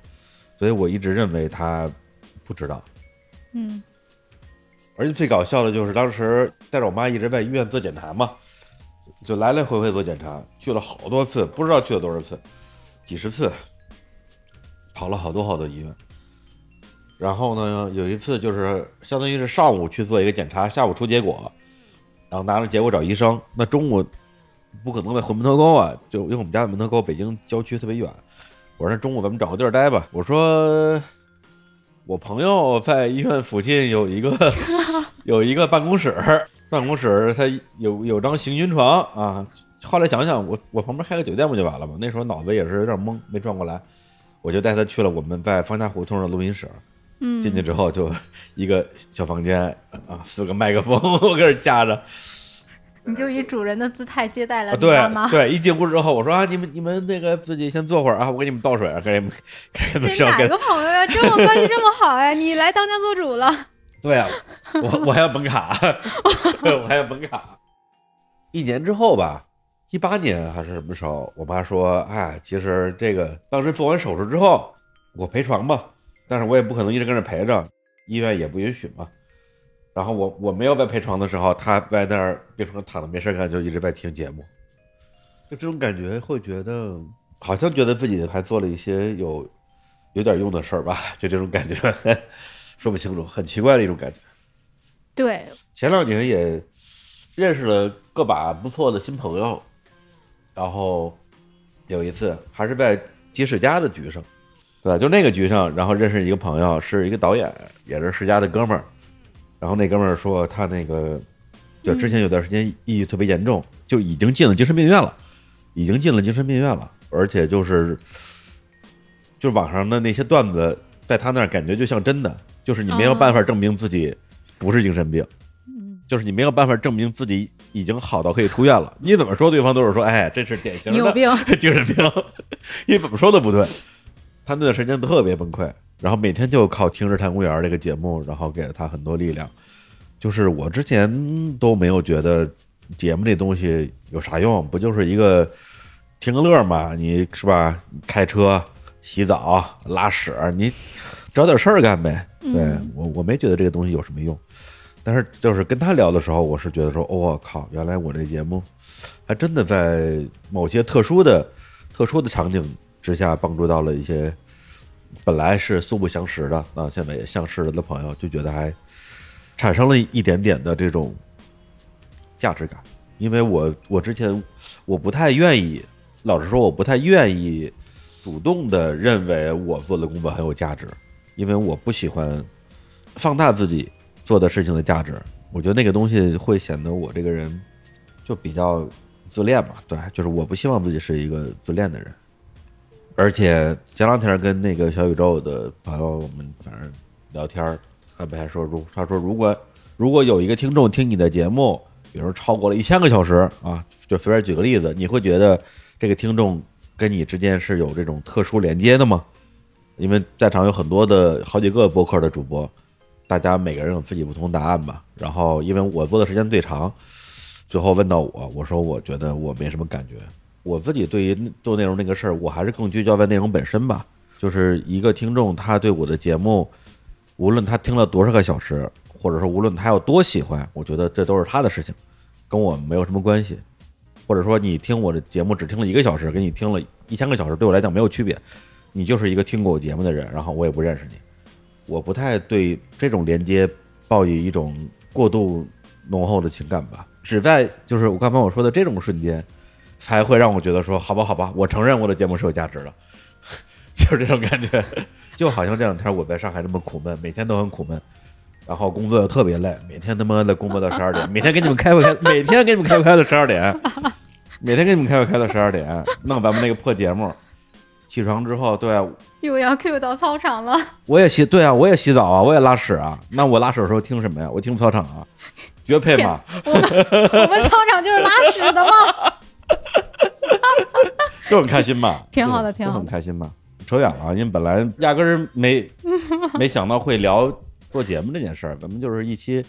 Speaker 1: 所以我一直认为她不知道。
Speaker 2: 嗯
Speaker 1: 而且最搞笑的就是当时带着我妈一直在医院做检查嘛，就来来回回做检查，去了好多次，不知道去了多少次，几十次，跑了好多好多医院。然后呢，有一次就是相当于是上午去做一个检查，下午出结果，然后拿着结果找医生。那中午不可能在回门头沟啊，就因为我们家门头沟北京郊区特别远。我说那中午咱们找个地儿待吧。我说我朋友在医院附近有一个有一个办公室，办公室他有有张行军床啊。后来想想，我我旁边开个酒店不就完了吗？那时候脑子也是有点懵，没转过来，我就带他去了我们在方家胡同的录音室。
Speaker 2: 嗯，
Speaker 1: 进去之后就一个小房间啊，四个麦克风， <laughs> 我搁这架着。
Speaker 2: 你就以主人的姿态接待了
Speaker 1: 啊，
Speaker 2: 你爸
Speaker 1: 对
Speaker 2: 妈，
Speaker 1: 对，一进屋之后，我说啊，你们你们那个自己先坐会儿啊，我给你们倒水啊，给你们给你们
Speaker 2: 这
Speaker 1: 烧
Speaker 2: 哪
Speaker 1: 给
Speaker 2: 个朋友 <laughs> 呀？这么关系这么好哎，你来当家做主了，
Speaker 1: 对啊，我我还要本卡，对我还要本卡。一年之后吧，一八年还是什么时候，我妈说，哎，其实这个当时做完手术之后，我陪床吧，但是我也不可能一直跟着陪着，医院也不允许嘛。然后我我没有在陪床的时候，她在那儿病床上躺着没事干，就一直在听节目，就这种感觉会觉得好像觉得自己还做了一些有有点用的事儿吧，就这种感觉， <laughs> 说不清楚，很奇怪的一种感觉。
Speaker 2: 对，
Speaker 1: 前两年也认识了个把不错的新朋友，然后有一次还是在集世家的局上，对，就那个局上，然后认识一个朋友，是一个导演，也是世家的哥们儿。然后那哥们儿说他那个，就之前有段时间抑郁特别严重，就已经进了精神病院了，已经进了精神病院了，而且就是就是网上的那些段子，在他那儿感觉就像真的，就是你没有
Speaker 2: 哦
Speaker 1: 办法证明自己不是精神病。
Speaker 2: 嗯，
Speaker 1: 就是你没有办法证明自己已经好到可以出院了，你怎么说对方都是说，哎，这是典型
Speaker 2: 你有
Speaker 1: 的
Speaker 2: 病，
Speaker 1: <laughs> 精神病，你怎么说都不对。他那段时间特别崩溃，然后每天就靠《听日坛公园》这个节目，然后给了他很多力量。就是我之前都没有觉得节目这东西有啥用，不就是一个听个乐儿嘛？你是吧？开车、洗澡、拉屎，你找点事儿干呗。对
Speaker 2: 嗯
Speaker 1: 我，我没觉得这个东西有什么用。但是就是跟他聊的时候，我是觉得说，哦我、靠，原来我这节目还真的在某些特殊的、特殊的场景之下，帮助到了一些本来是素不相识的啊，现在也相识了的朋友，就觉得还产生了一点点的这种价值感。因为我我之前我不太愿意，老实说，我不太愿意主动的认为我做的工作很有价值，因为我不喜欢放大自己做的事情的价值。我觉得那个东西会显得我这个人就比较自恋吧，对，就是我不希望自己是一个自恋的人。而且前两天跟那个小宇宙的朋友，我们反正聊天儿，他们还说，如他说如果如果有一个听众听你的节目，比如说超过了一千个小时啊，就随便举个例子，你会觉得这个听众跟你之间是有这种特殊连接的吗？因为在场有很多的好几个播客的主播，大家每个人有自己不同答案吧。然后因为我做的时间最长，最后问到我，我说我觉得我没什么感觉。我自己对于做内容那个事儿，我还是更聚焦在内容本身吧。就是一个听众，他对我的节目，无论他听了多少个小时，或者说无论他有多喜欢，我觉得这都是他的事情，跟我没有什么关系。或者说你听我的节目只听了一个小时，跟你听了一千个小时，对我来讲没有区别。你就是一个听过我节目的人，然后我也不认识你，我不太对这种连接抱以一种过度浓厚的情感吧。只在就是我刚才我说的这种瞬间，才会让我觉得说，好吧，好吧，我承认我的节目是有价值的， <laughs> 就是这种感觉，就好像这两天我在上海这么苦闷，每天都很苦闷，然后工作又特别累，每天他妈的工作到十二点，每天给你们开会开，每天给你们开会开到十二点，每天给你们开会开到十二点，弄咱们那个破节目，起床之后，对啊
Speaker 2: 又要 Q 到操
Speaker 1: <laughs>
Speaker 2: 场了，
Speaker 1: 我也洗，对啊，我也洗澡啊，我也拉屎啊，那我拉屎的时候听什么呀？我听操场啊，绝配
Speaker 2: 天
Speaker 1: 吧。
Speaker 2: 我们我们操场就是拉屎
Speaker 1: <laughs>
Speaker 2: 的吗？
Speaker 1: 就很开心吧，
Speaker 2: <laughs> 挺好的
Speaker 1: 就很
Speaker 2: 挺
Speaker 1: 就
Speaker 2: 好的
Speaker 1: 很开心吧。扯远了啊，因为本来压根儿没 <laughs> 没想到会聊做节目这件事儿，咱们就是一期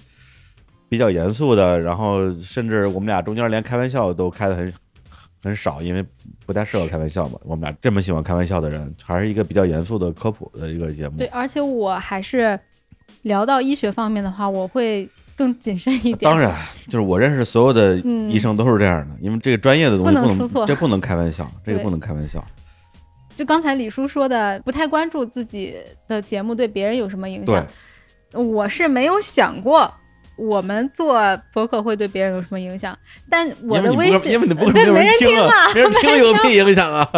Speaker 1: 比较严肃的，然后甚至我们俩中间连开玩笑都开的很很少，因为不太适合开玩笑嘛。我们俩这么喜欢开玩笑的人，还是一个比较严肃的科普的一个节目
Speaker 2: 对，。而且我还是聊到医学方面的话，我会更谨慎一点。
Speaker 1: 当，然，就是我认识所有的医生都是这样的，因为这个专业的东西
Speaker 2: 不能
Speaker 1: 不
Speaker 2: 出错
Speaker 1: 能这不能开玩笑，这个
Speaker 2: 对
Speaker 1: 不能开玩笑。
Speaker 2: 就刚才李叔说的，不太关注自己的节目对别人有什么影
Speaker 1: 对
Speaker 2: 响，，我是没有想过。我们做博客会对别人有什么影响？但我的
Speaker 1: 因为
Speaker 2: 微
Speaker 1: 你不
Speaker 2: 信
Speaker 1: 因为你不 <laughs>
Speaker 2: 对
Speaker 1: 没有
Speaker 2: 没人
Speaker 1: 听
Speaker 2: 啊，
Speaker 1: <laughs> 没人听有屁影响啊！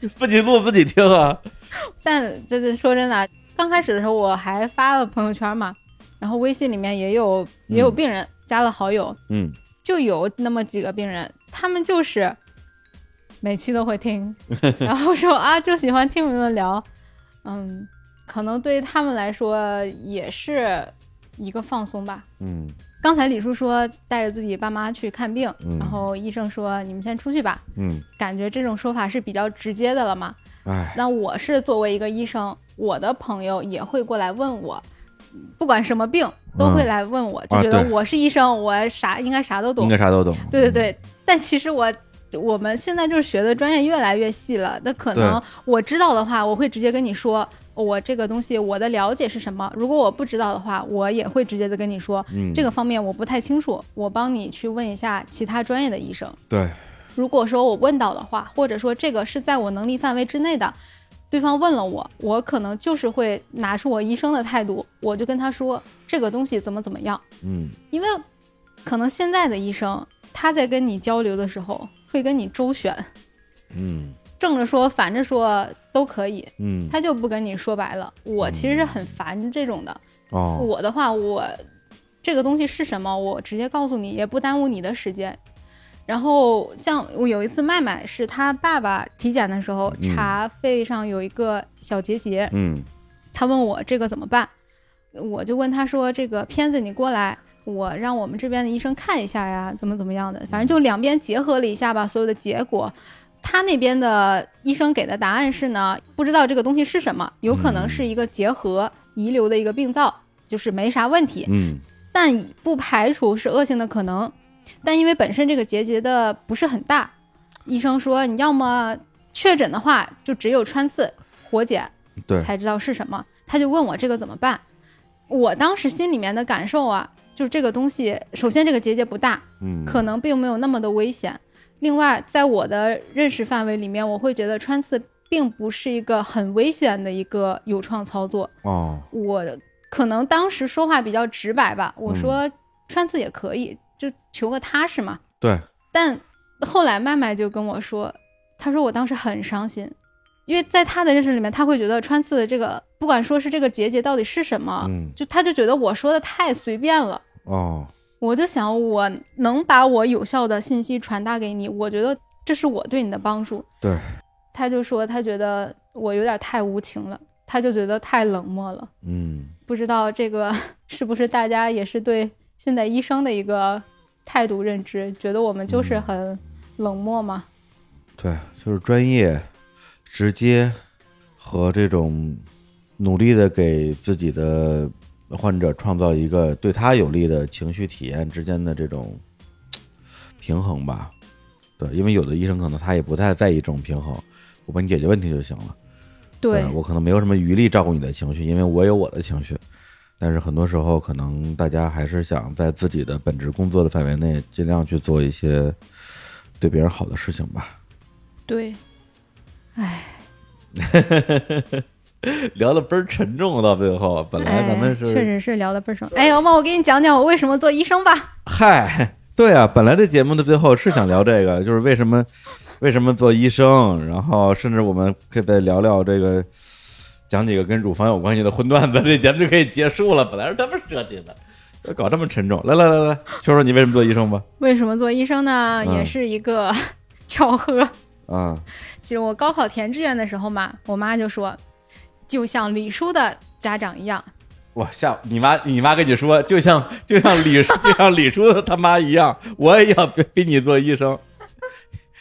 Speaker 1: <laughs> 自己录自己听啊！
Speaker 2: 但这这说真的啊，刚开始的时候我还发了朋友圈嘛，然后微信里面也有也有
Speaker 1: 嗯
Speaker 2: 病人、加了好友，
Speaker 1: 嗯，
Speaker 2: 就有那么几个病人，他们就是每期都会
Speaker 1: <laughs>
Speaker 2: 听，然后说啊就喜欢听你们聊，嗯，可能对他们来说也是一个放松吧。
Speaker 1: 嗯
Speaker 2: 刚才李叔说带着自己爸妈去看病，
Speaker 1: 嗯
Speaker 2: 然后医生说你们先出去吧，
Speaker 1: 嗯，
Speaker 2: 感觉这种说法是比较直接的了嘛。
Speaker 1: 哎，
Speaker 2: 那我是作为一个医生，我的朋友也会过来问我，不管什么病都会来问我，就
Speaker 1: 啊
Speaker 2: 觉得
Speaker 1: 对
Speaker 2: 我是医生，我啥应该啥都
Speaker 1: 应
Speaker 2: 懂。
Speaker 1: 该啥都懂。
Speaker 2: 对对对，但其实我。我们现在就是学的专业越来越细了，那可能我知道的话，我会直接跟你说，我这个东西我的了解是什么。如果我不知道的话，我也会直接的跟你说，
Speaker 1: 嗯，嗯，
Speaker 2: 这
Speaker 1: 个
Speaker 2: 个方面我不太清楚，我帮你去问一下其他专业的医生。
Speaker 1: 对，
Speaker 2: 如果说我问到的话，或者说这个是在我能力范围之内的，对方问了我，我可能就是会拿出我医生的态度，我就跟他说这个东西怎么怎么样，
Speaker 1: 嗯，
Speaker 2: 因为可能现在的医生他在跟你交流的时候会跟你周旋，
Speaker 1: 嗯
Speaker 2: 正着说反着说都可以，
Speaker 1: 嗯，
Speaker 2: 他就不跟你说白了。我其实是很烦这种的，
Speaker 1: 哦，
Speaker 2: 我的话，我这个东西是什么，我直接告诉你，也不耽误你的时间。然后像我有一次麦麦是他爸爸体检的时候
Speaker 1: 嗯
Speaker 2: 查肺上有一个小结节，
Speaker 1: 嗯
Speaker 2: 他问我这个怎么办，我就问他说这个片子你过来，我让我们这边的医生看一下呀，怎么怎么样的，反正就两边结合了一下吧，所有的结果。他那边的医生给的答案是呢，不知道这个东西是什么，有可能是一个结核遗留的一个病灶，就是没啥问题，
Speaker 1: 嗯
Speaker 2: 但不排除是恶性的可能。但因为本身这个结节的不是很大，医生说你要么确诊的话就只有穿刺活检，
Speaker 1: 对，
Speaker 2: 才知道是什么。他就问我这个怎么办，我当时心里面的感受啊，就是这个东西，首先这个结节不大，
Speaker 1: 嗯，
Speaker 2: 可能并没有那么的危险。另外，在我的认识范围里面，我会觉得穿刺并不是一个很危险的一个有创操作。
Speaker 1: 哦，
Speaker 2: 我可能
Speaker 1: 嗯
Speaker 2: 当时说话比较直白吧，我说穿刺也可以，就求个踏实嘛。
Speaker 1: 对，
Speaker 2: 但后来麦麦就跟我说，他说我当时很伤心，因为在他的认识里面，他会觉得穿刺的这个，不管说是这个结节到底是什么，
Speaker 1: 嗯，
Speaker 2: 就他就觉得我说的太随便了。
Speaker 1: 哦，
Speaker 2: 我就想，我能把我有效的信息传达给你，我觉得这是我对你的帮助。
Speaker 1: 对，
Speaker 2: 他就说他觉得我有点太无情了，他就觉得太冷漠了。
Speaker 1: 嗯，
Speaker 2: 不知道这个 <laughs> 是不是大家也是对现代医生的一个态度认知，觉得我们就是
Speaker 1: 嗯
Speaker 2: 很冷漠吗？
Speaker 1: 对，就是专业、直接和这种努力的给自己的患者创造一个对他有利的情绪体验之间的这种平衡吧。对，因为有的医生可能他也不太在意这种平衡，我帮你解决问题就行了。
Speaker 2: 对，
Speaker 1: 啊我可能没有什么余力照顾你的情绪，因为我有我的情绪。但是很多时候，可能大家还是想在自己的本职工作的范围内，尽量去做一些对别人好的事情吧。
Speaker 2: 对，哎，
Speaker 1: 聊的倍儿沉重，到最后，本来咱们
Speaker 2: 哎
Speaker 1: 是、
Speaker 2: 确实是聊的倍儿爽。哎，要么我给你讲讲我为什么做医生吧。
Speaker 1: 嗨，对啊，本来这节目的最后是想聊这
Speaker 2: 哎
Speaker 1: 个，就是为什么为什么做医生，然后甚至我们可以再聊聊这个，讲几个跟乳房有关系的荤段子，这节目就可以结束了。本来是他们设计的，搞这么沉重，来来来来，说说你为什么做医生吧。
Speaker 2: 为什么做医生呢？
Speaker 1: 嗯
Speaker 2: 也是一个 <laughs> 巧合。
Speaker 1: 啊，
Speaker 2: 其实我高考填志愿的时候嘛，我妈就说，就像李叔的家长一样， <laughs>
Speaker 1: 我吓你妈，你妈跟你说，就像就像李 <laughs> 就像李叔他妈一样，我也要逼逼你做医生。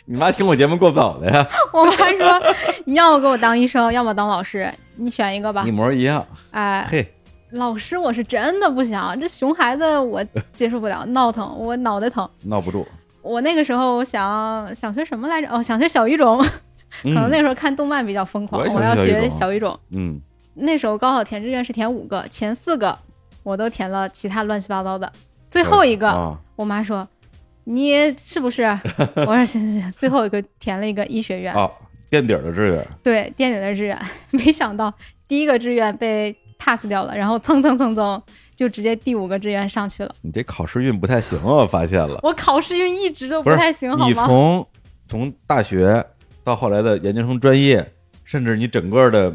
Speaker 1: 你妈听我节目够早的呀，
Speaker 2: 我妈说，你要么给我当医生，要么当老师，你选一个吧
Speaker 1: 一。模一样。
Speaker 2: 哎，
Speaker 1: 嘿，
Speaker 2: 老师我是真的不想，这熊孩子我接受不了，
Speaker 1: <laughs>
Speaker 2: 闹腾，我脑袋疼。
Speaker 1: 闹不住。
Speaker 2: 我那个时候我想想学什么来着？哦，想学小语
Speaker 1: <laughs>
Speaker 2: 种， <laughs> 可能那时候看动漫比较疯狂，
Speaker 1: 我也想学
Speaker 2: 我要
Speaker 1: 小语
Speaker 2: 学
Speaker 1: 种
Speaker 2: 小语种。
Speaker 1: 嗯
Speaker 2: 那时候高考填志愿是填五个，前四个我都填了其他乱七八糟的，最后一个、
Speaker 1: 啊，
Speaker 2: 我妈说：“你是不是？” <laughs> 我说：“行行行。”最后一个填了一个医学院，
Speaker 1: 哦，垫底儿的志愿，
Speaker 2: 对电影的志愿。 <laughs> 没想到第一个志愿被 pass 掉了，然后蹭蹭蹭蹭就直接第五个志愿上去了。
Speaker 1: 你这考试运不太行啊，我发现了。
Speaker 2: <laughs> 我考试运一直都
Speaker 1: 不是
Speaker 2: 太行，好
Speaker 1: 你
Speaker 2: 吗？
Speaker 1: 从从大学到后来的研究生专业，甚至你整个的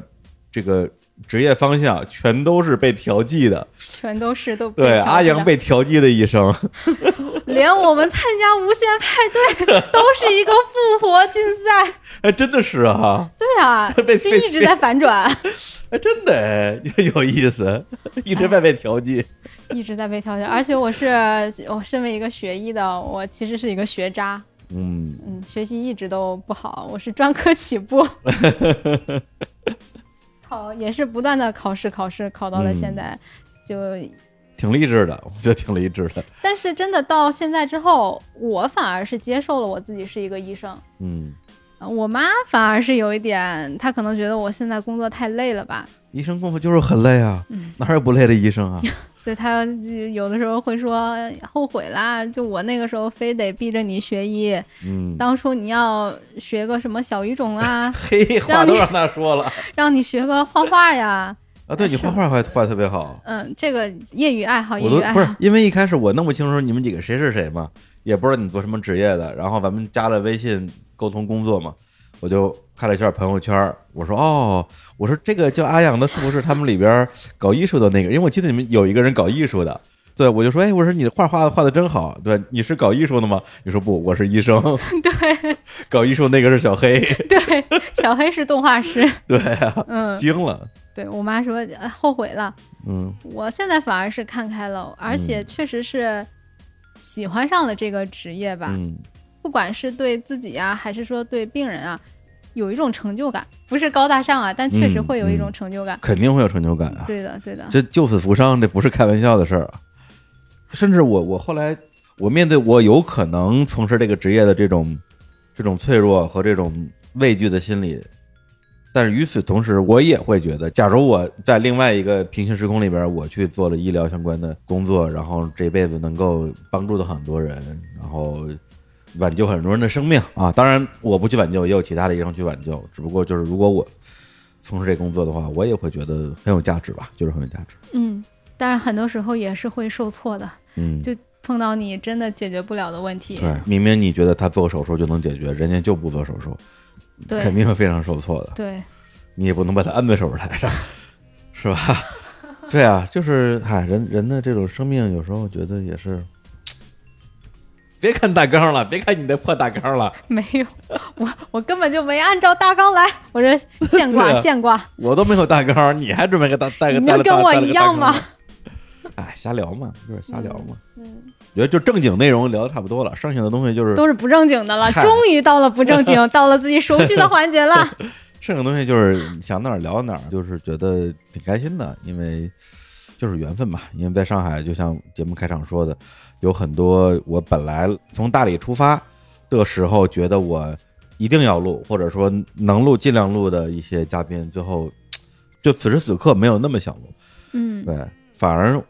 Speaker 1: 这个职业方向，全都是被调剂的。
Speaker 2: 全都是都被
Speaker 1: 对，
Speaker 2: 调剂
Speaker 1: 阿
Speaker 2: 的
Speaker 1: 阳被调剂的医生，
Speaker 2: <laughs>
Speaker 1: <laughs>
Speaker 2: 连我们参加无限派对都是一个复活竞赛。
Speaker 1: <laughs> 哎，真的是啊，
Speaker 2: 对啊，
Speaker 1: <laughs> 被
Speaker 2: 就一直在反转， <laughs>
Speaker 1: 哎，真的哎，有意思，一直在被调剂。
Speaker 2: 一直在被调节。而且我是我身为一个学医的，我其实是一个学渣。
Speaker 1: 嗯，
Speaker 2: <laughs> 嗯，学习一直都不好，我是专科
Speaker 1: <laughs>
Speaker 2: 起步，考也是不断的考试，考试考到了
Speaker 1: 嗯
Speaker 2: 现在，就
Speaker 1: 挺励志的，我觉得挺励志的。嗯
Speaker 2: 但是真的到现在之后，我反而是接受了我自己是一个医生，
Speaker 1: 嗯，
Speaker 2: 呃我妈反而是有一点，她可能觉得我现在工作太累了吧，
Speaker 1: 医生工作就是很累啊，
Speaker 2: 嗯
Speaker 1: 哪有不累的医生
Speaker 2: <laughs>
Speaker 1: 啊？
Speaker 2: 对她就有的时候会说后悔啦，就我那个时候非得逼着你学医，
Speaker 1: 嗯，，
Speaker 2: 当初你要学个什么小语种啊
Speaker 1: 嘿，话都让他说了。
Speaker 2: 让你学个画画呀。
Speaker 1: <laughs> 啊，对你画画画画得特别好，
Speaker 2: 嗯，这个业余爱好，业
Speaker 1: 我都
Speaker 2: 余爱
Speaker 1: 不是
Speaker 2: 好，
Speaker 1: 哦因为一啊开始我弄不清楚你们几个谁是谁嘛，也不知道你做什么职业的，然后咱们加了微信沟通工作嘛，我就看了一下朋友圈儿，我说哦，我说这个叫阿阳的是不是他们里边儿搞艺术的那个？因为我记得你们有一个人搞艺术的。对，我就说，哎，我说你画画画的真好，对，你是搞艺术的吗？你说不，我是医生。 <laughs>
Speaker 2: 对
Speaker 1: 搞艺术那个是小黑，
Speaker 2: <laughs> 对，小黑是动画师，
Speaker 1: 对啊，
Speaker 2: 嗯，
Speaker 1: 惊了，
Speaker 2: 对我妈说、呃后悔了，
Speaker 1: 嗯
Speaker 2: 我现在反而是看开了，而且确实是喜欢上了这个职业吧。
Speaker 1: 嗯，
Speaker 2: 不管是对自己呀、还是说对病人啊，有一种成就感，不是高大上啊，但确实会有一种成就感。
Speaker 1: 肯定会有成就感嗯啊。
Speaker 2: 对的，对的，
Speaker 1: 这救死扶伤，这不是开玩笑的事儿啊！甚至我，我后来，我面对我有可能从事这个职业的这种这种脆弱和这种畏惧的心理，但是与此同时，我也会觉得，假如我在另外一个平行时空里边，我去做了医疗相关的工作，然后这辈子能够帮助到很多人，然后挽救很多人的生命啊！当然，我不去挽救，也有其他的医生去挽救，只不过就是如果我从事这工作的话，我也会觉得很有价值吧，就是很有价值。
Speaker 2: 嗯。但是很多时候也是会受挫的，
Speaker 1: 嗯，
Speaker 2: 就碰到你真的解决不了的问题。
Speaker 1: 对，明明你觉得他做手术就能解决，人家就不做手术，
Speaker 2: 对
Speaker 1: 肯定会非常受挫的。
Speaker 2: 对
Speaker 1: 你也不能把他安在手术台上， <laughs> 是吧？ <laughs> 对啊，就是嗨，人人的这种生命，有时候觉得也是。别看大纲了，别看你的破大纲了，
Speaker 2: 没有，我我根本就没按照大纲来，我这现挂
Speaker 1: 对啊
Speaker 2: 现挂，
Speaker 1: 我都没有大纲，你还准备个大带个
Speaker 2: 你
Speaker 1: 带
Speaker 2: 要
Speaker 1: 了
Speaker 2: 跟
Speaker 1: 大
Speaker 2: 我
Speaker 1: 带了
Speaker 2: 一
Speaker 1: 个大纲
Speaker 2: 样吗？
Speaker 1: 哎，瞎聊嘛，就是瞎聊嘛。
Speaker 2: 嗯，
Speaker 1: 觉得就正经内容聊的差不多了，剩下的东西就是
Speaker 2: 都是不正经的了，
Speaker 1: 嗨
Speaker 2: 终于到了不
Speaker 1: <laughs>
Speaker 2: 正经，到了自己熟悉的环节了。
Speaker 1: 剩下的东西就是想哪儿聊哪儿，就是觉得挺开心的，因为就是缘分嘛。因为在上海，就像节目开场说的，有很多我本来从大理出发的时候，觉得我一定要录，或者说能录尽量录的一些嘉宾，最后就此时此刻没有那么想录。 <laughs>
Speaker 2: 嗯，
Speaker 1: 对，反而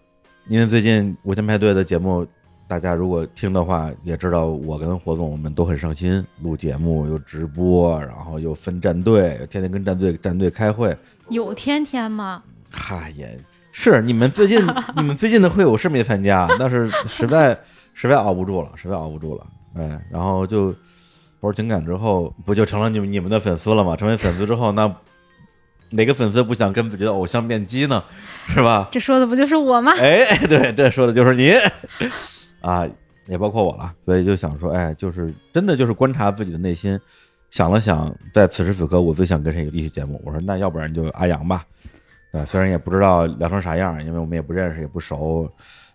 Speaker 1: 因为最近无线派对的节目，大家如果听的话，也知道我跟火总我们都很上心，录节目又直播，然后又分战队，天天跟战队战队开会。
Speaker 2: 有天天吗？
Speaker 1: 嗨，也是你们最近你们最近的会我是没参加，但是实在实在熬不住了，实在熬不住了，哎，然后就投入情感之后，不就成了你们你们的粉丝了吗？成为粉丝之后，那哪个粉丝不想跟自己的偶像变基呢？是吧？
Speaker 2: 这说的不就是我吗？
Speaker 1: 哎，对，这说的就是你 <laughs> 啊，也包括我了。所以就想说，哎，就是真的就是观察自己的内心，想了想，在此时此刻，我最想跟谁一起节目？我说，那要不然就阿阳吧。啊，虽然也不知道聊成啥样，因为我们也不认识，也不熟，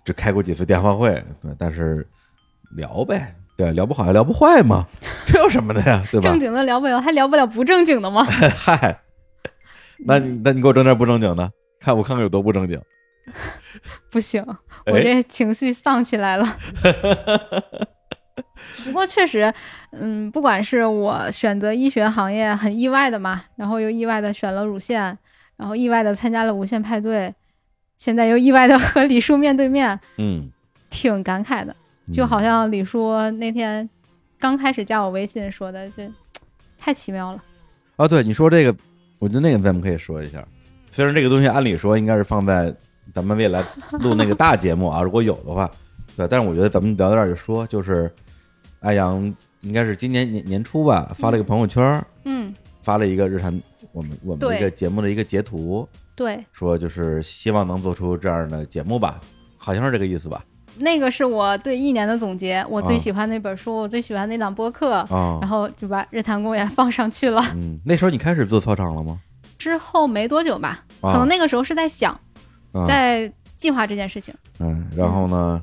Speaker 1: 只开过几次电话会，对但是聊呗，对，聊不好也聊不坏嘛， <laughs> 这有什么的呀，对吧
Speaker 2: 正？经的聊不了，还聊不了不正经的
Speaker 1: <laughs>
Speaker 2: 吗？ <laughs>
Speaker 1: 嗨，那你那你给我整点不正经的，看我看看有多不正经。
Speaker 2: 不行，
Speaker 1: 哎
Speaker 2: 我这情绪丧
Speaker 1: <laughs>
Speaker 2: 起来了。不过确实，嗯，不管是我选择医学行业很意外的嘛，然后又意外的选了乳腺，然后意外的参加了无限派对，现在又意外的和李叔面对面，
Speaker 1: 嗯，
Speaker 2: 挺感慨的。就好像李叔那天刚开始加我微信说的，这太奇妙了。
Speaker 1: 啊，对你说这个，我觉得那个咱们可以说一下。虽然这个东西按理说应该是放在咱们未来录那个大节目啊，如 <laughs> 果有的话，对，但是我觉得咱们聊到这儿就说，就是阿阳应该是今年年年初吧，发了一个朋友圈儿，
Speaker 2: 嗯，
Speaker 1: 发了一个日常我们我们
Speaker 2: 对
Speaker 1: 一个节目的一个截图，
Speaker 2: 对，
Speaker 1: 说就是希望能做出这样的节目吧，好像是这个意思吧？
Speaker 2: 那个是我对一年的总结，我最
Speaker 1: 啊
Speaker 2: 喜欢那本书，我最喜欢那档播客，
Speaker 1: 啊、
Speaker 2: 然后就把日坛公园放上去了。
Speaker 1: 嗯，那时候你开始做操场了吗？
Speaker 2: 之后没多久吧，
Speaker 1: 啊
Speaker 2: 可能那个时候是在想，
Speaker 1: 啊
Speaker 2: 在计划这件事情。
Speaker 1: 嗯，然后呢，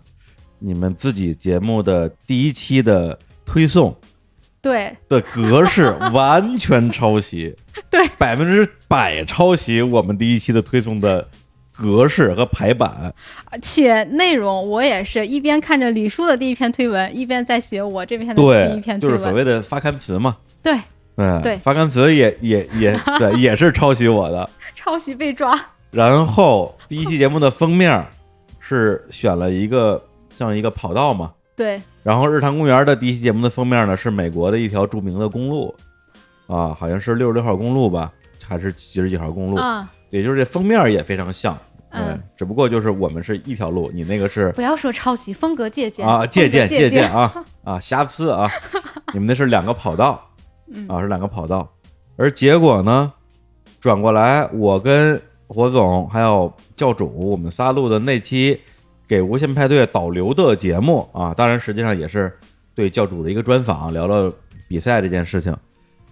Speaker 1: 你们自己节目的第一期的推送
Speaker 2: 对
Speaker 1: 的格
Speaker 2: <laughs>
Speaker 1: 式完全抄袭，
Speaker 2: 对，
Speaker 1: 百分之百抄袭我们第一期的推送的格式和排版。
Speaker 2: 且内容我也是一边看着李叔的第一篇推文，一边在写我这篇的第一
Speaker 1: 对
Speaker 2: 篇，推
Speaker 1: 就是所
Speaker 2: 文。
Speaker 1: 谓的发刊词嘛。
Speaker 2: 对，
Speaker 1: 嗯，
Speaker 2: 对
Speaker 1: 发刊词也也也对，也是抄袭我
Speaker 2: <laughs>
Speaker 1: 的。
Speaker 2: 抄袭被抓。
Speaker 1: 然后第一期节目的封面是选了一个像一个跑道嘛，
Speaker 2: 对，
Speaker 1: 然后日坛公园的第一期节目的封面呢是美国的一条著名的公路，啊，好像是六十六号公路吧，还是几十几号公路？
Speaker 2: 啊、
Speaker 1: 也就是这封面也非常像，
Speaker 2: 嗯
Speaker 1: 哎，只不过就是我们是一条路，你那个是
Speaker 2: 不要说抄袭，风格借鉴
Speaker 1: 啊 <laughs> 借鉴
Speaker 2: 借
Speaker 1: 借鉴啊啊瑕疵 <laughs> 啊，你们那是两个跑道
Speaker 2: 嗯，
Speaker 1: 啊是两个跑道，而结果呢，转过来我跟火总还有教主我们仨录的那期给无限派对导流的节目啊，当然实际上也是对教主的一个专访，聊了比赛这件事情。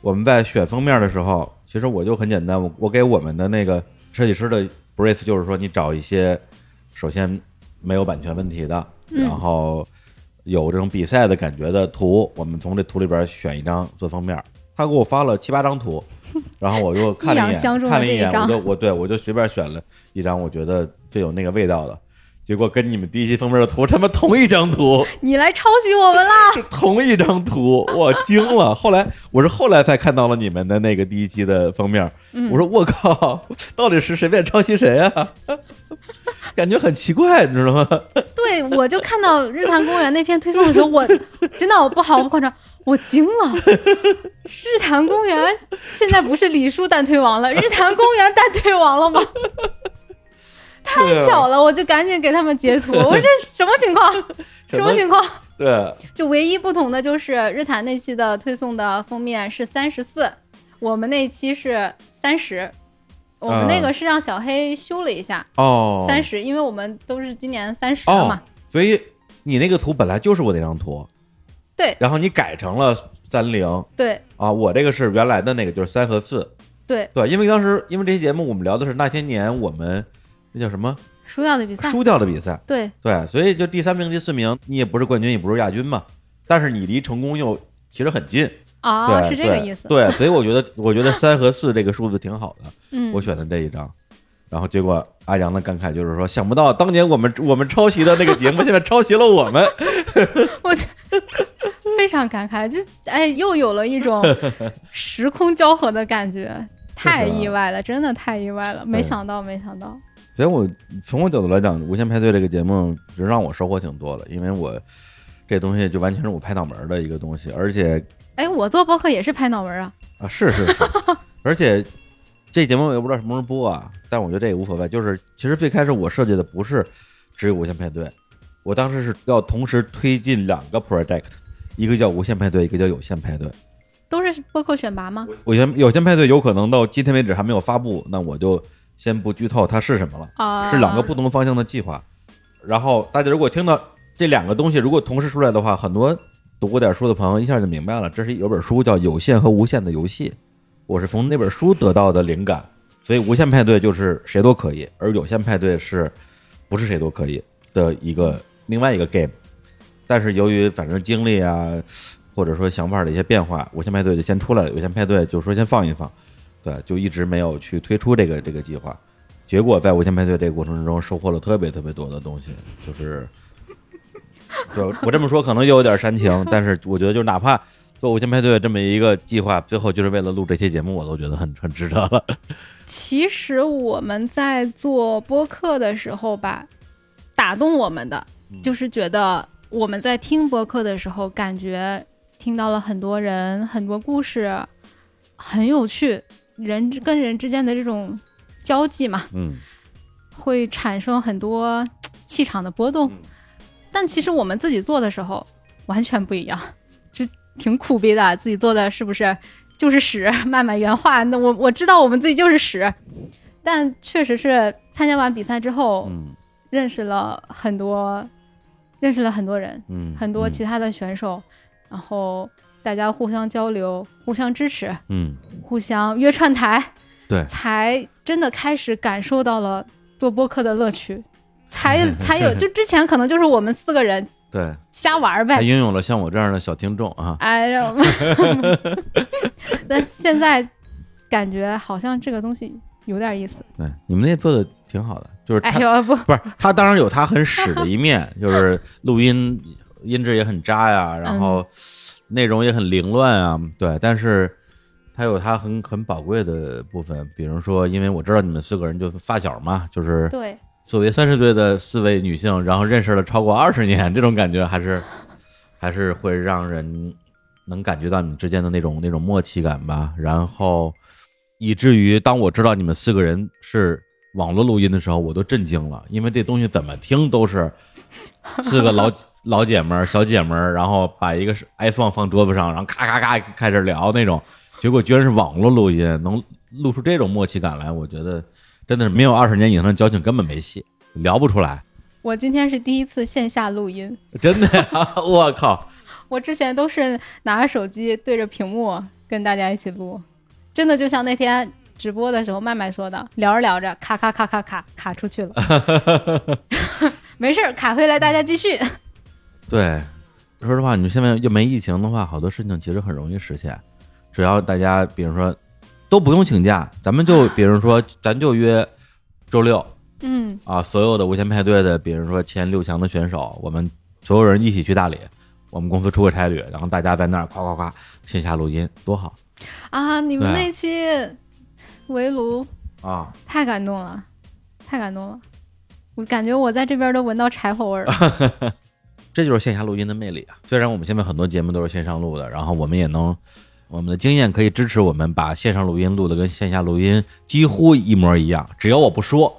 Speaker 1: 我们在选封面的时候，其实我就很简单，我我给我们的那个设计师的 brief 就是说，你找一些首先没有版权问题的，
Speaker 2: 嗯
Speaker 1: 然后有这种比赛的感觉的图，我们从这图里边选一张做封面。他给我发了七八张
Speaker 2: <laughs>
Speaker 1: 图，然后我就看了
Speaker 2: 一
Speaker 1: 一
Speaker 2: 眼
Speaker 1: 眼，
Speaker 2: 相中了
Speaker 1: 看了
Speaker 2: 这一
Speaker 1: 眼，
Speaker 2: 张
Speaker 1: 我就我对我就随便选了一张我觉得最有那个味道的，结果跟你们第一期封面的图他妈同一张图。
Speaker 2: 你来抄袭我们啦！
Speaker 1: <laughs> 是同一张图，我惊了。后来我是后来才看到了你们的那个第一期的封面，
Speaker 2: 嗯
Speaker 1: 我说我靠，到底是谁在抄袭谁啊？ <laughs> 感觉很奇怪，你知道吗？
Speaker 2: 对，我就看到日坛公园那篇推送的时候，我 <laughs> 真的我不好，我不夸张，我惊了。日坛公园现在不是李叔单推王了，日坛公园单推王了吗？太巧了，我就赶紧给他们截图，我说这什么情况？什么情况？
Speaker 1: 对，
Speaker 2: 就唯一不同的就是日坛那期的推送的封面是三十四，我们那期是三十，我们那个是让小黑修了一下
Speaker 1: 哦，
Speaker 2: 三十、因为我们都是今年三十
Speaker 1: 哦
Speaker 2: 嘛。，
Speaker 1: 所以你那个图本来就是我那张图，
Speaker 2: 对
Speaker 1: 然后你改成了三零
Speaker 2: 对
Speaker 1: 啊，我这个是原来的那个就是三和四，
Speaker 2: 对，
Speaker 1: 对，因为当时因为这期节目我们聊的是那些年我们那叫什么
Speaker 2: 输掉的比赛，
Speaker 1: 输掉的比赛，
Speaker 2: 对
Speaker 1: 对，所以就第三名、第四名，你也不是冠军，也不是亚军嘛，但是你离成功又其实很近，
Speaker 2: 啊，
Speaker 1: 对
Speaker 2: 是这个
Speaker 1: 对
Speaker 2: 意思。
Speaker 1: 对，所以我觉得我觉得三和四这个数字挺好的，
Speaker 2: 嗯，
Speaker 1: 我选的这一张。然后结果阿阳的感慨就是说，想不到当年我们我们抄袭的那个节目，现在抄袭了我
Speaker 2: <laughs>
Speaker 1: 们。
Speaker 2: 我就非常感慨，就哎，又有了一种
Speaker 1: <laughs>
Speaker 2: 时空交合的感觉，太意外了，真的太意外了，没想到，没想到，
Speaker 1: 所以我从我角度来讲，《无限派对》这个节目其实让我收获挺多的，因为我这东西就完全是我拍脑门儿的一个东西，而且
Speaker 2: 哎，我做播客也是拍脑门儿啊，
Speaker 1: 啊，是是是，而且这节目我也不知道什么时候播啊，但我觉得这也无所谓。就是其实最开始我设计的不是只有无限派对，我当时是要同时推进两个 project，一个叫无限派对，一个叫有限派对。
Speaker 2: 都是播客选拔吗？
Speaker 1: 我先有限派对有可能到今天为止还没有发布，那我就先不剧透它是什么了。
Speaker 2: 啊，
Speaker 1: 是两个不同方向的计划。然后大家如果听到这两个东西如果同时出来的话，很多读过点书的朋友一下就明白了，这是有本书叫《有限和无限的游戏》，我是从那本书得到的灵感。所以无限派对就是谁都可以，而有限派对是不是谁都可以的一个另外一个 game。但是由于反正经历啊，或者说想法的一些变化，无限派对就先出来了，有限派对就说先放一放，对，就一直没有去推出这个这个计划。结果在无限派对这个过程中收获了特别特别多的东西，就是，对我这么说可能又有点煽情，但是我觉得就是哪怕做无限派对这么一个计划，最后就是为了录这期节目，我都觉得很很值得了。
Speaker 2: 其实我们在做播客的时候吧，打动我们的就是觉得我们在听播客的时候，感觉听到了很多人、很多故事，很有趣，人之跟人之间的这种交际嘛，
Speaker 1: 嗯，
Speaker 2: 会产生很多气场的波动
Speaker 1: 嗯。
Speaker 2: 但其实我们自己做的时候完全不一样，就挺苦逼的。自己做的是不是就是屎？漫漫原话，那我我知道我们自己就是屎，但确实是参加完比赛之后，
Speaker 1: 嗯
Speaker 2: 认识了很多，认识了很多人，
Speaker 1: 嗯，
Speaker 2: 很多其他的选手，然后大家互相交流、互相支持、
Speaker 1: 嗯
Speaker 2: 互相约串台，
Speaker 1: 对
Speaker 2: 才真的开始感受到了做播客的乐趣，才
Speaker 1: 嗯
Speaker 2: 才有就之前可能就是我们四个人
Speaker 1: 对，
Speaker 2: 瞎玩儿
Speaker 1: 还
Speaker 2: 呗，
Speaker 1: 拥有了像我这样的小听众啊，
Speaker 2: 哎，
Speaker 1: <laughs>
Speaker 2: 让我们 <laughs> 但现在感觉好像这个东西有点意思，
Speaker 1: 对，你们那做的挺好的，就是
Speaker 2: 哎
Speaker 1: 他
Speaker 2: 呦不，
Speaker 1: 不是他当然有他很屎的一面，就是录音音质也很渣呀，然后内容也很凌乱啊，对，但是他有他很很宝贵的部分，比如说，因为我知道你们四个人就发小嘛，就是
Speaker 2: 对，
Speaker 1: 作为三十岁的四位女性，然后认识了超过二十年，这种感觉还是还是会让人能感觉到你们之间的那种那种默契感吧。然后以至于当我知道你们四个人是网络录音的时候，我都震惊了，因为这东西怎么听都是四个老老姐们儿、小姐们儿，然后把一个是 iPhone 放桌子上，然后咔咔咔开始聊那种，结果居然是网络录音，能录出这种默契感来，我觉得。真的是没有二十年以上的交情根本没戏，聊不出来，
Speaker 2: 我今天是第一次线下录音，
Speaker 1: 真的呀！ <laughs> 我靠，
Speaker 2: 我之前都是拿着手机对着屏幕跟大家一起录，真的就像那天直播的时候麦麦说的，聊着聊着，咔咔咔咔咔卡出去了，
Speaker 1: <laughs>
Speaker 2: 没事儿，卡回来大家继续。
Speaker 1: 对，说实话，你们现在又没疫情的话，好多事情其实很容易实现，只要大家比如说都不用请假，咱们就比如说咱就约周六
Speaker 2: 嗯，
Speaker 1: 啊，所有的无限派对的，比如说前六强的选手，我们所有人一起去大理。我们公司出个差旅，然后大家在那儿夸夸夸线下录音，多好
Speaker 2: 啊，你们
Speaker 1: 对啊
Speaker 2: 那期围炉
Speaker 1: 啊！
Speaker 2: 太感动了，太感动了，我感觉我在这边都闻到柴火味儿了。
Speaker 1: <laughs> 这就是线下录音的魅力啊！虽然我们现在很多节目都是线上录的，然后我们也能，我们的经验可以支持我们把线上录音录的跟线下录音几乎一模一
Speaker 2: 嗯
Speaker 1: 样。只要我不说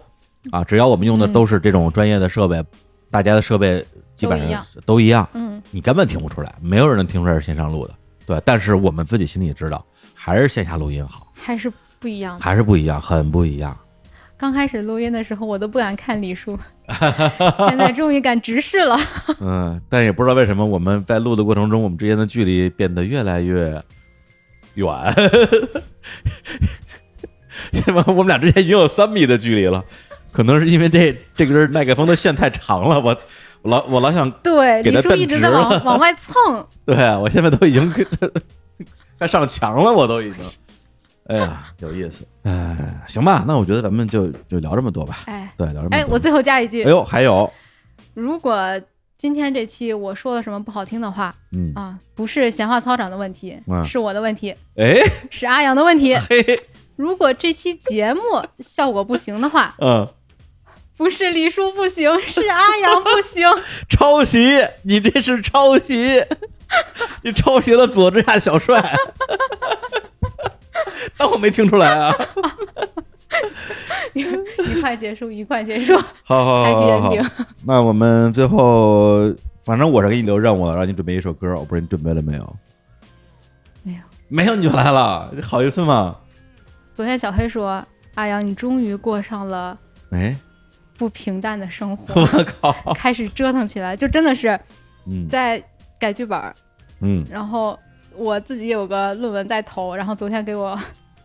Speaker 1: 啊，只要我们用的都是这种专业的设备，大家的设备基本
Speaker 2: 都一
Speaker 1: 上
Speaker 2: 样
Speaker 1: 是都一样， <laughs>
Speaker 2: 嗯，
Speaker 1: 你根本听不出来，没有人能听出来是线上录的，对。但是我们自己心里知道，还是线下录音好，
Speaker 2: 还是不一样的。
Speaker 1: 还是不一样，很不一样。
Speaker 2: 刚开始录音的时候，我都不敢看礼数，现在终于敢直视了。
Speaker 1: 嗯，但也不知道为什么我们在录的过程中，我们之间的距离变得越来越远。 <laughs> 现在我们俩之间已经有三米的距离了，可能是因为这这根麦克风的线太长了，我我老我老想，
Speaker 2: 对，
Speaker 1: 给
Speaker 2: 礼
Speaker 1: 它
Speaker 2: 数
Speaker 1: 蹬
Speaker 2: 一直
Speaker 1: 直
Speaker 2: 在
Speaker 1: 了 <laughs>
Speaker 2: 往往外蹭，
Speaker 1: 对我现在都已经快上墙了，我都已经。哎呀，有意思。哎，行吧，那我觉得咱们就就聊这么多吧。
Speaker 2: 哎
Speaker 1: 对，聊这么多。
Speaker 2: 哎，我最后加一句
Speaker 1: 哎，呦，还有，
Speaker 2: 如果今天这期我说了什么不好听的话
Speaker 1: 嗯，
Speaker 2: 啊，不是闲话操场的问题，
Speaker 1: 嗯
Speaker 2: 是我的问题，
Speaker 1: 哎，
Speaker 2: 是阿阳的
Speaker 1: <laughs>
Speaker 2: 问题。
Speaker 1: 嘿嘿，
Speaker 2: 如果这期节目效果不行的话，
Speaker 1: 嗯，
Speaker 2: 不是李叔不行，是阿阳不行。 <laughs>
Speaker 1: 抄袭！你这是抄袭！ <laughs> 你抄袭了佐治亚小帅， <laughs> 当我没听出来啊！
Speaker 2: 愉快结束，愉快结束。
Speaker 1: <laughs> 好好好
Speaker 2: Happy
Speaker 1: 好好
Speaker 2: ending
Speaker 1: <laughs> 那我们最后，反正我是给你留任务了，让你准备一首歌，我不知道你准备了没有？
Speaker 2: 没有，
Speaker 1: 没有你就来了，好意思吗？
Speaker 2: 昨天小黑说：“阿阳，你终于过上了
Speaker 1: 哎，
Speaker 2: 不平淡的生
Speaker 1: <laughs>
Speaker 2: 活，
Speaker 1: 我靠！
Speaker 2: 开始折腾起来。”就真的是
Speaker 1: 嗯
Speaker 2: 在改剧本儿，
Speaker 1: 嗯，
Speaker 2: 然后我自己有个论文在投，然后昨天给我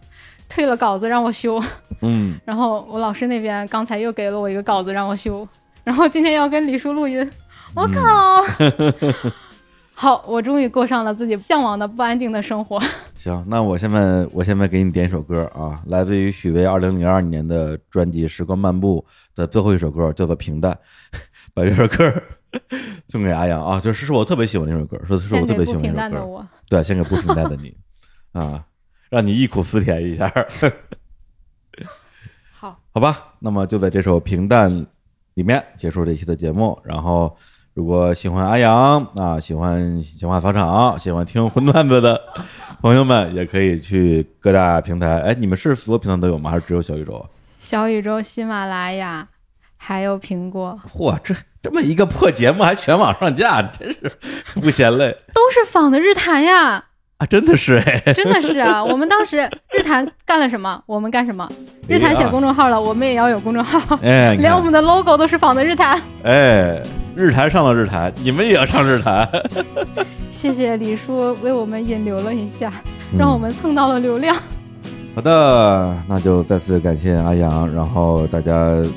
Speaker 2: <laughs> 退了稿子让我修，
Speaker 1: 嗯，
Speaker 2: 然后我老师那边刚才又给了我一个稿子让我修，然后今天要跟李叔录音，我
Speaker 1: 嗯
Speaker 2: 靠！ <laughs> 好，我终于过上了自己向往的不安定的生活。
Speaker 1: 行，那我现在我现在给你点一首歌啊，来自于许巍二零零二年的专辑《时光漫步》的最后一首歌，叫做《平淡》， <laughs> 把这首歌 <laughs> 送给阿阳啊，就是是我特别喜欢那首歌，说的是
Speaker 2: 献
Speaker 1: 我特
Speaker 2: 给
Speaker 1: 别
Speaker 2: 不
Speaker 1: 喜欢
Speaker 2: 平
Speaker 1: 那
Speaker 2: 淡
Speaker 1: 首
Speaker 2: 的
Speaker 1: 歌，
Speaker 2: 我，
Speaker 1: 对，献给不平淡的你 <laughs> 啊，让你忆苦思甜一下，
Speaker 2: 好，
Speaker 1: 好吧？那么就在这首《平淡》里面结束这期的节目，然后。如果喜欢阿阳啊，喜欢闲话操场，喜欢听荤段子的朋友们，也可以去各大平台。哎，你们是所有平台都有吗？还是只有小宇宙啊？
Speaker 2: 小宇宙、喜马拉雅，还有苹果，
Speaker 1: 嚯，这这么一个破节目还全网上架，真是不嫌累
Speaker 2: 都是仿的日坛呀！
Speaker 1: 啊！真的是哎，
Speaker 2: 真的是啊，我们当时日坛干了什么，我们干什么。日坛写公众号了，我们也要有公众号，
Speaker 1: 哎，你看
Speaker 2: 连我们的 logo 都是仿的日坛。
Speaker 1: 哎，日坛上了日坛，你们也要上日坛，
Speaker 2: 谢谢李叔为我们引流了一下，
Speaker 1: 嗯
Speaker 2: 让我们蹭到了流量。
Speaker 1: 好的，那就再次感谢阿阳，然后大家，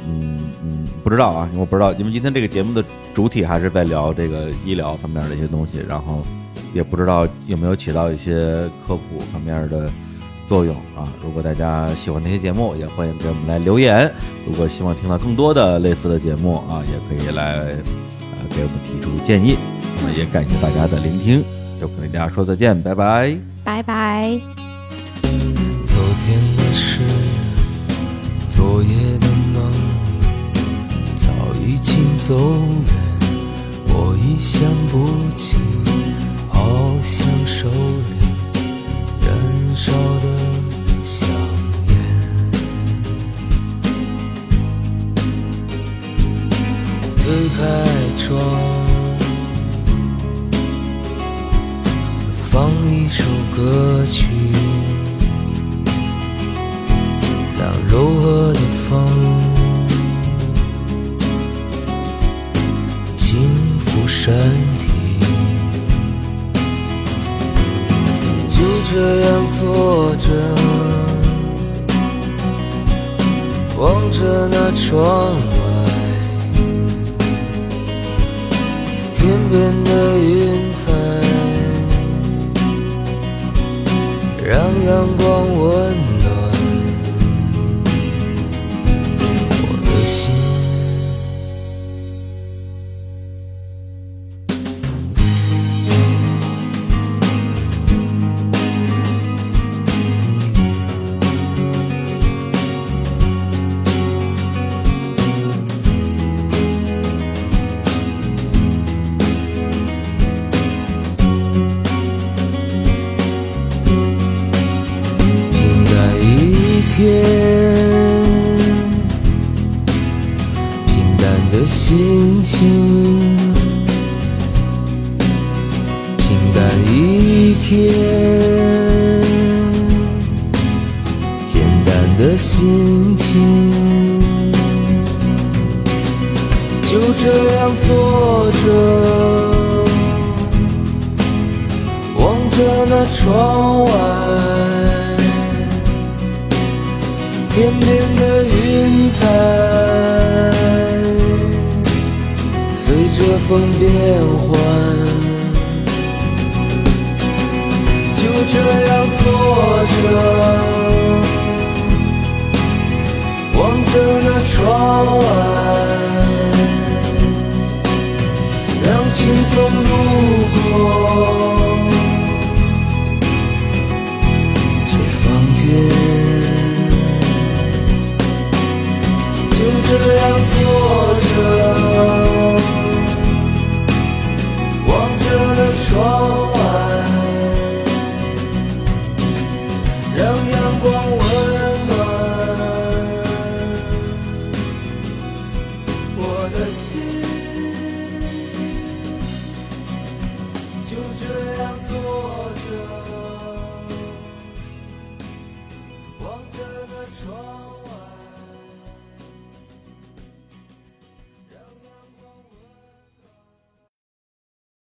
Speaker 1: 嗯嗯，不知道啊，因为我不知道，因为今天这个节目的主体还是在聊这个医疗方面的一些东西，然后也不知道有没有起到一些科普方面的作用啊。如果大家喜欢这些节目，也欢迎给我们来留言。如果希望听到更多的类似的节目啊，也可以来呃给我们提出建议。那么也感谢大家的聆听，就跟大家说再见，拜拜。
Speaker 2: 拜拜。
Speaker 3: 昨天的事，昨夜的梦，早已经走远，我已想不起，好像手里燃烧的香烟。推开窗，放一首歌曲。让柔和的风轻抚身体。就这样坐着，望着那窗外，天边的云彩，让阳光温暖。我的心。平淡一天，平淡的心情，天，简单的心情，就这样坐着，望着那窗外，天边的云彩。随着风变幻，就这样坐着，望着那窗外，让清风路过这房间。就这样坐着，望着那窗外，让阳光温暖我的心。就这样坐着，望着那窗。外。